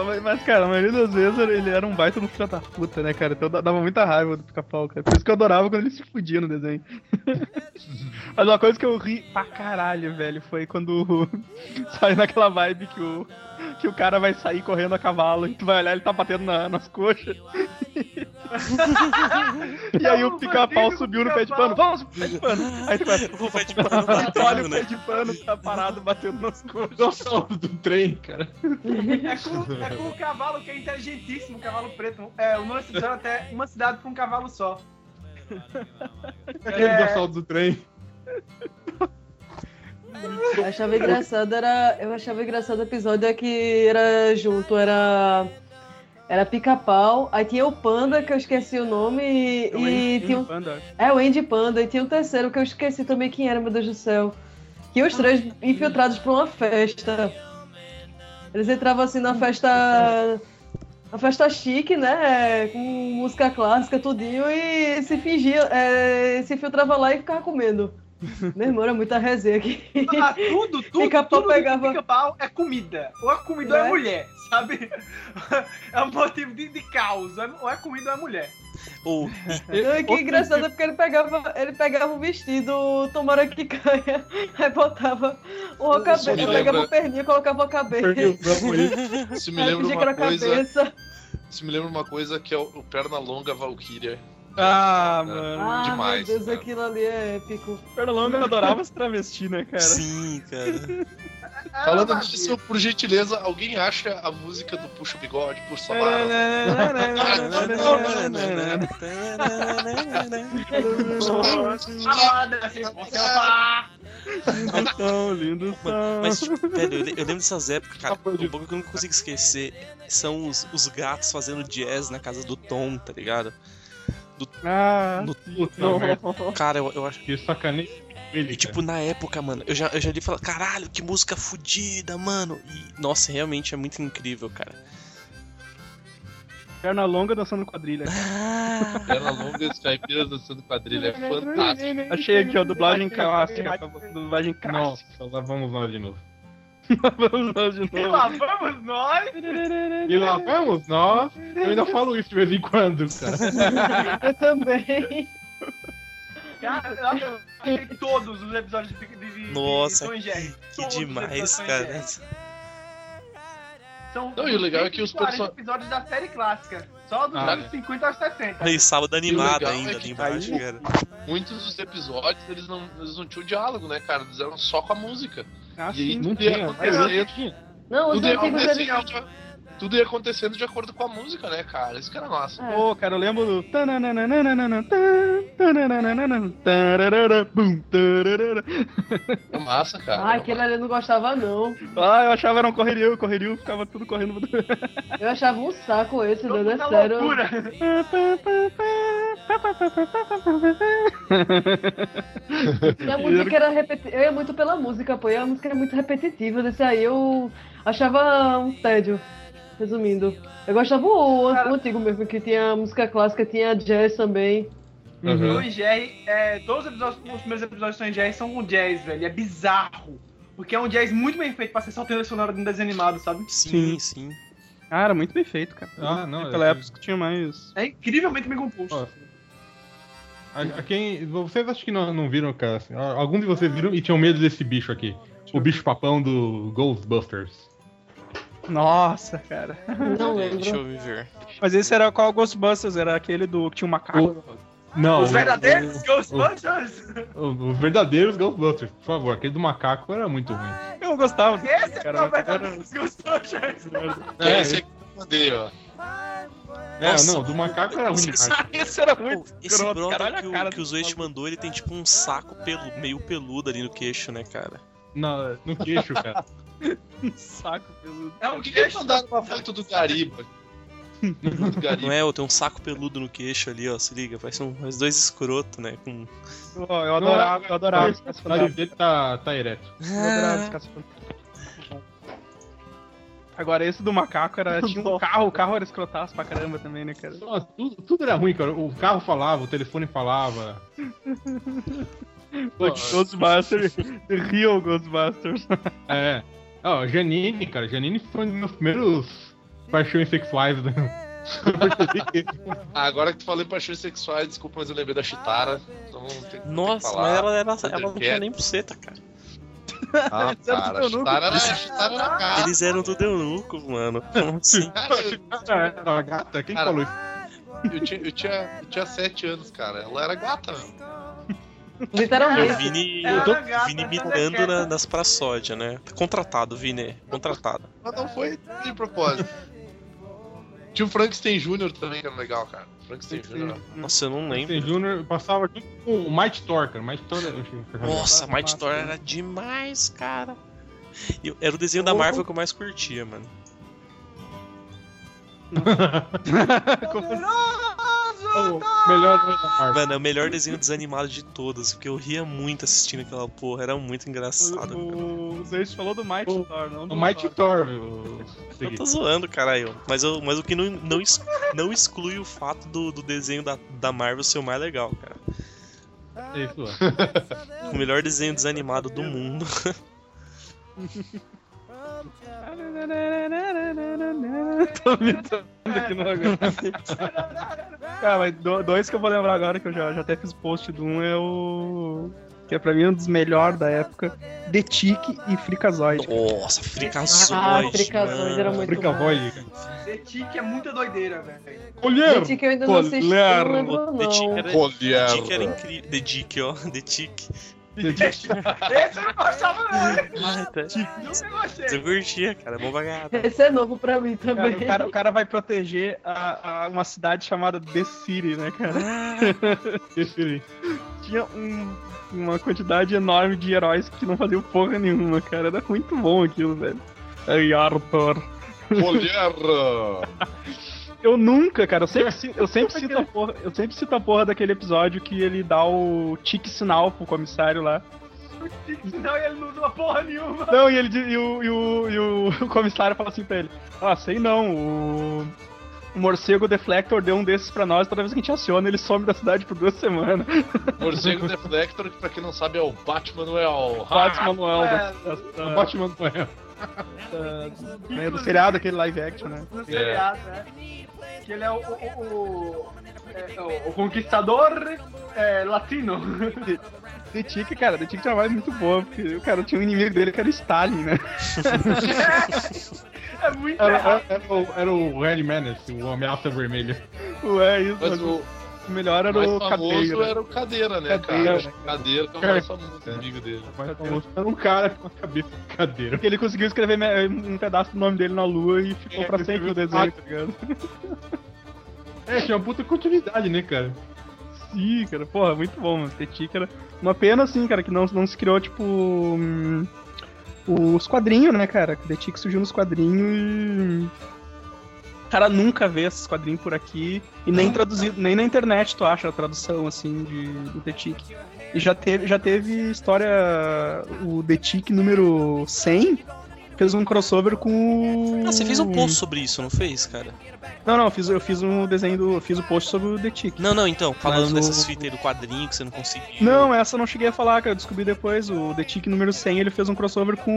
[SPEAKER 1] Mas, mas, cara, a maioria das vezes ele era um baita no filho da puta, né, cara? Então da- dava muita raiva do pica-pau, cara. Por isso que eu adorava quando ele se fudia no desenho. mas uma coisa que eu ri pra caralho, velho, foi quando saiu naquela vibe que o, que o cara vai sair correndo a cavalo e tu vai olhar ele tá batendo na- nas coxas. e aí o pica-pau subiu no pé de pano. Vamos, pé de pano. Aí tu vai.
[SPEAKER 2] O pé de pano batendo,
[SPEAKER 1] Olha o
[SPEAKER 2] né?
[SPEAKER 1] pé de pano tá parado batendo nas coxas.
[SPEAKER 8] do trem, cara.
[SPEAKER 3] É com, é com o cavalo que é inteligentíssimo, o cavalo preto. É, o nome desse episódio até uma cidade pra um cavalo só.
[SPEAKER 8] Aquele do assalto é do trem.
[SPEAKER 9] Eu achava engraçado, era. Eu achava engraçado o episódio é que era junto, era. Era pica-pau, aí tinha o panda, que eu esqueci o nome, e,
[SPEAKER 1] O
[SPEAKER 9] e
[SPEAKER 1] Andy
[SPEAKER 9] tinha um.
[SPEAKER 1] Panda.
[SPEAKER 9] É, o Andy Panda, e tinha um terceiro que eu esqueci também quem era, meu Deus do céu. Que os três infiltrados pra uma festa. Eles entravam assim na festa. Uma festa chique, né? Com música clássica, tudinho, e se fingia, é, se infiltrava lá e ficava comendo. Meu irmão, era muita resenha aqui.
[SPEAKER 3] Ah, tudo, tudo,
[SPEAKER 9] Pica-pau
[SPEAKER 3] tudo que
[SPEAKER 9] pegava-
[SPEAKER 3] pica-pau é comida. Ou é comida ou é
[SPEAKER 9] Né?
[SPEAKER 3] mulher, sabe? É um motivo de, de caos. É- Ou é comida ou é mulher.
[SPEAKER 2] Ou
[SPEAKER 9] Não, e que engraçado é porque ele pegava, ele pegava um vestido, tomara que caia, aí botava o
[SPEAKER 4] Isso me
[SPEAKER 9] cabelo, pegava
[SPEAKER 4] lembra-
[SPEAKER 9] o pernil, colocava a cabeça.
[SPEAKER 4] Isso me
[SPEAKER 9] aí
[SPEAKER 4] lembra
[SPEAKER 9] fingia que era
[SPEAKER 4] uma
[SPEAKER 9] a
[SPEAKER 4] coisa.
[SPEAKER 9] cabeça.
[SPEAKER 4] Isso me lembra uma coisa que é o, o Pernalonga Valkyria.
[SPEAKER 1] Ah, mano.
[SPEAKER 9] Ah,
[SPEAKER 4] Demais,
[SPEAKER 9] meu Deus,
[SPEAKER 4] cara.
[SPEAKER 9] aquilo ali é épico.
[SPEAKER 1] Ah. Pernalonga adorava se travesti, né, cara?
[SPEAKER 2] sim, assim, cara.
[SPEAKER 3] Ah,
[SPEAKER 4] Falando disso, por gentileza, alguém acha a música do Puxa Bigode por
[SPEAKER 1] É.
[SPEAKER 4] Samara?
[SPEAKER 3] Amada, assim, você fala,
[SPEAKER 1] Lindo são, lindo são.
[SPEAKER 2] Mas, tipo, velho, eu le- eu lembro dessas épocas, cara. O bagulho que eu não consigo esquecer são os, os gatos fazendo jazz na casa do Tom, tá ligado?
[SPEAKER 1] Ah,
[SPEAKER 2] No-
[SPEAKER 8] Puta merda,
[SPEAKER 2] Cara, eu, eu acho.
[SPEAKER 8] que sacanei ele,
[SPEAKER 2] E, tipo, na época, mano, eu já, eu já li falar, caralho, que música fodida, mano. E, nossa, realmente é muito incrível, cara.
[SPEAKER 1] Perna longa dançando quadrilha.
[SPEAKER 4] Ah, Pernalonga e os caipiras dançando quadrilha. É fantástico.
[SPEAKER 1] Achei aqui, ó, dublagem clássica. tá bom, Dublagem
[SPEAKER 8] cara.
[SPEAKER 1] clássica.
[SPEAKER 8] Nossa, lá vamos lá de novo.
[SPEAKER 1] Vamos lá de
[SPEAKER 3] E
[SPEAKER 1] novo.
[SPEAKER 3] lá vamos nós.
[SPEAKER 8] E lá vamos nós. Eu ainda falo isso de vez em quando, cara.
[SPEAKER 9] Eu também.
[SPEAKER 3] Cara, eu achei todos os episódios de, de, de
[SPEAKER 2] Nossa,
[SPEAKER 3] de Tom e Jerry.
[SPEAKER 2] Que
[SPEAKER 3] Todos os
[SPEAKER 2] demais,
[SPEAKER 3] episódios de Tom e
[SPEAKER 2] cara.
[SPEAKER 3] Jerry. São
[SPEAKER 4] Não, e o legal é que os
[SPEAKER 3] 40
[SPEAKER 4] perso-
[SPEAKER 3] episódios da série clássica. Só dos
[SPEAKER 8] Ah,
[SPEAKER 3] anos 50 aos 60.
[SPEAKER 2] Aí, sábado animado
[SPEAKER 4] legal é
[SPEAKER 2] ainda
[SPEAKER 4] que
[SPEAKER 2] ali embaixo,
[SPEAKER 4] aí-
[SPEAKER 2] cara.
[SPEAKER 4] Muitos dos episódios eles não, eles não tinham diálogo, né, cara? Eles eram só com a música.
[SPEAKER 1] Ah,
[SPEAKER 4] E aí
[SPEAKER 1] sim.
[SPEAKER 8] Não
[SPEAKER 4] tudo ia
[SPEAKER 8] tinha, mas
[SPEAKER 4] acontecendo.
[SPEAKER 9] Não, os
[SPEAKER 4] Tudo ia
[SPEAKER 9] antigos eles...
[SPEAKER 4] acontecendo. de- Tudo ia acontecendo de acordo com a música, né, cara? Isso que era massa.
[SPEAKER 9] É.
[SPEAKER 1] Pô, cara, eu lembro do. tanananananana, tan, tananananana, tararara, bum, tararara.
[SPEAKER 4] É massa, cara.
[SPEAKER 9] Ah, aquele ali eu não gostava, não.
[SPEAKER 1] Ah, eu achava era um correrio, correrio ficava tudo correndo.
[SPEAKER 9] Eu achava um saco esse,
[SPEAKER 3] Todo
[SPEAKER 9] dando é
[SPEAKER 3] mundo na
[SPEAKER 9] sério.
[SPEAKER 3] loucura.
[SPEAKER 9] E a música era repetitiva. Eu ia muito pela música, pô. E a música era muito repetitiva. Desse aí eu achava um tédio. Resumindo. Eu gostava o, o antigo mesmo, que tinha música clássica, tinha jazz também.
[SPEAKER 8] Uhum.
[SPEAKER 3] Tom
[SPEAKER 2] Uhum.
[SPEAKER 3] e Jerry, é, todos os, episódios, os meus episódios de Tom e Jerry são com jazz, velho. e É bizarro. Porque é um jazz muito bem feito pra ser só trilha sonora de um desenho animado, sabe?
[SPEAKER 2] Sim, sim.
[SPEAKER 1] Cara, muito bem feito, cara.
[SPEAKER 8] Ah, não,
[SPEAKER 1] Naquela
[SPEAKER 8] é-
[SPEAKER 1] época que tinha mais.
[SPEAKER 3] É incrivelmente bem composto.
[SPEAKER 8] Ó. A, Uhum. a quem, vocês acho que não, não viram, cara. assim, a- alguns de vocês viram e tinham medo desse bicho aqui. O bicho papão do Ghostbusters.
[SPEAKER 1] Nossa, cara.
[SPEAKER 9] Não
[SPEAKER 2] Deixa
[SPEAKER 9] lembro.
[SPEAKER 2] eu me ver.
[SPEAKER 1] Mas esse era qual Ghostbusters? Era aquele do que tinha um macaco.
[SPEAKER 8] Não,
[SPEAKER 3] Os
[SPEAKER 8] o-
[SPEAKER 3] verdadeiros Ghostbusters!
[SPEAKER 8] o- os verdadeiros Ghostbusters, por favor. Aquele do macaco era muito ruim.
[SPEAKER 1] Eu gostava.
[SPEAKER 3] Esse é
[SPEAKER 1] Cara,
[SPEAKER 3] o verdadeiro Ghostbusters!
[SPEAKER 4] É, esse aqui eu mandei, ó.
[SPEAKER 8] É,
[SPEAKER 2] Nossa.
[SPEAKER 8] não, do macaco era ruim. cara.
[SPEAKER 1] Esse era
[SPEAKER 2] Pô,
[SPEAKER 1] muito.
[SPEAKER 2] esse
[SPEAKER 1] grosso,
[SPEAKER 2] brother
[SPEAKER 1] caralho, a
[SPEAKER 2] que,
[SPEAKER 1] cara
[SPEAKER 2] o, que o
[SPEAKER 1] do
[SPEAKER 2] Zoe te mandou, ele tem tipo um saco pelu, meio peludo ali no queixo, né, cara?
[SPEAKER 8] Na- no queixo, cara.
[SPEAKER 1] saco peludo.
[SPEAKER 3] É um
[SPEAKER 4] Por que, que eles
[SPEAKER 3] queixo.
[SPEAKER 4] mandaram uma foto do Gariba?
[SPEAKER 2] Não é, ó, tem um saco peludo no queixo ali, ó, se liga, parece um, mais dois escroto, né, com...
[SPEAKER 1] Eu, eu adorava, eu adorava esse
[SPEAKER 8] O nariz dele tá, tá ereto.
[SPEAKER 1] Eu adorava esse caça-fantasma. Agora, esse do macaco era. Tinha um carro, o carro era escrotaço pra caramba também, né, cara?
[SPEAKER 8] Nossa, tudo, tudo era ruim, cara. O carro falava, o telefone falava.
[SPEAKER 1] Pô, Ghostbusters, The Real Ghostbusters.
[SPEAKER 8] É. Ó, Janine, cara. Janine foi um dos meus primeiros paixões sexuais. né?
[SPEAKER 4] Ah, agora que tu falei paixões sexuais, desculpa, mas eu lembrei da Chitara. Então tem que
[SPEAKER 2] Nossa,
[SPEAKER 4] falar.
[SPEAKER 2] mas ela, era, ela não
[SPEAKER 4] Thundercat.
[SPEAKER 2] tinha nem buceta, cara. tá
[SPEAKER 4] Ah, cara, a Chitara era, a Chitara era gata.
[SPEAKER 2] Eles eram tudo eunuco, mano. Como assim?
[SPEAKER 4] Cara, eu,
[SPEAKER 8] Cara, era uma gata. Quem
[SPEAKER 4] Cara,
[SPEAKER 8] falou isso?
[SPEAKER 4] eu tinha, eu, tinha, eu tinha 7 anos, cara. Ela era gata, mano.
[SPEAKER 2] É o
[SPEAKER 9] Literalmente.
[SPEAKER 2] Vini,
[SPEAKER 3] Ela era gata,
[SPEAKER 2] Vini
[SPEAKER 3] ela
[SPEAKER 2] mirando
[SPEAKER 3] era
[SPEAKER 2] na,
[SPEAKER 3] quieta.
[SPEAKER 2] nas praçódia, né? Tá contratado, Vini. Contratado.
[SPEAKER 4] Mas não foi de propósito. Tinha o Frankenstein Jr. também, que era legal, cara. Frankenstein Jr.
[SPEAKER 2] Nossa, eu não
[SPEAKER 8] Tem
[SPEAKER 2] lembro.
[SPEAKER 8] Júnior passava junto com o Mike Thor, cara. Mike Thor era-
[SPEAKER 2] Nossa,
[SPEAKER 8] Nossa.
[SPEAKER 2] Mighty Thor era demais, cara. Eu- era o desenho da Marvel que eu mais curtia, mano.
[SPEAKER 8] o melhor da Marvel.
[SPEAKER 2] Mano, é o melhor desenho desanimado de todos, porque eu ria muito assistindo aquela porra, era muito engraçado. cara.
[SPEAKER 1] O, o Zeus falou do Mighty
[SPEAKER 8] O-
[SPEAKER 1] Thor, não do
[SPEAKER 8] O Mike
[SPEAKER 1] Thor.
[SPEAKER 8] Thor, viu?
[SPEAKER 2] Eu tô zoando, caralho. Mas, eu, mas o que não, não, ex- não exclui o fato do, do desenho da, da Marvel ser o mais legal, cara.
[SPEAKER 8] É isso, ó.
[SPEAKER 2] O melhor desenho desanimado do mundo.
[SPEAKER 1] Tô imitando aqui no agora. Cara, Ah, mas do- dois que eu vou lembrar agora, que eu já, já até fiz post do um, é o. Que é pra mim um dos melhores da época. The Tick e Freakazoid.
[SPEAKER 2] Nossa, fricações.
[SPEAKER 9] Ah, Fricações era muito
[SPEAKER 8] Brica
[SPEAKER 9] bom.
[SPEAKER 8] Void, cara.
[SPEAKER 3] The Tick é muita doideira, velho.
[SPEAKER 8] Colher!
[SPEAKER 9] Gente, que eu ainda não assisti, não lembro
[SPEAKER 2] The Tick
[SPEAKER 9] não.
[SPEAKER 2] era, The Tick era
[SPEAKER 4] Colher.
[SPEAKER 2] incrível. The Tick, ó. The Tick.
[SPEAKER 3] Esse eu não gostava, não.
[SPEAKER 2] Ah, tá.
[SPEAKER 3] Esse eu gostei.
[SPEAKER 2] Eu curtia, cara. É bom bagado.
[SPEAKER 9] Esse é novo pra mim
[SPEAKER 1] Cara,
[SPEAKER 9] também.
[SPEAKER 1] o, cara, o cara vai proteger a- a- uma cidade chamada The City, né, cara?
[SPEAKER 8] Preferi.
[SPEAKER 1] Tinha um- uma quantidade enorme de heróis que não faziam porra nenhuma, cara. Era muito bom aquilo, velho. Ai, Arthur.
[SPEAKER 4] Colher.
[SPEAKER 1] Eu nunca, cara, eu sempre, ci- eu
[SPEAKER 3] é
[SPEAKER 1] sempre cito a porra, eu sempre cito a porra daquele episódio que ele dá o tique sinal pro comissário lá.
[SPEAKER 3] Não, ele não usa porra nenhuma.
[SPEAKER 1] Não, e ele di- e o, e o, e o comissário fala assim pra ele: Ah, sei não, o. o morcego Deflector deu um desses pra nós, toda vez que a gente aciona, ele some da cidade por duas semanas.
[SPEAKER 4] Morcego Deflector, que pra quem não sabe é o Batman Noel.
[SPEAKER 1] Batman Noel da,
[SPEAKER 3] é.
[SPEAKER 1] da, da-
[SPEAKER 8] Batman Noel.
[SPEAKER 1] né, do seriado, aquele live action, né?
[SPEAKER 4] É.
[SPEAKER 3] seriado, né? Que ele é o. o, o- é, o- o conquistador é, latino.
[SPEAKER 1] The Tick, cara, The Tick tinha uma vibe muito boa, porque o cara tinha um inimigo dele que era o Stalin, né?
[SPEAKER 3] É muito
[SPEAKER 8] Era,
[SPEAKER 3] errado.
[SPEAKER 8] era- era o, era o Red Menace, o Ameaça Vermelha.
[SPEAKER 1] Ué, isso,
[SPEAKER 4] Mas
[SPEAKER 1] mas
[SPEAKER 4] o
[SPEAKER 1] o melhor era
[SPEAKER 4] mais
[SPEAKER 1] o
[SPEAKER 4] famoso
[SPEAKER 1] Cadeiro.
[SPEAKER 4] era o Cadeira, né,
[SPEAKER 1] Cadeira,
[SPEAKER 4] cara? Cadeira que é o mais famoso amigo dele.
[SPEAKER 8] Mas era um cara com a cabeça de cadeira.
[SPEAKER 1] Porque ele conseguiu escrever me- um pedaço do nome dele na lua e ficou
[SPEAKER 8] É,
[SPEAKER 1] pra
[SPEAKER 8] ele
[SPEAKER 1] sempre
[SPEAKER 8] escreveu
[SPEAKER 1] o desenho, tá ligado?
[SPEAKER 8] É, tinha uma puta continuidade, né, cara?
[SPEAKER 1] Sim, cara, porra, muito bom, mano. Tetica era. Uma pena, assim, cara, que não, não se criou, tipo. hum, os quadrinhos, né, cara? Que The Tick surgiu nos quadrinhos e. Cara, nunca vê esses quadrinhos por aqui. E nem traduzido, nem na internet tu acha a tradução, assim, de, do The Tick. E já teve, já teve história. O The Tick número 100 fez um crossover com. o-
[SPEAKER 2] Ah, você fez um post sobre isso, não fez, cara?
[SPEAKER 1] Não, não, eu fiz, eu fiz um desenho do. eu Fiz o post sobre o The Tick.
[SPEAKER 2] Não, não, então. Falando
[SPEAKER 1] Mas o-
[SPEAKER 2] dessas fitas aí do quadrinho que você não conseguiu.
[SPEAKER 1] Não, essa eu não cheguei a falar, cara. Eu descobri depois. O The Tick número 100, ele fez um crossover com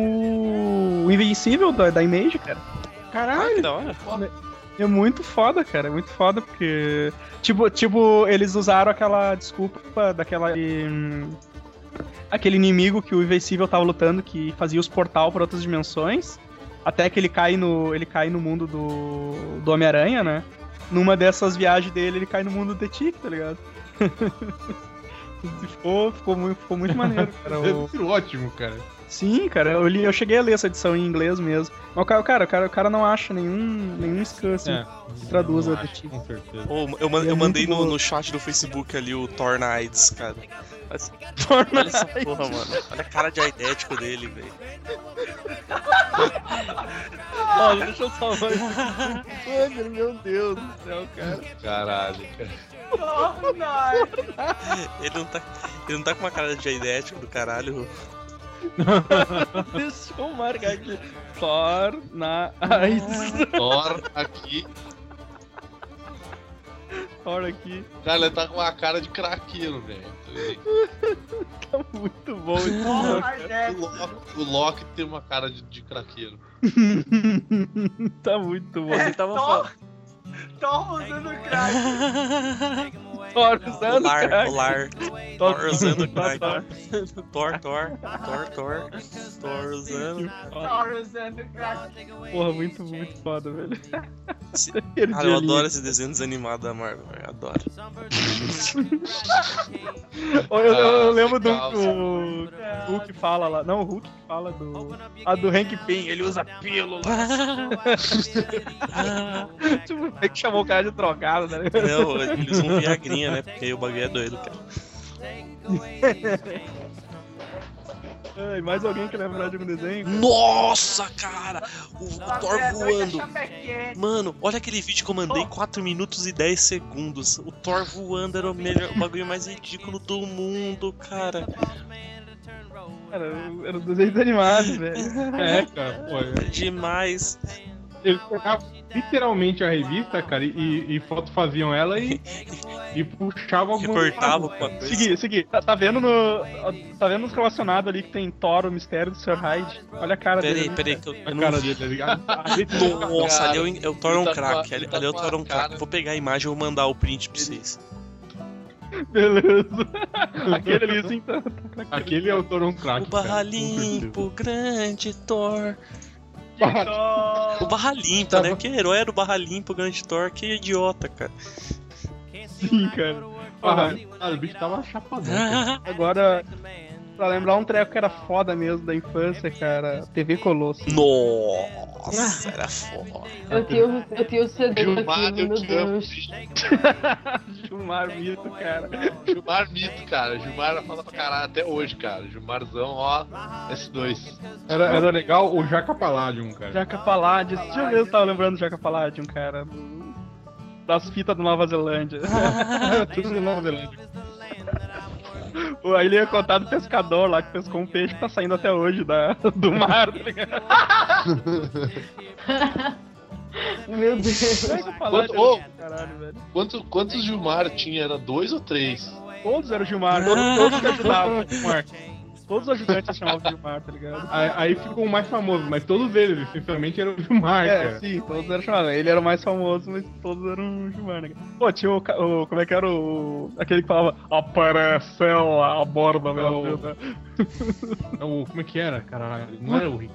[SPEAKER 1] o Invencível da, da Image, cara.
[SPEAKER 2] Ah,
[SPEAKER 1] Caralho,
[SPEAKER 2] que da hora.
[SPEAKER 1] é muito foda, cara. É muito foda, porque. Tipo, tipo eles usaram aquela desculpa daquela. hum, aquele inimigo que o Invencível tava lutando, que fazia os portal pra outras dimensões. Até que ele cai no. ele cai no mundo do. do Homem-Aranha, né? Numa dessas viagens dele, ele cai no mundo do The Tick, tá ligado? ficou, ficou, muito, ficou muito maneiro, cara. É o-
[SPEAKER 8] Era um ótimo, cara.
[SPEAKER 1] Sim, cara, eu, li, eu cheguei a ler essa edição em inglês mesmo. Mas o cara, o cara, o cara, o cara não acha nenhum, nenhum scan, assim. Traduz
[SPEAKER 8] Não
[SPEAKER 1] a
[SPEAKER 8] É. acho,
[SPEAKER 1] detetive.
[SPEAKER 8] Com certeza.
[SPEAKER 2] Ô, eu, man-
[SPEAKER 1] E é
[SPEAKER 2] eu
[SPEAKER 1] muito
[SPEAKER 2] mandei no,
[SPEAKER 1] boa.
[SPEAKER 2] no chat do Facebook ali o Thor na AIDS, cara. Mas- Olha essa porra, mano. Olha a cara de aidético dele, velho.
[SPEAKER 1] Olha, deixa eu salvar isso. Mano, meu Deus do céu, cara.
[SPEAKER 4] Caralho, cara.
[SPEAKER 2] Ele não tá, ele não tá com uma cara de jaidético do caralho.
[SPEAKER 1] Deixa eu marcar aqui. Fortnite.
[SPEAKER 4] Thor aqui.
[SPEAKER 1] Thor aqui.
[SPEAKER 4] Cara, ele tá com uma cara de craqueiro, velho.
[SPEAKER 1] Tá muito bom esse
[SPEAKER 3] Porra,
[SPEAKER 1] jogo.
[SPEAKER 3] é.
[SPEAKER 4] O Loki, o Loki tem uma cara de, de craqueiro.
[SPEAKER 1] Tá muito bom.
[SPEAKER 7] Você tava
[SPEAKER 3] Thor,
[SPEAKER 7] falando.
[SPEAKER 3] Thor usando crack.
[SPEAKER 1] Thor usando,
[SPEAKER 2] Lar,
[SPEAKER 1] cara.
[SPEAKER 2] lar.
[SPEAKER 1] Thor
[SPEAKER 2] Thor usando crack.
[SPEAKER 1] Thor.
[SPEAKER 2] Thor, Thor, Thor, Thor. Thor usando.
[SPEAKER 3] Thor usando crack.
[SPEAKER 1] Porra, muito, muito foda, velho.
[SPEAKER 2] Esse-
[SPEAKER 1] Perdi
[SPEAKER 2] Cara,
[SPEAKER 1] a
[SPEAKER 2] eu
[SPEAKER 1] linha.
[SPEAKER 2] adoro esse desenho desanimado da Marvel, eu adoro.
[SPEAKER 1] Eu, eu- eu
[SPEAKER 4] Ah,
[SPEAKER 1] lembro do,
[SPEAKER 4] legal.
[SPEAKER 1] do Hulk fala lá. Não, o Hulk que fala do. A do Hank Pym, ele usa pílula. tipo, é que chamou o cara de drogado, né?
[SPEAKER 2] Não, eles vão viagrinha, né? Porque aí o bagulho é doido, cara.
[SPEAKER 1] Ai, mais alguém que lembrar de um desenho?
[SPEAKER 2] Nossa, cara! O, o Thor
[SPEAKER 3] Nossa,
[SPEAKER 2] voando.
[SPEAKER 3] Chapequete.
[SPEAKER 2] Mano, olha aquele vídeo que eu mandei, 4 minutos e 10 segundos. O Thor voando era o melhor, o bagulho mais ridículo do mundo, cara.
[SPEAKER 1] Cara, era um desenho desanimado, velho.
[SPEAKER 8] É, cara, pô. é-
[SPEAKER 2] É demais.
[SPEAKER 8] Eles pegavam literalmente a revista, cara, e- e, e foto faziam ela e, e puxavam alguma
[SPEAKER 2] Recortava alguma coisa.
[SPEAKER 1] Segui, segui. Tá, tá vendo no. Tá vendo nos relacionados ali que tem Thor, o mistério do Sr. Hyde? Olha a cara
[SPEAKER 2] Peraí,
[SPEAKER 1] dele. né? Ah,
[SPEAKER 2] peraí, que eu, eu
[SPEAKER 8] A
[SPEAKER 2] não
[SPEAKER 8] cara dele, tá ligado?
[SPEAKER 2] Nossa,
[SPEAKER 4] Cara,
[SPEAKER 2] ali é o, é o Thor é um
[SPEAKER 4] tá com a-
[SPEAKER 2] craque. Ali,
[SPEAKER 4] ele tá
[SPEAKER 2] ali é o
[SPEAKER 4] com
[SPEAKER 2] Thor é um
[SPEAKER 4] a cara-
[SPEAKER 2] craque. Vou pegar a imagem e vou mandar o print pra vocês.
[SPEAKER 1] Beleza. Aquele ali, assim, tá.
[SPEAKER 8] Aquele é o Toron Crack.
[SPEAKER 2] O barra
[SPEAKER 8] cara, com certeza.
[SPEAKER 2] limpo, grande Thor.
[SPEAKER 3] Thor.
[SPEAKER 2] O barra
[SPEAKER 8] Tá
[SPEAKER 2] limpa, né? Que herói era o barra limpo, grande Thor. Que idiota, cara.
[SPEAKER 1] Sim, assim, cara.
[SPEAKER 8] Ah, cara, o bicho tava chapadão. cara.
[SPEAKER 1] Agora, pra lembrar um treco que era foda mesmo da infância, cara, TV Colosso.
[SPEAKER 2] Nossa, era foda.
[SPEAKER 9] Eu tinha, o- eu tinha o CD
[SPEAKER 4] Gilmar,
[SPEAKER 9] daquilo,
[SPEAKER 4] eu
[SPEAKER 9] meu
[SPEAKER 4] te amo.
[SPEAKER 9] Deus.
[SPEAKER 1] Gilmar
[SPEAKER 4] um
[SPEAKER 1] Mito, cara.
[SPEAKER 4] Gilmar mito, cara. Gilmar fala pra caralho até hoje, cara. Gilmarzão, ó, S2.
[SPEAKER 8] Era, era legal o Jaca Palladium, cara.
[SPEAKER 1] Jaca Palade. Esse dia mesmo eu tava lembrando do Jaca Paladium, cara. do- Hum. Das fitas do Nova Zelândia.
[SPEAKER 8] Era tudo no Nova Zelândia.
[SPEAKER 1] Pô, Aí ele ia contar do pescador lá que pescou um peixe que tá saindo até hoje da, do mar, tá ligado?
[SPEAKER 9] Meu Deus.
[SPEAKER 1] Jaca Palade
[SPEAKER 4] Quanto- ô!
[SPEAKER 1] era do caralho, velho.
[SPEAKER 4] Quanto, quantos Gilmar tinha? Era dois ou três?
[SPEAKER 1] Todos eram Gilmar, todos, todos que ajudavam. Todos os ajudantes chamavam de Gilmar, tá ligado?
[SPEAKER 8] Aí, aí ficou o mais famoso, mas todos eles, essencialmente, eram o Gilmar,
[SPEAKER 1] É,
[SPEAKER 8] cara.
[SPEAKER 1] sim, todos eram Shumano. Ele era o mais famoso, mas todos eram Shumano. Pô, tinha o, ca- o- Como é que era o. Aquele que falava. Aparece ela a borda,
[SPEAKER 8] Não.
[SPEAKER 1] meu Deus. né?
[SPEAKER 8] Não, como é que era, caralho? Não era o Rick.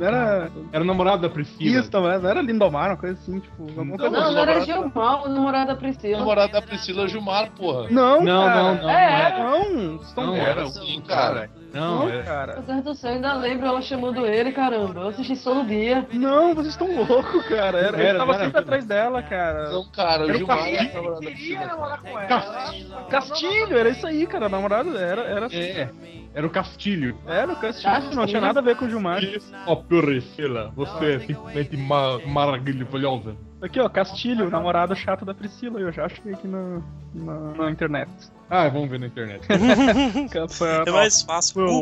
[SPEAKER 1] Não era.
[SPEAKER 8] Era o namorado da Priscila.
[SPEAKER 1] Isso, mas não era Lindomar, uma coisa assim, tipo. alguma
[SPEAKER 4] Não,
[SPEAKER 1] coisa
[SPEAKER 9] Não, não era
[SPEAKER 4] namorado-
[SPEAKER 9] Gilmar, o namorado da Priscila.
[SPEAKER 4] Namorado da Priscila Gilmar, porra.
[SPEAKER 1] Não,
[SPEAKER 8] Não,
[SPEAKER 1] cara.
[SPEAKER 8] não, não. não
[SPEAKER 9] É,
[SPEAKER 8] era.
[SPEAKER 1] Não, vocês estão
[SPEAKER 8] Não,
[SPEAKER 1] loucos,
[SPEAKER 8] era o
[SPEAKER 4] Sim,
[SPEAKER 8] cara.
[SPEAKER 4] um cara.
[SPEAKER 8] Não, é. era.
[SPEAKER 1] cara.
[SPEAKER 9] Meu Deus do céu, ainda lembro ela chamando ele, caramba. Eu assisti todo dia.
[SPEAKER 1] Não, vocês estão loucos, cara. Era,
[SPEAKER 8] Era,
[SPEAKER 1] ele tava
[SPEAKER 8] não
[SPEAKER 1] sempre
[SPEAKER 8] era mesmo.
[SPEAKER 1] atrás dela, cara.
[SPEAKER 4] Não, um cara, o
[SPEAKER 1] Era o
[SPEAKER 4] Gilmar
[SPEAKER 1] Castilho.
[SPEAKER 4] era namorado da
[SPEAKER 3] Queria
[SPEAKER 4] Priscila.
[SPEAKER 3] namorar com ela.
[SPEAKER 1] Castilho, era isso aí, cara. Namorado era. Era,
[SPEAKER 8] É, era o Castilho.
[SPEAKER 1] era o Castilho, não tinha nada a ver com o Gilmar.
[SPEAKER 8] Ó, Priscila, você é simplesmente ma maravilhosa.
[SPEAKER 1] Aqui, ó, Castilho, namorado chato da Priscila, eu já achei aqui na, na, na internet.
[SPEAKER 8] Ah, vamos ver na internet.
[SPEAKER 2] É mais fácil.
[SPEAKER 1] Boa.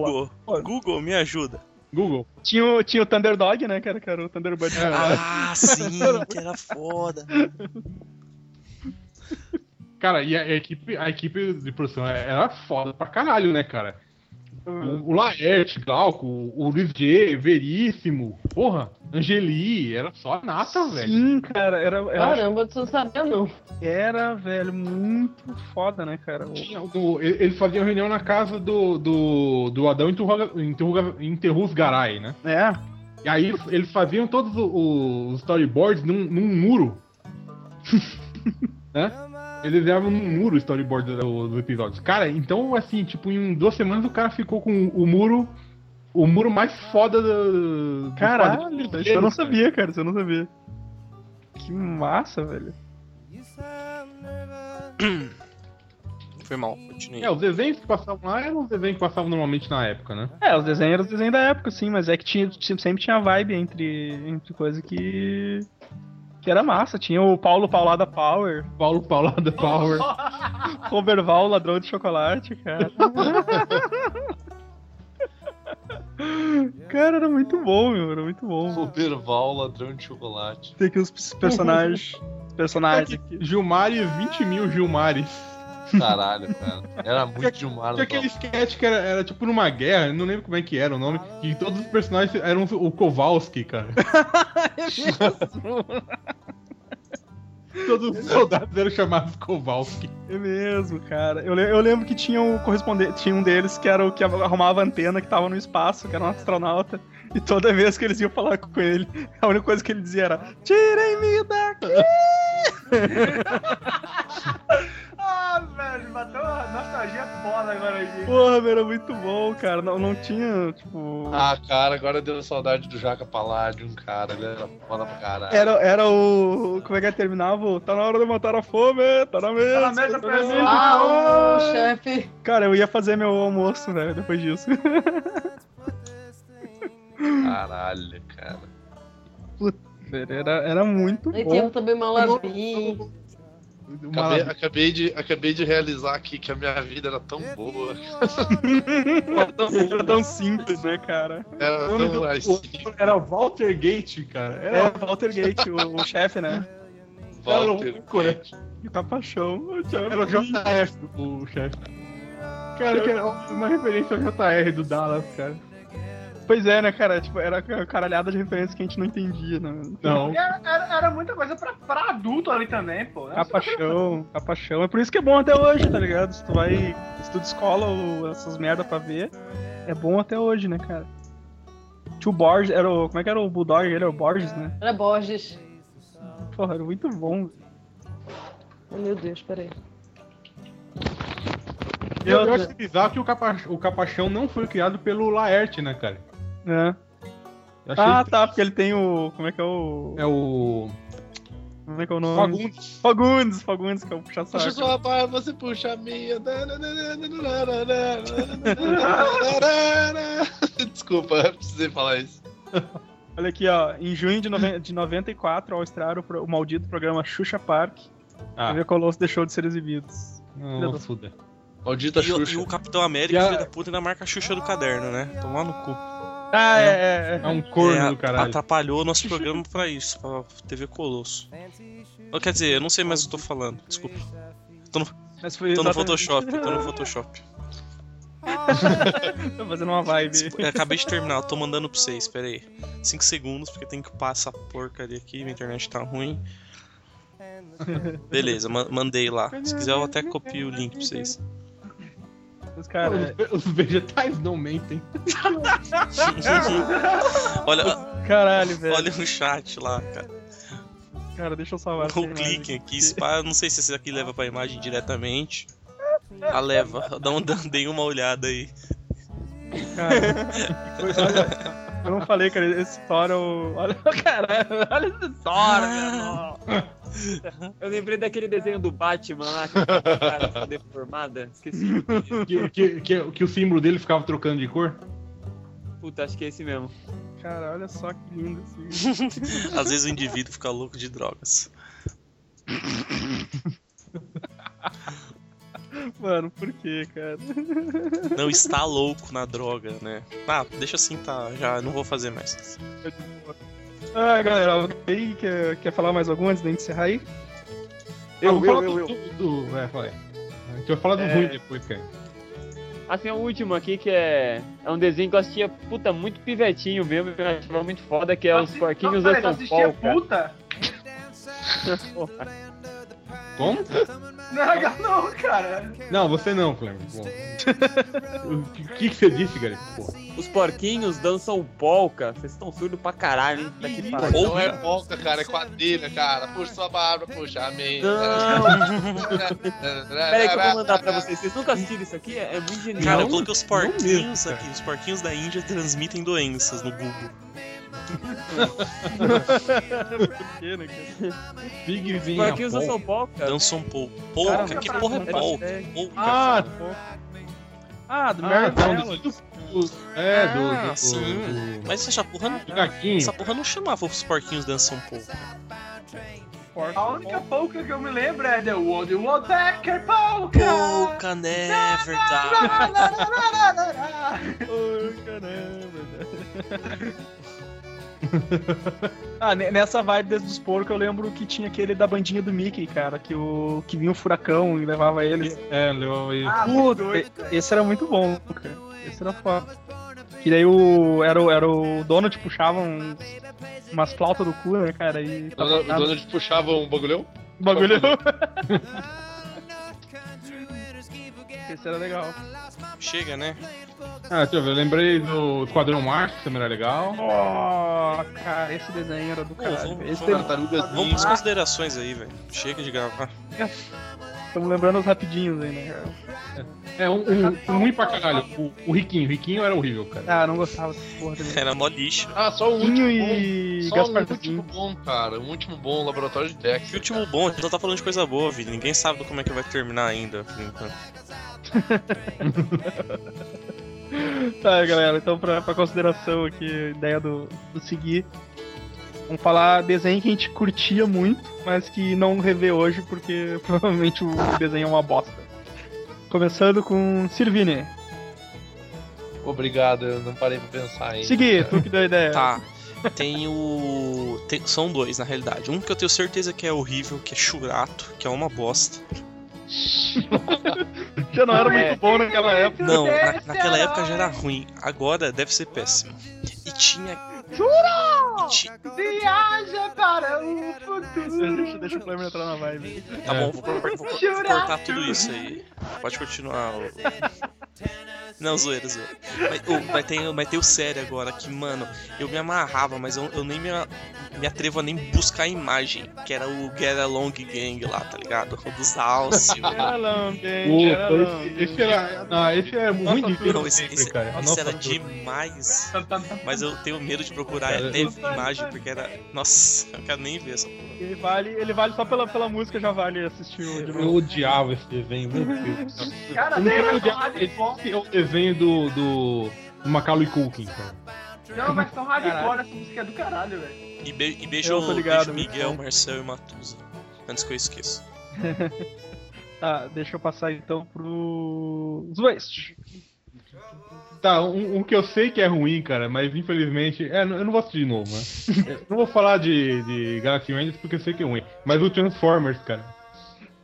[SPEAKER 2] Google, Google, me ajuda.
[SPEAKER 8] Google. É,
[SPEAKER 1] Tinha, o- tinha o Thunderdog, né, cara, que era o Thunderbird.
[SPEAKER 2] Ah, sim, que era foda.
[SPEAKER 8] Cara, e a, a equipe, a equipe de produção é, era foda pra caralho, né, cara? O, o Laerte, Glauco, o Luiz G, Veríssimo, porra, Angeli, era só a nata, tá, velho.
[SPEAKER 1] Sim, cara, era, era,
[SPEAKER 9] Caramba, eu não sabia não.
[SPEAKER 1] era, velho, muito foda, né, cara? O-
[SPEAKER 8] Tinha o- e- Eles faziam reunião na casa do, do, do Adão Interruga- Interruga- Interrusgaray, né?
[SPEAKER 1] É,
[SPEAKER 8] E aí eles- eles faziam todos o- os storyboards num, num muro. né? Eles levavam num muro o storyboard do- dos episódios. Cara, então assim, tipo, em duas semanas o cara ficou com o muro. O muro mais foda do. do
[SPEAKER 1] caralho,
[SPEAKER 8] quadrinho
[SPEAKER 1] isso eu não
[SPEAKER 8] inteiro, cara.
[SPEAKER 1] sabia, cara, isso eu não sabia. Que massa, velho.
[SPEAKER 2] Foi mal, continuei.
[SPEAKER 8] É, os desenhos que passavam lá eram os desenhos que passavam normalmente na época, né?
[SPEAKER 1] É, os desenhos eram os desenhos da época, sim, mas é que tinha, tinha- sempre tinha vibe entre, entre coisa que. que era massa. Tinha o Paulo Paulada Power.
[SPEAKER 8] Paulo Paulada Power.
[SPEAKER 1] Roberval, ladrão de chocolate, cara. cara, era muito bom, meu, era muito bom.
[SPEAKER 4] O Berval, ladrão de chocolate.
[SPEAKER 1] Tem aqui os personagens. personagens aqui.
[SPEAKER 8] Gilmari, 20 mil Gilmares.
[SPEAKER 4] Caralho, cara. Era muito Gilmar
[SPEAKER 8] Tinha um aquele sketch que era, era tipo numa guerra, eu não lembro como é que era o nome, e todos os personagens eram o Kowalski, cara. todos os soldados eram chamados Kowalski.
[SPEAKER 1] É mesmo, cara. Eu, le- eu lembro que tinha um correspondente, tinha um deles que era o que arrumava a antena que tava no espaço, que era um astronauta. E toda vez que eles iam falar com ele, a única coisa que ele dizia era: Tirem-me daqui!
[SPEAKER 3] Ah, velho, bateu uma nostalgia foda agora aqui.
[SPEAKER 1] Porra, meu, era muito bom, cara. Não, não tinha, tipo.
[SPEAKER 4] Ah, cara, agora deu saudade do Jaca Paládio, um cara. Ele era foda pra caralho.
[SPEAKER 1] Era, era o. Como é que é? terminava? o Tá na hora de matar a fome, tá na mesa.
[SPEAKER 3] Tá na mesa, Ah,
[SPEAKER 1] na mesa".
[SPEAKER 9] Uau, Ah, chefe!
[SPEAKER 1] Cara, eu ia fazer meu almoço, velho, depois disso.
[SPEAKER 4] Caralho, cara.
[SPEAKER 1] Era, era muito
[SPEAKER 9] Aí
[SPEAKER 1] bom.
[SPEAKER 9] tinha também Malabim.
[SPEAKER 4] Acabei, acabei de, acabei de realizar aqui que a minha vida era tão boa.
[SPEAKER 1] Era tão, era tão simples, né, cara?
[SPEAKER 4] Era
[SPEAKER 8] O nome do-
[SPEAKER 4] tão assim.
[SPEAKER 8] Era Walter Gate, cara. Era,
[SPEAKER 1] É, Walter Gate, o, o chefe, né?
[SPEAKER 8] era
[SPEAKER 4] Walter.
[SPEAKER 8] louco, né?
[SPEAKER 1] Que tá paixão.
[SPEAKER 8] Era o JF, o chefe. Cara, que era uma referência ao JR do Dallas, cara.
[SPEAKER 1] Pois é, né, cara? Tipo, era a caralhada de referência que a gente não entendia, né?
[SPEAKER 8] Não.
[SPEAKER 3] Era, era- era muita coisa pra, pra adulto ali também, pô.
[SPEAKER 1] A paixão, a paixão. É por isso que é bom até hoje, tá ligado? Se tu vai. Se tu descola o- essas merda pra ver, é bom até hoje, né, cara? Tio Borges, era o. Como é que era o Bulldog? Ele era o Borges, né?
[SPEAKER 9] Era Borges.
[SPEAKER 1] Porra, era muito bom.
[SPEAKER 9] Oh, meu Deus, peraí.
[SPEAKER 8] Eu, eu acho bizarro que o, capa, o Capachão não foi criado pelo Laerte, né, cara?
[SPEAKER 1] É.
[SPEAKER 8] Eu achei
[SPEAKER 1] Ah,
[SPEAKER 8] que
[SPEAKER 1] tá, porque ele tem o. Como é que é o.
[SPEAKER 8] É o.
[SPEAKER 1] Como é que é o nome?
[SPEAKER 8] Fagundes.
[SPEAKER 1] Fagundes, Fagundes, que é o puxa-saco.
[SPEAKER 4] Puxa sua barba, você puxa a minha. Desculpa, eu precisei falar isso.
[SPEAKER 1] Olha aqui, ó. Em junho de, noven- de 94, ao estrear o, pro- o maldito programa Xuxa Park,
[SPEAKER 8] Ah.
[SPEAKER 1] a TV Colosso deixou de ser exibido.
[SPEAKER 8] Não,
[SPEAKER 1] Filha da-
[SPEAKER 8] fuda.
[SPEAKER 4] Maldita
[SPEAKER 2] E, o-
[SPEAKER 4] Xuxa.
[SPEAKER 2] e o Capitão América,
[SPEAKER 8] E a-
[SPEAKER 2] filho da puta, ainda marca a Xuxa do caderno, né? Tomar no cu.
[SPEAKER 1] Ah, é, é,
[SPEAKER 8] É um corno
[SPEAKER 2] É,
[SPEAKER 8] do caralho.
[SPEAKER 2] Atrapalhou o nosso programa pra isso, pra TV Colosso. Ou, quer dizer, eu não sei mais o que eu tô falando, desculpa.
[SPEAKER 1] Mas foi
[SPEAKER 2] Tô no
[SPEAKER 1] exatamente-
[SPEAKER 2] Photoshop, tô no Photoshop.
[SPEAKER 1] Tô fazendo uma vibe.
[SPEAKER 2] Eu acabei de terminar, eu tô mandando pra vocês, pera aí. 5 segundos, porque tem que passar essa porcaria aqui, minha internet tá ruim. Beleza, ma- mandei lá. Se quiser, eu até copio o link pra vocês.
[SPEAKER 1] Mas, cara,
[SPEAKER 8] Os- Os vegetais não mentem.
[SPEAKER 2] olha,
[SPEAKER 1] caralho, velho.
[SPEAKER 2] olha o chat lá, cara.
[SPEAKER 1] Cara, deixa eu é salvar essa
[SPEAKER 2] Não
[SPEAKER 1] imagem.
[SPEAKER 2] cliquem aqui, se pá, não sei se esse aqui leva pra imagem diretamente. Ah, leva. Dá um, dei uma olhada aí.
[SPEAKER 1] Cara, foi- olha, eu não falei, cara, esse Thor é o. Olha, caralho, olha esse Thor, meu irmão.
[SPEAKER 7] Eu lembrei daquele desenho do Batman lá, que o cara ficou deformada. Esqueci.
[SPEAKER 8] Que, que, que, que o símbolo dele ficava trocando de cor. Ah,
[SPEAKER 7] Puta, acho que é esse mesmo.
[SPEAKER 1] Cara, olha só que lindo esse.
[SPEAKER 2] Às vezes o indivíduo fica louco de drogas.
[SPEAKER 1] Mano, por quê, cara?
[SPEAKER 2] Não está louco na droga, né? Ah, deixa assim, tá. Já não vou fazer mais.
[SPEAKER 1] Ah, galera, alguém quer, quer falar mais algum antes da gente encerrar aí?
[SPEAKER 8] Eu, eu, eu, eu. Do, do, é, fala aí. A gente vai falar do
[SPEAKER 7] É.
[SPEAKER 8] ruim depois, cara.
[SPEAKER 7] Assim, o último aqui que é. É um desenho que eu assistia, puta, muito pivetinho mesmo, eu achava muito foda, que é os porquinhos da
[SPEAKER 3] tu
[SPEAKER 7] São
[SPEAKER 3] assistia
[SPEAKER 7] Paulo, cara.
[SPEAKER 3] puta?
[SPEAKER 8] Como?
[SPEAKER 3] Não é legal não, cara.
[SPEAKER 8] Não, você não, Cleber. O que, que que você disse, galera? Porra.
[SPEAKER 7] Os porquinhos dançam polca. Vocês estão surdos pra caralho, hein? Tá que pariu.
[SPEAKER 3] então
[SPEAKER 4] Não é polca, cara, é quadrilha, cara. Puxa sua barba, puxa a minha.
[SPEAKER 7] Não! Peraí que eu vou mandar pra vocês. Vocês nunca assistiram isso aqui? É é muito genial.
[SPEAKER 2] Cara, eu coloquei os porquinhos aqui. Os porquinhos da Índia transmitem doenças no Google.
[SPEAKER 1] Por que, né, cara?
[SPEAKER 2] Pigzinho.
[SPEAKER 7] Por que usa São Paulo, cara?
[SPEAKER 2] Dançam Então pou. Polca?
[SPEAKER 7] Cara,
[SPEAKER 2] Que porra é
[SPEAKER 7] não faço
[SPEAKER 2] polca?
[SPEAKER 7] ideia.
[SPEAKER 2] Polca.
[SPEAKER 8] Ah,
[SPEAKER 2] cara.
[SPEAKER 7] Ah, do
[SPEAKER 8] Ah,
[SPEAKER 1] tá, é,
[SPEAKER 7] Marvel.
[SPEAKER 8] não, do- do- É, do.
[SPEAKER 2] Ah,
[SPEAKER 8] do- do-
[SPEAKER 2] sim.
[SPEAKER 8] do-
[SPEAKER 2] Mas essa porra não.
[SPEAKER 8] Gaguinho.
[SPEAKER 2] Essa porra não chamava os porquinhos dançam pouco.
[SPEAKER 3] A única polka que eu me lembro é The World Woodpecker Polka!
[SPEAKER 2] Pouca, né? Verdade.
[SPEAKER 1] Ô, caramba. Ah, ne- nessa vibe desse dos porcos, eu lembro que tinha aquele da bandinha do Mickey, cara, que, o, que vinha o furacão e levava eles.
[SPEAKER 8] É, levou aí.
[SPEAKER 3] Ah,
[SPEAKER 1] Puta, esse era muito bom, cara. Esse era foda. E daí o. Era, o- era o Donald puxava uns, umas flautas do cu, né, cara? E
[SPEAKER 4] O Donald- o Donald puxava um bagulhão?
[SPEAKER 1] o bagulho. tipo, esse era legal.
[SPEAKER 2] Chega, né?
[SPEAKER 8] Ah, deixa eu ver, eu lembrei do Esquadrão Mars, que também era legal.
[SPEAKER 1] Oh, cara, esse desenho era do
[SPEAKER 2] Pô,
[SPEAKER 1] caralho.
[SPEAKER 2] vamos,
[SPEAKER 1] Esse
[SPEAKER 2] vamos,
[SPEAKER 1] desenho-
[SPEAKER 4] Tartarugas
[SPEAKER 2] vamos pras considerações aí, velho. Chega de gravar.
[SPEAKER 1] Estamos lembrando os rapidinhos aí, né, cara?
[SPEAKER 8] É, um, um, um ruim pra caralho. O, o Riquinho, o Riquinho era horrível, cara.
[SPEAKER 1] Ah, não gostava dessa porra também.
[SPEAKER 2] Era mó lixo.
[SPEAKER 4] Ah, só o último
[SPEAKER 1] Pinho
[SPEAKER 4] bom.
[SPEAKER 1] e
[SPEAKER 4] Só o último
[SPEAKER 1] Gasparzinho.
[SPEAKER 4] bom, cara. O último bom, o Laboratório de Dexter.
[SPEAKER 2] E o último bom, a gente só tá falando de coisa boa, Vini. Ninguém sabe como é que vai terminar ainda, por enquanto.
[SPEAKER 1] Tá, galera, então pra, pra consideração aqui, a ideia do, do seguir. Vamos falar desenho que a gente curtia muito, mas que não revê hoje, porque provavelmente o desenho é uma bosta. Começando com Sirvini.
[SPEAKER 4] Obrigado, eu não parei pra pensar ainda.
[SPEAKER 1] Segui, tu que deu a ideia.
[SPEAKER 2] Tá. Tem o. tem- São dois, na realidade. Um que eu tenho certeza que é horrível, que é churato, que é uma bosta.
[SPEAKER 1] Já não era
[SPEAKER 3] Não é.
[SPEAKER 1] muito bom naquela época.
[SPEAKER 2] Não, na-
[SPEAKER 3] Desse
[SPEAKER 2] naquela
[SPEAKER 3] herói.
[SPEAKER 2] época já era ruim. Agora deve ser péssimo. E tinha. E ti-
[SPEAKER 3] Viaja para o
[SPEAKER 1] Deixa,
[SPEAKER 3] futuro!
[SPEAKER 1] deixa o Flamengo entrar na vibe.
[SPEAKER 2] Tá bom, vou, cor- vou cor-
[SPEAKER 3] Jura?
[SPEAKER 2] cortar tudo isso aí. Pode continuar. ô. Não, zoeira, zoeira. Mas, ô, mas tem, mas tem o sério agora, que, mano, eu me amarrava, mas eu, eu nem me, a- me atrevo a nem buscar a imagem, que era o Get Along Gang lá, tá ligado? O dos Alcio.
[SPEAKER 8] Puta, esse, Uh, esse era. Não, esse era muito difícil.
[SPEAKER 2] Não, esse,
[SPEAKER 8] sempre,
[SPEAKER 2] esse-
[SPEAKER 8] cara.
[SPEAKER 2] esse
[SPEAKER 8] Nossa,
[SPEAKER 2] era
[SPEAKER 8] tudo.
[SPEAKER 2] demais. Mas eu tenho medo de procurar
[SPEAKER 8] Cara,
[SPEAKER 2] até
[SPEAKER 8] eu-
[SPEAKER 2] ver imagem, porque era. Nossa, eu não quero nem ver essa porra.
[SPEAKER 1] Ele vale, ele vale só pela, pela música, já vale assistir o de
[SPEAKER 8] Eu
[SPEAKER 1] novo.
[SPEAKER 8] odiava esse desenho, meu Deus. do céu.
[SPEAKER 3] Cara,
[SPEAKER 8] O único que eu
[SPEAKER 3] tem
[SPEAKER 8] odiava esse é o desenho do. do. do Macaulay Culkin, cara.
[SPEAKER 3] Não, mas são hardcore, essa música é do caralho, velho.
[SPEAKER 2] E, be- e beijo,
[SPEAKER 1] Eu tô ligado,
[SPEAKER 2] beijo
[SPEAKER 1] muito
[SPEAKER 2] Miguel,
[SPEAKER 1] bom.
[SPEAKER 2] Marcel e Matusa. Antes que eu esqueça.
[SPEAKER 1] Tá, deixa eu passar então pro. Zwest.
[SPEAKER 8] Tá, um, um que eu sei que é ruim, cara, mas infelizmente. É, não- eu não vou assistir de novo, né? Eu não vou falar de, de Galaxy Rangers porque eu sei que é ruim. Mas o Transformers, cara.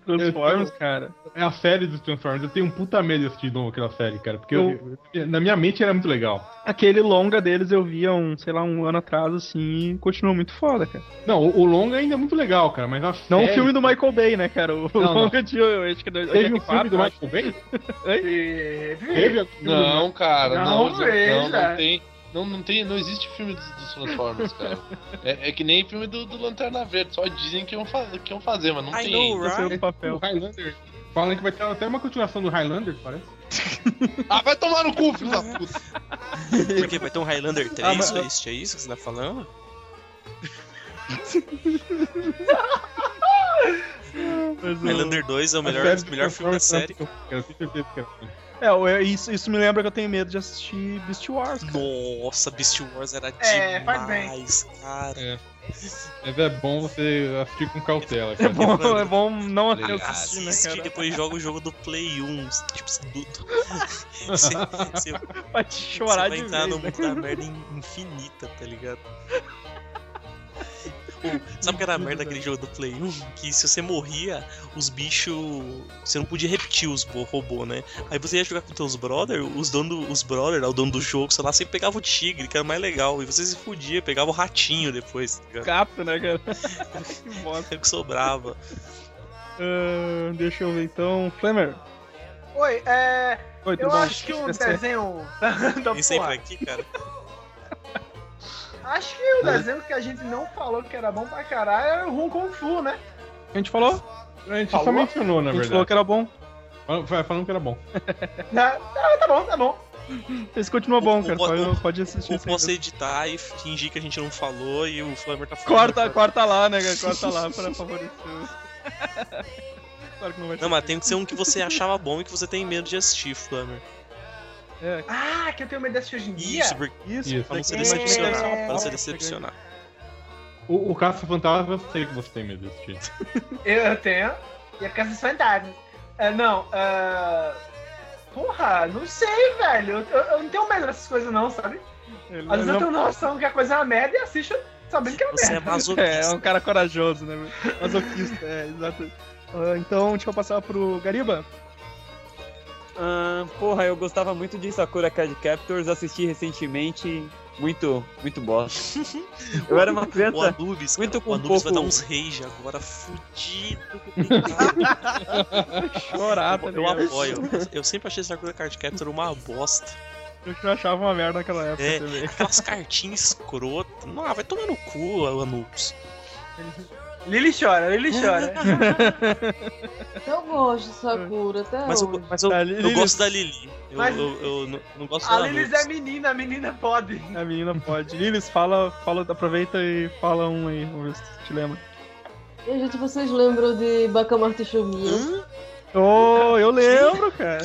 [SPEAKER 1] Transformers, cara.
[SPEAKER 8] É a série dos Transformers. Eu tenho um puta medo de assistir de novo aquela série, cara. Porque eu- na minha mente era muito legal.
[SPEAKER 1] Aquele longa deles eu via um, sei lá, um ano atrás, assim, e continuou muito foda, cara.
[SPEAKER 8] Não, o, o longa ainda é muito legal, cara, mas a
[SPEAKER 1] Não
[SPEAKER 8] série-
[SPEAKER 1] o filme do Michael Bay, né, cara? O
[SPEAKER 8] É. Não,
[SPEAKER 1] longa de. Eu acho que é dois-
[SPEAKER 8] Teve um filme
[SPEAKER 1] 84,
[SPEAKER 8] do
[SPEAKER 1] eu acho.
[SPEAKER 8] Michael Bay?
[SPEAKER 3] Teve.
[SPEAKER 8] Teve?
[SPEAKER 4] Não, cara, não,
[SPEAKER 3] Não,
[SPEAKER 4] não, não,
[SPEAKER 3] veja.
[SPEAKER 4] tem. Não, não tem, não existe filme dos, dos Transformers, cara. É, é que nem filme do, do Lanterna Verde, só dizem que iam, fa que iam fazer, mas não
[SPEAKER 2] I
[SPEAKER 4] tem.
[SPEAKER 2] know,
[SPEAKER 1] Eu sei
[SPEAKER 2] right?
[SPEAKER 1] do
[SPEAKER 8] O
[SPEAKER 1] papel.
[SPEAKER 8] Highlander. Falam que vai ter até uma continuação do Highlander, parece.
[SPEAKER 4] Ah, vai tomar no cu, filho da puta.
[SPEAKER 2] Porque vai ter um Highlander 3,
[SPEAKER 1] Ah, mas-
[SPEAKER 2] West, é isso que você tá falando?
[SPEAKER 1] Mas o-
[SPEAKER 2] Highlander 2 é o melhor, melhor filme da série.
[SPEAKER 8] Eu tenho certeza que era ruim.
[SPEAKER 1] É, eu- isso, isso me lembra que eu tenho medo de assistir Beast Wars. cara.
[SPEAKER 2] Nossa, Beast Wars era
[SPEAKER 3] É, faz bem.
[SPEAKER 2] demais, cara.
[SPEAKER 8] É. Mas é bom você assistir com cautela,
[SPEAKER 1] É
[SPEAKER 8] cara.
[SPEAKER 1] bom, é bom não
[SPEAKER 8] Legal.
[SPEAKER 1] assistir, né,
[SPEAKER 2] Assiste e
[SPEAKER 1] cara?
[SPEAKER 2] depois joga o jogo do Play 1, tipo, seduto. Você, você, você
[SPEAKER 1] Vai te chorar
[SPEAKER 2] vai
[SPEAKER 1] de
[SPEAKER 2] entrar no
[SPEAKER 1] vez, né?
[SPEAKER 2] mundo da merda in- infinita, tá ligado? Pô, sabe o que era a merda daquele jogo do Play 1? Que se você morria, os bichos. Você não podia repetir os bo- robô, né? Aí você ia jogar com teus brother, os donos os brother, lá, o dono do jogo, sei lá, sempre pegava o tigre, que era mais legal. E você se fudia, pegava o ratinho depois, tá ligado?
[SPEAKER 1] Gato, né, cara? que bosta.
[SPEAKER 2] É o que sobrava.
[SPEAKER 1] Ah, deixa eu ver então. Flamer.
[SPEAKER 3] Oi, é.
[SPEAKER 1] Oi, tudo
[SPEAKER 3] Eu
[SPEAKER 1] bom? é
[SPEAKER 3] acho que um desenho.
[SPEAKER 1] Tá
[SPEAKER 3] da
[SPEAKER 2] Nem sempre
[SPEAKER 3] porra.
[SPEAKER 2] aqui, cara.
[SPEAKER 3] Acho que o desenho que a gente não falou que era bom pra caralho era o Hong Kong Fu, né?
[SPEAKER 1] A gente falou?
[SPEAKER 8] A gente só
[SPEAKER 3] Falou?
[SPEAKER 8] mencionou,
[SPEAKER 1] A
[SPEAKER 8] na
[SPEAKER 1] gente
[SPEAKER 8] verdade.
[SPEAKER 1] falou que era bom.
[SPEAKER 8] Fal- Falando que era bom.
[SPEAKER 3] Ah, tá bom, tá bom.
[SPEAKER 1] Esse continua bom, cara.
[SPEAKER 2] o-
[SPEAKER 1] Pode, pode assistir. sem
[SPEAKER 2] Ou Tipo, posso editar e fingir que a gente não falou e o Flamer tá falando.
[SPEAKER 1] Corta, corta lá, né, cara? Corta lá pra favorecer. claro que não vai ter.
[SPEAKER 2] Não, mas tem que ser um que você achava bom e que você tem medo de assistir, Flamer.
[SPEAKER 1] É.
[SPEAKER 3] Ah, que eu tenho medo de assistir hoje em dia.
[SPEAKER 2] Isso, porque
[SPEAKER 8] Isso,
[SPEAKER 2] pra não se
[SPEAKER 1] daqui é-
[SPEAKER 2] decepcionar.
[SPEAKER 1] é-
[SPEAKER 2] Pra não se decepcionar.
[SPEAKER 8] O, o Caça Fantasma, eu sei que você tem medo desse tipo.
[SPEAKER 3] Eu, eu tenho. E a Caça Fantasma. É, não, ah, Porra, não sei, velho. Eu, eu- eu não tenho medo dessas coisas, não, sabe?
[SPEAKER 1] é Ele-
[SPEAKER 3] Às vezes
[SPEAKER 1] ele um
[SPEAKER 3] eu tenho noção que a coisa é uma merda e assisto sabendo que é uma
[SPEAKER 2] Você é
[SPEAKER 3] merda.
[SPEAKER 1] não- É, é
[SPEAKER 2] masoquista.
[SPEAKER 1] um cara corajoso, né? Masoquista, é, exato. Ah, então, deixa eu passar pro Gariba.
[SPEAKER 7] Ahn, Ah, porra, eu gostava muito de Sakura Card Captors, assisti recentemente. Muito, muito bosta. Eu era uma
[SPEAKER 1] É,
[SPEAKER 2] O
[SPEAKER 7] criança.
[SPEAKER 2] Anubis,
[SPEAKER 1] um
[SPEAKER 2] cara,
[SPEAKER 7] Muito com
[SPEAKER 2] o Anubis vai
[SPEAKER 7] pouco-
[SPEAKER 2] dar uns rage agora, fudido. complicado.
[SPEAKER 1] Chorar, tá
[SPEAKER 2] eu, eu
[SPEAKER 1] ligado?
[SPEAKER 2] apoio. Eu sempre achei Sakura Card Captor uma bosta.
[SPEAKER 1] Eu já achava uma merda naquela época
[SPEAKER 2] É,
[SPEAKER 1] também.
[SPEAKER 2] aquelas cartinhas escrotas. Ah, vai tomar no cu, Anubis.
[SPEAKER 3] Lily chora, Lily chora.
[SPEAKER 9] Eu gosto de
[SPEAKER 4] Hum.
[SPEAKER 9] Sakura até
[SPEAKER 2] Mas eu,
[SPEAKER 9] hoje.
[SPEAKER 2] mas eu,
[SPEAKER 1] Tá,
[SPEAKER 2] eu
[SPEAKER 1] Lilith.
[SPEAKER 2] gosto da Lili. Eu,
[SPEAKER 3] Mas-
[SPEAKER 2] eu- eu não, não gosto
[SPEAKER 3] A
[SPEAKER 2] da
[SPEAKER 3] Lily
[SPEAKER 2] Anubis.
[SPEAKER 3] é menina, a menina pode.
[SPEAKER 1] A menina pode. Lilis, fala, fala, aproveita e fala um aí, vamos ver se te lembra.
[SPEAKER 9] E, gente, vocês lembram de Bacamarte Chuminha?
[SPEAKER 4] Hum?
[SPEAKER 1] Oh, eu lembro, cara.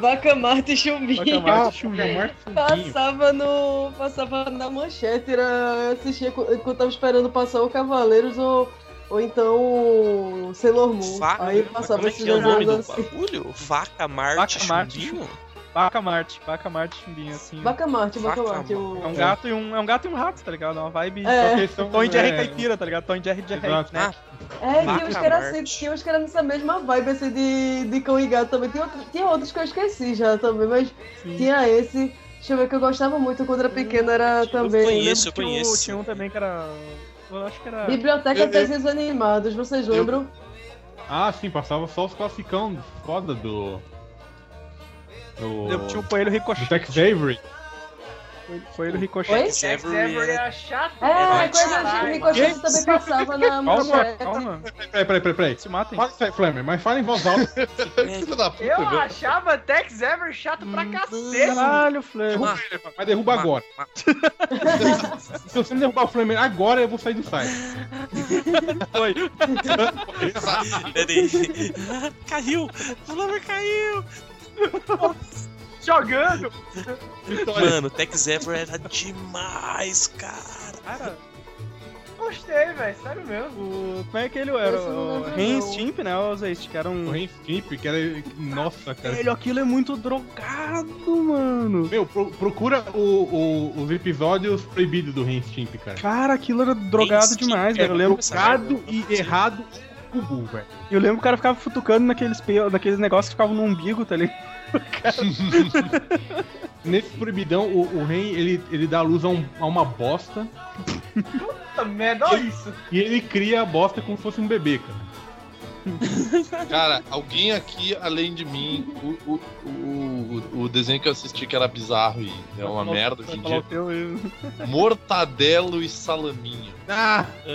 [SPEAKER 9] Bacamarte
[SPEAKER 1] Toca
[SPEAKER 9] Chuminha.
[SPEAKER 1] mais,
[SPEAKER 8] é
[SPEAKER 1] chuvinha.
[SPEAKER 9] Passava no. Passava na manchete, era. eu Assistia cu- enquanto tava esperando passar o Cavaleiros ou. Ou então. Sailor Moon.
[SPEAKER 2] Vaca,
[SPEAKER 9] Aí
[SPEAKER 2] mas
[SPEAKER 9] passava
[SPEAKER 2] como é
[SPEAKER 9] esses
[SPEAKER 2] que é o nome do
[SPEAKER 9] desenhos assim.
[SPEAKER 2] bagulho? Vaca, Marte,
[SPEAKER 1] Vaca, Marte,
[SPEAKER 2] Chumbinho?
[SPEAKER 1] Vaca Marte, Vaca Marte, chumbinha, assim.
[SPEAKER 9] Bacamarte,
[SPEAKER 2] Vaca
[SPEAKER 9] Bacamarte. o-
[SPEAKER 1] É um gato e um, é um gato e um rato, tá ligado? É uma vibe.
[SPEAKER 9] É.
[SPEAKER 8] Só que eles são,
[SPEAKER 1] Tom e Jerry
[SPEAKER 8] é,
[SPEAKER 1] caipira, tá ligado? Tom e Jerry de
[SPEAKER 8] Exato.
[SPEAKER 1] né?
[SPEAKER 9] É, tinha uns
[SPEAKER 2] Vaca
[SPEAKER 9] que era assim,
[SPEAKER 2] Marte.
[SPEAKER 9] tinha uns que era nessa mesma vibe assim de, de cão e gato também. Tinha, outro- tinha outros que eu esqueci já também, mas tinha esse. Deixa eu ver que eu gostava muito quando era pequena, era também.
[SPEAKER 2] Eu
[SPEAKER 9] né?
[SPEAKER 2] conheço, eu
[SPEAKER 1] Tinha um-
[SPEAKER 2] conheço.
[SPEAKER 1] Tinha um também que era. Eu acho que era.
[SPEAKER 9] Biblioteca
[SPEAKER 4] Eu- eu-
[SPEAKER 9] de Desenhos Animados, vocês lembram?
[SPEAKER 8] Ah, sim, passava só os classicão foda do. Do.
[SPEAKER 1] Eu tinha um o Coelho
[SPEAKER 8] do
[SPEAKER 1] Ricochete.
[SPEAKER 8] Tech Favorite.
[SPEAKER 1] Coelho
[SPEAKER 9] Oi?
[SPEAKER 1] Ricochete.
[SPEAKER 2] Esse
[SPEAKER 3] Jack
[SPEAKER 2] Avery
[SPEAKER 3] Zebra
[SPEAKER 2] é-
[SPEAKER 3] era chato.
[SPEAKER 9] É,
[SPEAKER 2] Vai,
[SPEAKER 9] coisa de
[SPEAKER 3] caralho.
[SPEAKER 9] Ricochete também passava na
[SPEAKER 1] Calma,
[SPEAKER 9] manchete.
[SPEAKER 1] calma.
[SPEAKER 8] Peraí, peraí, peraí, peraí.
[SPEAKER 1] Se matem.
[SPEAKER 8] Fala isso aí, Flamer, mas fala em voz alta.
[SPEAKER 4] Filho da puta,
[SPEAKER 3] Eu
[SPEAKER 4] viu?
[SPEAKER 3] achava Tex Ever chato pra cacete.
[SPEAKER 1] Caralho, Fleur.
[SPEAKER 2] Ah,
[SPEAKER 8] Mas derruba
[SPEAKER 2] Ma-
[SPEAKER 8] agora.
[SPEAKER 2] ma-
[SPEAKER 8] Se você não derrubar o Flamer agora, eu vou sair do site.
[SPEAKER 2] Peraí. caiu! O Lover caiu!
[SPEAKER 3] Jogando.
[SPEAKER 2] Mano, Tex Ever era demais, cara.
[SPEAKER 1] Cara,
[SPEAKER 3] Gostei, velho, sério mesmo.
[SPEAKER 1] o... como é que ele era?
[SPEAKER 9] Esse não
[SPEAKER 1] O
[SPEAKER 9] lembra,
[SPEAKER 1] Ren
[SPEAKER 9] não.
[SPEAKER 1] Stimp, né? O Zeist, que era
[SPEAKER 8] O
[SPEAKER 1] um.
[SPEAKER 8] Ren Skip, que era. Nossa, cara.
[SPEAKER 1] Velho, aquilo é muito drogado, mano.
[SPEAKER 8] Meu, pro- procura o- o- os episódios proibidos do Ren Stimp, cara.
[SPEAKER 1] Cara, aquilo era drogado
[SPEAKER 2] Stimp
[SPEAKER 1] demais,
[SPEAKER 2] é
[SPEAKER 1] velho. Eu lembro, um
[SPEAKER 8] Errado e errado cubo, velho.
[SPEAKER 1] eu lembro que o cara ficava futucando naqueles, pe... naqueles negócios que ficavam no umbigo, tá ligado?
[SPEAKER 8] Nesse proibidão, o, o Ren, ele, ele dá luz a, um- a uma bosta
[SPEAKER 3] Puta merda, olha isso.
[SPEAKER 8] e ele cria a bosta como se fosse um bebê, cara.
[SPEAKER 4] Cara, alguém aqui, além de mim, o, o, o, o desenho que eu assisti que era bizarro e é uma merda hoje em
[SPEAKER 1] Falar o
[SPEAKER 4] dia.
[SPEAKER 1] teu e-
[SPEAKER 4] Mortadelo e salaminho.
[SPEAKER 8] Ah!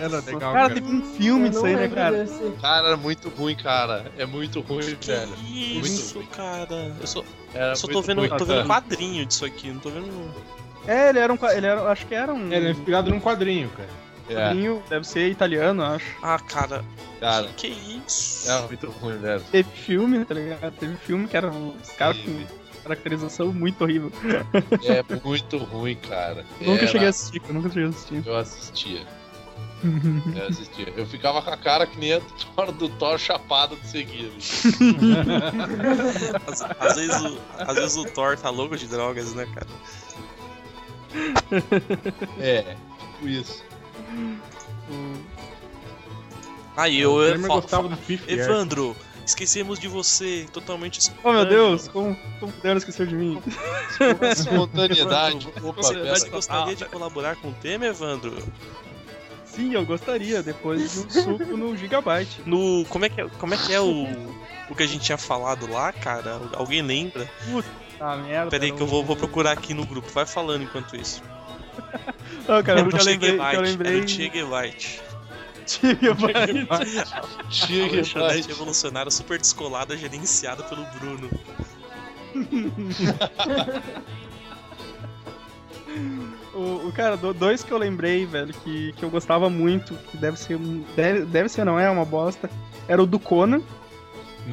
[SPEAKER 8] Era legal,
[SPEAKER 1] Cara,
[SPEAKER 8] cara.
[SPEAKER 1] teve um
[SPEAKER 9] Eu
[SPEAKER 1] filme
[SPEAKER 9] não
[SPEAKER 1] disso aí, né,
[SPEAKER 9] lembro
[SPEAKER 1] cara?
[SPEAKER 9] desse.
[SPEAKER 4] Cara, é muito ruim, cara. É muito ruim,
[SPEAKER 2] Que
[SPEAKER 4] velho.
[SPEAKER 2] isso, cara? Eu só,
[SPEAKER 4] Era
[SPEAKER 2] só tô
[SPEAKER 4] muito
[SPEAKER 2] vendo,
[SPEAKER 4] ruim,
[SPEAKER 2] tô
[SPEAKER 4] cara.
[SPEAKER 2] vendo quadrinho disso aqui, não tô vendo.
[SPEAKER 1] É, ele era um. qua- Ele era, acho que era um.
[SPEAKER 8] Era inspirado num quadrinho, cara.
[SPEAKER 4] É,
[SPEAKER 1] quadrinho, deve ser italiano, acho.
[SPEAKER 2] Ah, cara,
[SPEAKER 4] cara.
[SPEAKER 2] que isso?
[SPEAKER 4] É muito ruim, velho.
[SPEAKER 1] Teve filme, tá ligado? Teve filme que era um cara com
[SPEAKER 4] Teve.
[SPEAKER 1] caracterização muito horrível.
[SPEAKER 4] É muito ruim, cara.
[SPEAKER 1] Nunca
[SPEAKER 4] Era-
[SPEAKER 1] cheguei a assistir, cara, nunca cheguei a assistir.
[SPEAKER 4] Eu assistia. Eu assistia. Eu ficava com a cara que nem a do Thor, do Thor chapado de seguir.
[SPEAKER 2] Às, às vezes o, às vezes o Thor tá louco de drogas, né, cara?
[SPEAKER 4] É, tipo isso.
[SPEAKER 2] Aí Ah, eu,
[SPEAKER 8] É, o
[SPEAKER 2] eu
[SPEAKER 8] Kramer
[SPEAKER 2] falo-
[SPEAKER 8] gostava do Fifth Gear.
[SPEAKER 2] Evandro, esquecemos de você, totalmente
[SPEAKER 1] Oh meu
[SPEAKER 2] espontâneo.
[SPEAKER 1] Deus, como, como puderam esquecer de mim?
[SPEAKER 4] Espontaneidade. Opa,
[SPEAKER 2] Você,
[SPEAKER 4] pera.
[SPEAKER 2] você gostaria de colaborar com o tema, Evandro?
[SPEAKER 1] Sim, eu gostaria, depois de um suco no Gigabyte.
[SPEAKER 2] No. Como é que é, como é, que é o. O que a gente tinha falado lá, cara? Alguém lembra?
[SPEAKER 1] Ah, merda.
[SPEAKER 2] Pera aí
[SPEAKER 1] cara,
[SPEAKER 2] que eu vou, vou procurar aqui no grupo. Vai falando enquanto isso.
[SPEAKER 1] Não, cara,
[SPEAKER 2] Era
[SPEAKER 1] É, eu
[SPEAKER 2] o
[SPEAKER 1] já
[SPEAKER 2] Che
[SPEAKER 1] lembrei, que
[SPEAKER 2] Guevara,
[SPEAKER 1] eu
[SPEAKER 2] Era
[SPEAKER 1] lembrei.
[SPEAKER 2] o Che Guevara.
[SPEAKER 1] Gigabyte.
[SPEAKER 4] Chega,
[SPEAKER 2] Lanchonete
[SPEAKER 4] vai.
[SPEAKER 2] revolucionária super descolada gerenciada pelo Bruno.
[SPEAKER 1] O, o cara, do- dois que eu lembrei, velho, que, que eu gostava muito, que deve ser. um- Deve, deve ser, não é? Uma bosta. Era o do Conan.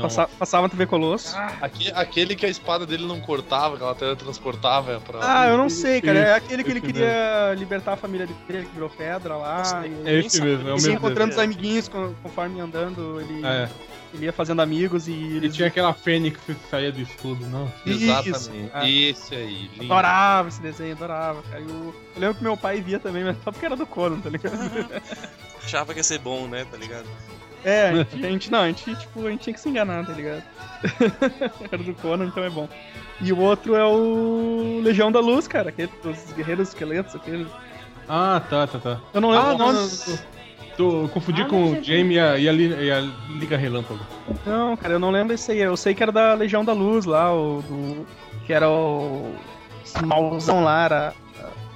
[SPEAKER 1] Passa- passava na TV Colosso.
[SPEAKER 4] Aque- Aquele que a espada dele não cortava, que ela teletransportava pra.
[SPEAKER 1] Ah, eu não sei, cara. É aquele que ele queria libertar a família dele, que virou pedra lá. e-
[SPEAKER 8] é esse mesmo, é o
[SPEAKER 1] e se
[SPEAKER 8] mesmo.
[SPEAKER 1] encontrando os amiguinhos con- conforme andando, ele,
[SPEAKER 8] É.
[SPEAKER 1] ele ia fazendo amigos e
[SPEAKER 8] Ele
[SPEAKER 1] eles
[SPEAKER 8] tinha aquela fênix que saía do escudo, não?
[SPEAKER 4] Exatamente.
[SPEAKER 1] Ah.
[SPEAKER 4] Esse aí, lindo.
[SPEAKER 1] Adorava esse desenho, adorava, cara. Eu, eu lembro que meu pai via também, mas só porque era do Conan, tá ligado?
[SPEAKER 2] Achava que ia ser bom, né? Tá ligado?
[SPEAKER 1] É, a gente, a gente- não, a gente, tipo, a gente tinha que se enganar, tá ligado? Era do Conan, então é bom. E o outro é o Legião da Luz, cara, aquele dos guerreiros esqueletos, aqueles.
[SPEAKER 8] Ah, tá, tá, tá.
[SPEAKER 1] Eu não lembro
[SPEAKER 8] Ah,
[SPEAKER 1] o nome.
[SPEAKER 8] nossa. Tô, eu confundi
[SPEAKER 9] Ah,
[SPEAKER 8] com
[SPEAKER 9] não,
[SPEAKER 8] o Jamie e a, e a Li- e a Liga Relâmpago.
[SPEAKER 1] Não, cara, eu não lembro esse aí. Eu sei que era da Legião da Luz lá, o do. Que era o. Esse malzão lá, era.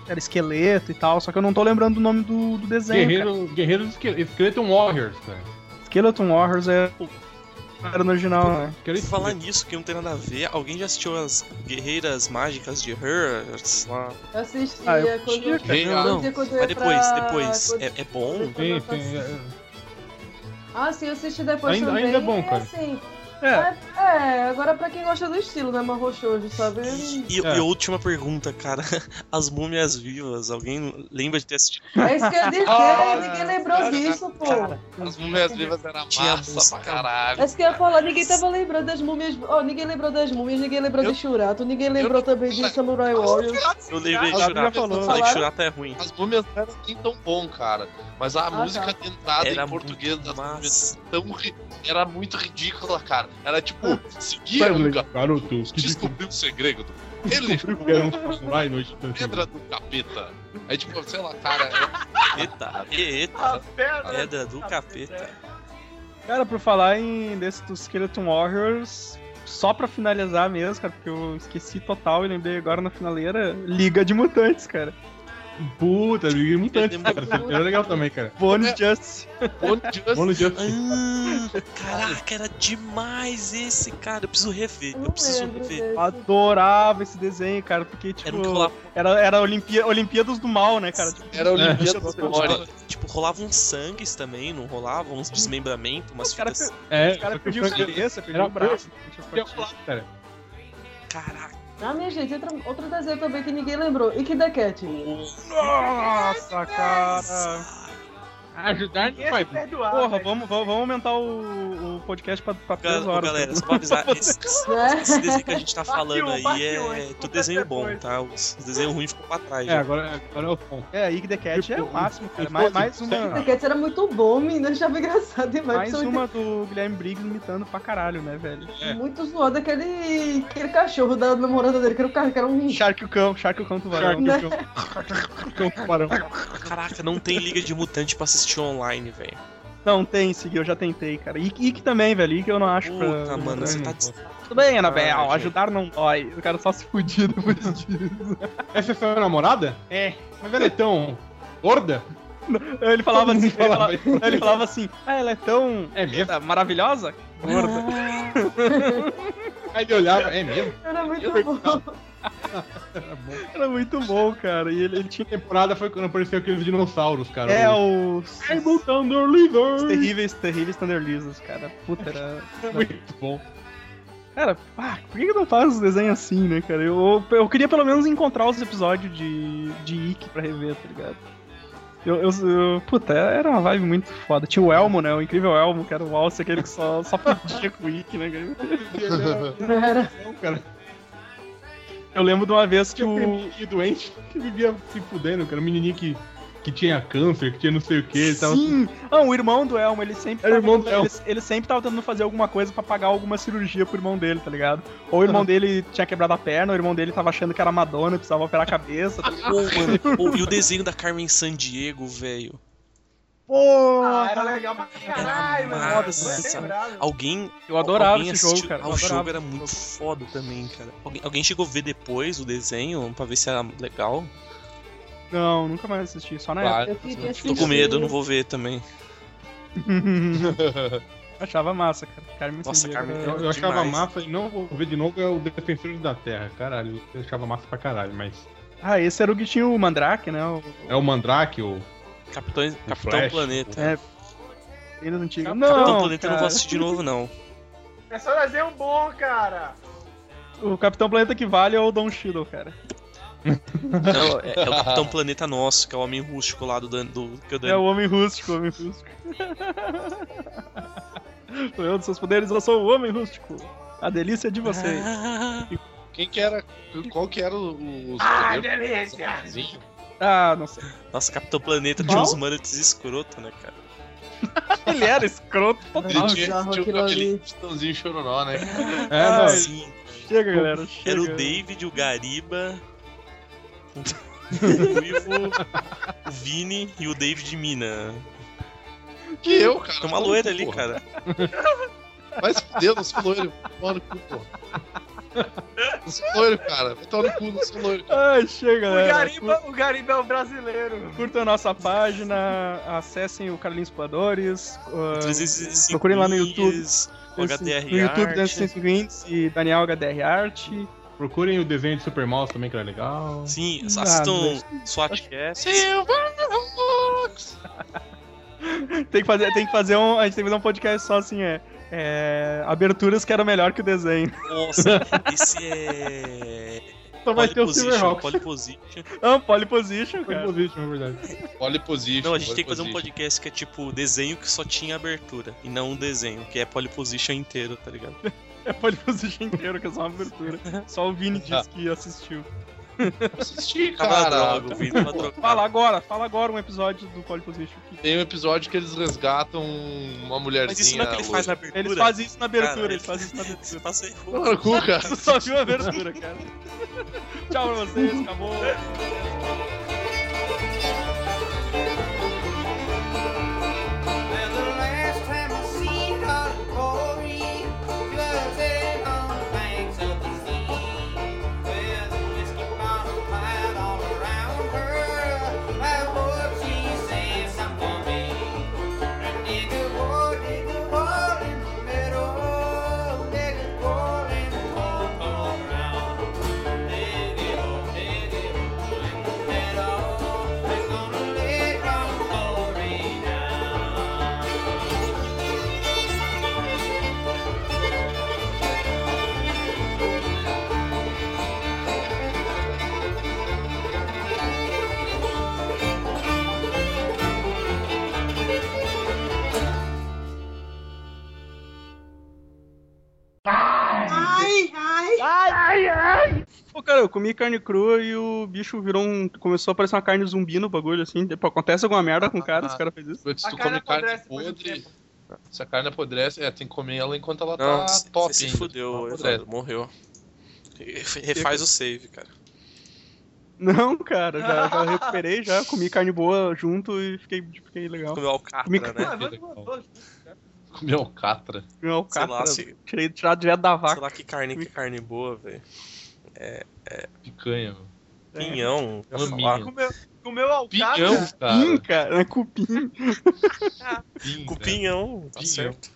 [SPEAKER 1] Era esqueleto e tal, só que eu não tô lembrando o nome do, do desenho. cara.
[SPEAKER 8] Guerreiro, Guerreiros Esquel- Skeleton Warriors, cara.
[SPEAKER 1] Skeleton Warriors é. Era no original, né?
[SPEAKER 8] Quero isso.
[SPEAKER 2] Falar nisso que não tem nada a ver, alguém já assistiu as Guerreiras Mágicas de Hers? Lá?
[SPEAKER 9] Eu assistia
[SPEAKER 1] Ah, eu
[SPEAKER 9] quando
[SPEAKER 1] assistia,
[SPEAKER 2] cara.
[SPEAKER 9] eu
[SPEAKER 2] Não,
[SPEAKER 9] assistia quando eu
[SPEAKER 2] Mas
[SPEAKER 9] ia
[SPEAKER 2] depois,
[SPEAKER 9] pra-
[SPEAKER 2] depois,
[SPEAKER 9] quando-
[SPEAKER 2] é, é bom?
[SPEAKER 8] Sim, sim, é-
[SPEAKER 9] Ah, sim, eu assisti depois
[SPEAKER 8] Ainda-
[SPEAKER 9] também.
[SPEAKER 8] ainda é bom, cara.
[SPEAKER 9] Assim,
[SPEAKER 1] É.
[SPEAKER 9] é, é, agora pra quem gosta do estilo, né, Marro Shoujo, sabe?
[SPEAKER 2] E,
[SPEAKER 8] É.
[SPEAKER 2] e última pergunta, cara. As múmias vivas, alguém lembra de ter assistido?
[SPEAKER 9] É isso que eu ia dizer,
[SPEAKER 4] Ah,
[SPEAKER 9] ninguém lembrou disso, pô.
[SPEAKER 4] As múmias vivas era
[SPEAKER 2] Tinha
[SPEAKER 4] massa
[SPEAKER 2] música.
[SPEAKER 4] pra caralho.
[SPEAKER 9] É isso que eu ia falar, ninguém tava lembrando das múmias. Ó, ninguém lembrou das múmias, ninguém lembrou de Shurato, ninguém lembrou também de Samurai Warriors.
[SPEAKER 2] Eu lembrei de
[SPEAKER 4] já
[SPEAKER 2] Churato.
[SPEAKER 4] falou.
[SPEAKER 2] Falei que
[SPEAKER 9] Falaram?
[SPEAKER 2] Churato é ruim.
[SPEAKER 4] As múmias não eram nem tão bom, cara. Mas a música de entrada
[SPEAKER 2] Era
[SPEAKER 4] em português
[SPEAKER 2] muito
[SPEAKER 4] das múmias
[SPEAKER 2] massa.
[SPEAKER 4] tão ri- era muito ridícula, cara. Era tipo, seguia um
[SPEAKER 8] Stanley,
[SPEAKER 4] gato
[SPEAKER 8] garoto, que
[SPEAKER 4] descobriu o segredo. Ele
[SPEAKER 8] descobriu que era um samurai no instante.
[SPEAKER 4] pedra do capeta. Aí tipo, sei lá, cara,
[SPEAKER 2] Eita, eita,
[SPEAKER 9] Ah,
[SPEAKER 3] A pedra.
[SPEAKER 2] pedra do capeta.
[SPEAKER 1] Cara, por falar em desse do Skeleton Warriors, só pra finalizar mesmo, cara, porque eu esqueci total e lembrei agora na finaleira, Liga de Mutantes, cara.
[SPEAKER 8] Um Puta, Liga de Mutantes,
[SPEAKER 2] Liga
[SPEAKER 8] cara.
[SPEAKER 2] de
[SPEAKER 8] Era legal também, cara.
[SPEAKER 1] Bonus Justice.
[SPEAKER 4] onde
[SPEAKER 8] Mono Justice.
[SPEAKER 2] Ah, caraca, era demais esse, cara. Eu preciso rever.
[SPEAKER 9] Eu
[SPEAKER 2] Eu
[SPEAKER 9] não
[SPEAKER 2] preciso
[SPEAKER 9] lembro
[SPEAKER 2] rever.
[SPEAKER 9] desse.
[SPEAKER 1] Adorava esse desenho, cara, porque,
[SPEAKER 2] Era um
[SPEAKER 1] tipo,
[SPEAKER 2] que rolava,
[SPEAKER 1] era, era Olimpí- Olimpíadas do Mal, né, cara? Tipo,
[SPEAKER 4] era a Olimpíada
[SPEAKER 1] É.
[SPEAKER 4] do Memória.
[SPEAKER 2] tipo, rolava uns sangues também, não rolava? Uns desmembramentos, umas
[SPEAKER 1] Os cara
[SPEAKER 2] fitas.
[SPEAKER 8] É,
[SPEAKER 1] o cara
[SPEAKER 8] só que o
[SPEAKER 1] pediu
[SPEAKER 8] Frank-
[SPEAKER 1] cabeça, pediu
[SPEAKER 8] era
[SPEAKER 1] o braço.
[SPEAKER 8] tinha rolado, cara.
[SPEAKER 2] Caraca,
[SPEAKER 9] Ah, minha gente, outra, outro desenho também que ninguém lembrou. E que da Cat?
[SPEAKER 1] Nossa, cara.
[SPEAKER 8] Ajudar não
[SPEAKER 3] Esse
[SPEAKER 8] vai.
[SPEAKER 3] é perdoado.
[SPEAKER 1] Porra, vamos, vamos, vamos aumentar o, o podcast pra, pra três
[SPEAKER 2] Ga- ô,
[SPEAKER 1] horas. um,
[SPEAKER 2] galera, só pra avisar, esse,
[SPEAKER 9] Né?
[SPEAKER 2] esse desenho que a gente tá falando
[SPEAKER 3] Partiu,
[SPEAKER 2] aí
[SPEAKER 3] partiu,
[SPEAKER 2] é
[SPEAKER 3] hein?
[SPEAKER 2] tudo desenho bom, tá? Os os desenhos ruins ficam pra trás.
[SPEAKER 8] É,
[SPEAKER 2] já.
[SPEAKER 8] agora, agora é o ponto.
[SPEAKER 1] É, Ig the Cat é o máximo, cara. Mais, mais uma.
[SPEAKER 9] The Cat era muito bom, menino. Eu achava engraçado demais.
[SPEAKER 1] Mais
[SPEAKER 9] Só
[SPEAKER 1] uma do Guilherme Briggs imitando pra caralho, né, velho?
[SPEAKER 8] É.
[SPEAKER 9] Muito zoado aquele, aquele cachorro da namorada dele, que era um cara que era um.
[SPEAKER 1] Shark o cão, Shark o cão tubarão.
[SPEAKER 8] Shark,
[SPEAKER 9] Né?
[SPEAKER 8] o cão- o cão tubarão.
[SPEAKER 2] Caraca, não tem Liga de Mutante pra assistir online, velho.
[SPEAKER 1] Não, tem, seguiu, eu já tentei, cara. E que também, velho, e que eu não acho pra...
[SPEAKER 2] Puta,
[SPEAKER 8] né?
[SPEAKER 2] mano,
[SPEAKER 1] pra-
[SPEAKER 2] você tá.
[SPEAKER 1] Tudo bem, Anabel,
[SPEAKER 2] Ah, gente.
[SPEAKER 1] ajudar não dói. O cara só se fudia depois disso.
[SPEAKER 8] Essa é sua namorada?
[SPEAKER 1] É.
[SPEAKER 8] Mas ela é tão gorda?
[SPEAKER 1] Ele falava
[SPEAKER 8] Todo
[SPEAKER 1] assim,
[SPEAKER 8] mundo
[SPEAKER 1] ele falava,
[SPEAKER 8] falava isso.
[SPEAKER 1] ele falava assim, ah, ela é tão
[SPEAKER 8] É mesmo?
[SPEAKER 1] tá, maravilhosa? Gorda.
[SPEAKER 8] Aí ele olhava, é mesmo?
[SPEAKER 9] Era muito bom.
[SPEAKER 8] Era bom.
[SPEAKER 1] Era muito bom, cara. E ele, ele tinha...
[SPEAKER 8] Tinha temporada foi quando apareceu aqueles dinossauros, cara.
[SPEAKER 1] É, os...
[SPEAKER 8] Cable Thunder
[SPEAKER 1] os
[SPEAKER 8] Leader!
[SPEAKER 1] terríveis, terríveis Thunder Lizards, é cara. Puta, era...
[SPEAKER 8] Muito bom.
[SPEAKER 1] Cara, pá, por que que não faz os desenhos assim, né, cara? Eu, eu queria pelo menos encontrar os episódios de, de Ick pra rever, tá ligado? Eu, eu- eu- puta, era uma vibe muito foda. Tinha o Elmo, né? O incrível Elmo, que era o Alce, aquele que só, só podia com o Ick, né? cara?
[SPEAKER 9] Era.
[SPEAKER 8] Não, cara. tipo,
[SPEAKER 1] Eu lembro de uma vez que
[SPEAKER 8] Tinha um
[SPEAKER 1] o.
[SPEAKER 8] menininho doente que vivia se fudendo, cara. Um menininho que, que tinha câncer, que tinha não sei o que. Tava...
[SPEAKER 1] Sim! Ah, o irmão do Elmo, ele sempre.
[SPEAKER 8] Era É o
[SPEAKER 1] tava-
[SPEAKER 8] irmão do Elmo.
[SPEAKER 1] Ele, ele sempre tava tentando fazer alguma coisa pra pagar alguma cirurgia pro irmão dele, tá ligado? Ou o irmão dele tinha quebrado a perna, ou o irmão dele tava achando que era Madonna, precisava operar a cabeça. Tá ligado?
[SPEAKER 2] Pô, mano, pô, e o desenho da Carmen Sandiego, velho.
[SPEAKER 3] Ah, era legal pra caralho, mano.
[SPEAKER 2] massa,
[SPEAKER 3] Bem
[SPEAKER 2] sabe?
[SPEAKER 3] lembrado.
[SPEAKER 2] Alguém.
[SPEAKER 1] Eu adorava
[SPEAKER 2] alguém
[SPEAKER 1] esse jogo,
[SPEAKER 2] assistiu-
[SPEAKER 1] cara.
[SPEAKER 2] Ah,
[SPEAKER 1] eu
[SPEAKER 2] o jogo
[SPEAKER 1] adorava.
[SPEAKER 2] era muito foda também, cara. Alguém, alguém chegou a ver depois o desenho pra ver se era legal?
[SPEAKER 1] Não, nunca mais assisti, só na
[SPEAKER 4] Claro.
[SPEAKER 9] Eu queria
[SPEAKER 2] Tô
[SPEAKER 9] assistir.
[SPEAKER 2] com medo, não vou ver também.
[SPEAKER 1] época. Achava massa, cara. Carmen
[SPEAKER 2] Nossa,
[SPEAKER 1] Sandiego
[SPEAKER 2] Carmen
[SPEAKER 1] era-
[SPEAKER 8] Eu, eu achava massa e não vou ver de novo é o Defensor da Terra, caralho. Eu achava massa pra caralho, mas.
[SPEAKER 1] Ah, esse era o que tinha o Mandrake, né? O...
[SPEAKER 8] É o Mandrake, o.
[SPEAKER 2] Capitão, Capitão
[SPEAKER 8] Flash,
[SPEAKER 2] Planeta.
[SPEAKER 1] É. Eles antigos.
[SPEAKER 2] Capitão
[SPEAKER 1] Não,
[SPEAKER 2] Planeta eu não vou
[SPEAKER 1] cara.
[SPEAKER 2] assistir de novo, não.
[SPEAKER 3] É só desenho bom, cara.
[SPEAKER 1] O Capitão Planeta que vale é o Don Cheadle, cara.
[SPEAKER 2] Não, é, é o Capitão Planeta Nosso, que é o homem rústico lá do, Dan- do que eu dei.
[SPEAKER 1] É o homem rústico, o homem rústico. Sou eu dos seus poderes, eu sou o homem rústico. A delícia é de vocês.
[SPEAKER 4] Quem que era. Qual que era o. os
[SPEAKER 3] Ah,
[SPEAKER 4] poderes?
[SPEAKER 3] delícia.
[SPEAKER 4] Zinho?
[SPEAKER 1] Ah, não sei.
[SPEAKER 2] Nossa, Capitão Planeta tinha uns manetes escroto, né, cara?
[SPEAKER 1] Ele era escroto
[SPEAKER 4] Ele
[SPEAKER 1] total.
[SPEAKER 4] tinha,
[SPEAKER 9] bizarro
[SPEAKER 4] tinha
[SPEAKER 9] aquilo
[SPEAKER 4] um aquele
[SPEAKER 9] ali.
[SPEAKER 4] titãozinho chororó, né?
[SPEAKER 8] É,
[SPEAKER 1] Ah.
[SPEAKER 8] não.
[SPEAKER 2] Sim.
[SPEAKER 1] Chega, galera. Chega.
[SPEAKER 2] Era o David, o Gariba, o Ivo, o Vini e o David Mina.
[SPEAKER 4] Que eu, cara.
[SPEAKER 2] Tem uma loira ali, cara.
[SPEAKER 4] Mas Deus, não sou loiro. Toma no cu, pô. Não sou loiro, cara. Vai tomar no cu, não sou loiro.
[SPEAKER 1] Ai, chega,
[SPEAKER 3] O
[SPEAKER 1] galera.
[SPEAKER 3] Gariba, o Gariba é o brasileiro.
[SPEAKER 1] Curtam a nossa página, acessem o Carlinhos Puladores. Uh,
[SPEAKER 2] 305
[SPEAKER 1] procurem lá no YouTube.
[SPEAKER 2] milhas, o
[SPEAKER 1] esse-
[SPEAKER 2] HDR
[SPEAKER 1] no YouTube
[SPEAKER 2] Art.
[SPEAKER 1] Dance Sense Greens e Daniel HDR Art.
[SPEAKER 8] Procurem o desenho de Supermouse também, que era legal.
[SPEAKER 2] Sim,
[SPEAKER 1] Ah,
[SPEAKER 2] assistam SWATcast.
[SPEAKER 1] Tem que fazer, tem que fazer um. A gente tem que fazer um podcast só assim, é. é, aberturas que eram melhor que o desenho.
[SPEAKER 2] Nossa, esse é.
[SPEAKER 1] Só vai ter o
[SPEAKER 2] Polyposition,
[SPEAKER 1] Silverhawks.
[SPEAKER 2] Polyposition.
[SPEAKER 1] Ah, Polyposition,
[SPEAKER 8] Foi
[SPEAKER 1] cara.
[SPEAKER 8] positivo, na verdade.
[SPEAKER 4] Olha position.
[SPEAKER 2] Não, a gente tem que fazer
[SPEAKER 4] olha
[SPEAKER 2] um
[SPEAKER 4] position.
[SPEAKER 2] podcast que é tipo desenho que só tinha abertura e não um desenho, que é Polyposition inteiro, tá ligado?
[SPEAKER 1] É Polyposition inteiro, que é só uma abertura. Só o Vini
[SPEAKER 2] Tá.
[SPEAKER 1] disse que assistiu.
[SPEAKER 4] Assisti,
[SPEAKER 2] Tava
[SPEAKER 4] cara.
[SPEAKER 2] droga, o vídeo tava
[SPEAKER 1] Fala
[SPEAKER 2] drogado.
[SPEAKER 1] agora, fala agora um episódio do Polyposition. Que
[SPEAKER 4] Tem um episódio que eles resgatam uma mulherzinha.
[SPEAKER 2] Mas isso não é o que ele faz na abertura.
[SPEAKER 1] eles fazem isso na abertura,
[SPEAKER 2] Cara, Tá
[SPEAKER 1] eles fazem isso na abertura.
[SPEAKER 2] Você passa errou.
[SPEAKER 4] Toma no cu, cara.
[SPEAKER 1] Tu só viu a abertura, cara. Tchau pra vocês, acabou. Pô, cara, eu comi carne crua e o bicho virou um. Começou a parecer uma carne zumbi no bagulho, assim. Depois acontece alguma merda com o cara,
[SPEAKER 4] Ah.
[SPEAKER 1] os caras fazem isso.
[SPEAKER 4] Se
[SPEAKER 3] A
[SPEAKER 4] tu come carne
[SPEAKER 3] carne apodrece por um
[SPEAKER 4] podre. Se a carne apodrece, é, tem que comer ela enquanto ela
[SPEAKER 2] Não,
[SPEAKER 4] tá
[SPEAKER 2] você
[SPEAKER 4] top.
[SPEAKER 2] se
[SPEAKER 4] ainda.
[SPEAKER 2] fudeu,
[SPEAKER 4] Tá
[SPEAKER 2] Evandro, morreu. Refaz o save, cara.
[SPEAKER 1] Não, cara, já, já recuperei, já comi carne boa junto e fiquei, tipo, fiquei legal.
[SPEAKER 2] Comeu
[SPEAKER 1] Me-
[SPEAKER 2] alcatra, né?
[SPEAKER 3] Ah, vai tomar dois.
[SPEAKER 4] Comer um alcatra.
[SPEAKER 1] Comi alcatra,
[SPEAKER 2] lá, se-
[SPEAKER 1] tirei, tirado direto da
[SPEAKER 2] Sei
[SPEAKER 1] vaca.
[SPEAKER 2] lá que carne, que carne boa, velho.
[SPEAKER 4] Picanha.
[SPEAKER 2] Pinhão, já
[SPEAKER 4] Maminha.
[SPEAKER 2] falar.
[SPEAKER 3] Comeu, comeu alcatra.
[SPEAKER 4] Pinhão,
[SPEAKER 1] Cupim,
[SPEAKER 2] Hum,
[SPEAKER 4] cara.
[SPEAKER 1] cara, é cupim,
[SPEAKER 4] Cupim, né?
[SPEAKER 2] Cupinhão, tá
[SPEAKER 4] Pinhão.
[SPEAKER 2] certo.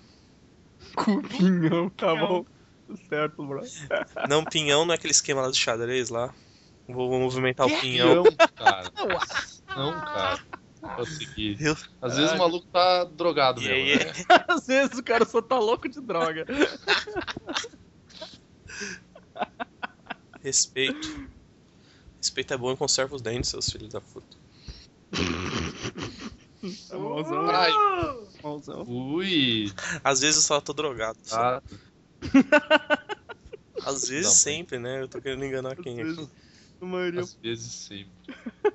[SPEAKER 1] cupinhão, tá bom. Certo, bro.
[SPEAKER 2] Não, pinhão não é aquele esquema lá do xadrez lá. Vou vou movimentar o pinhão.
[SPEAKER 4] Pinhão, cara. Não, cara. Não Consegui.
[SPEAKER 2] Eu-
[SPEAKER 4] Às vezes o maluco tá drogado
[SPEAKER 2] E
[SPEAKER 4] mesmo.
[SPEAKER 2] aí,
[SPEAKER 4] né?
[SPEAKER 1] Às vezes o cara só tá louco de droga.
[SPEAKER 2] Respeito. Respeito é bom e conserva os dentes, seus filhos da puta.
[SPEAKER 1] Tá Malzão,
[SPEAKER 4] Ai,
[SPEAKER 1] malzão.
[SPEAKER 4] ui.
[SPEAKER 2] Às vezes eu só tô drogado. só.
[SPEAKER 4] Tá.
[SPEAKER 2] Às vezes
[SPEAKER 4] Não, mas-
[SPEAKER 2] sempre, né? Eu tô querendo enganar quem aqui.
[SPEAKER 1] A maioria
[SPEAKER 4] Às vezes sempre.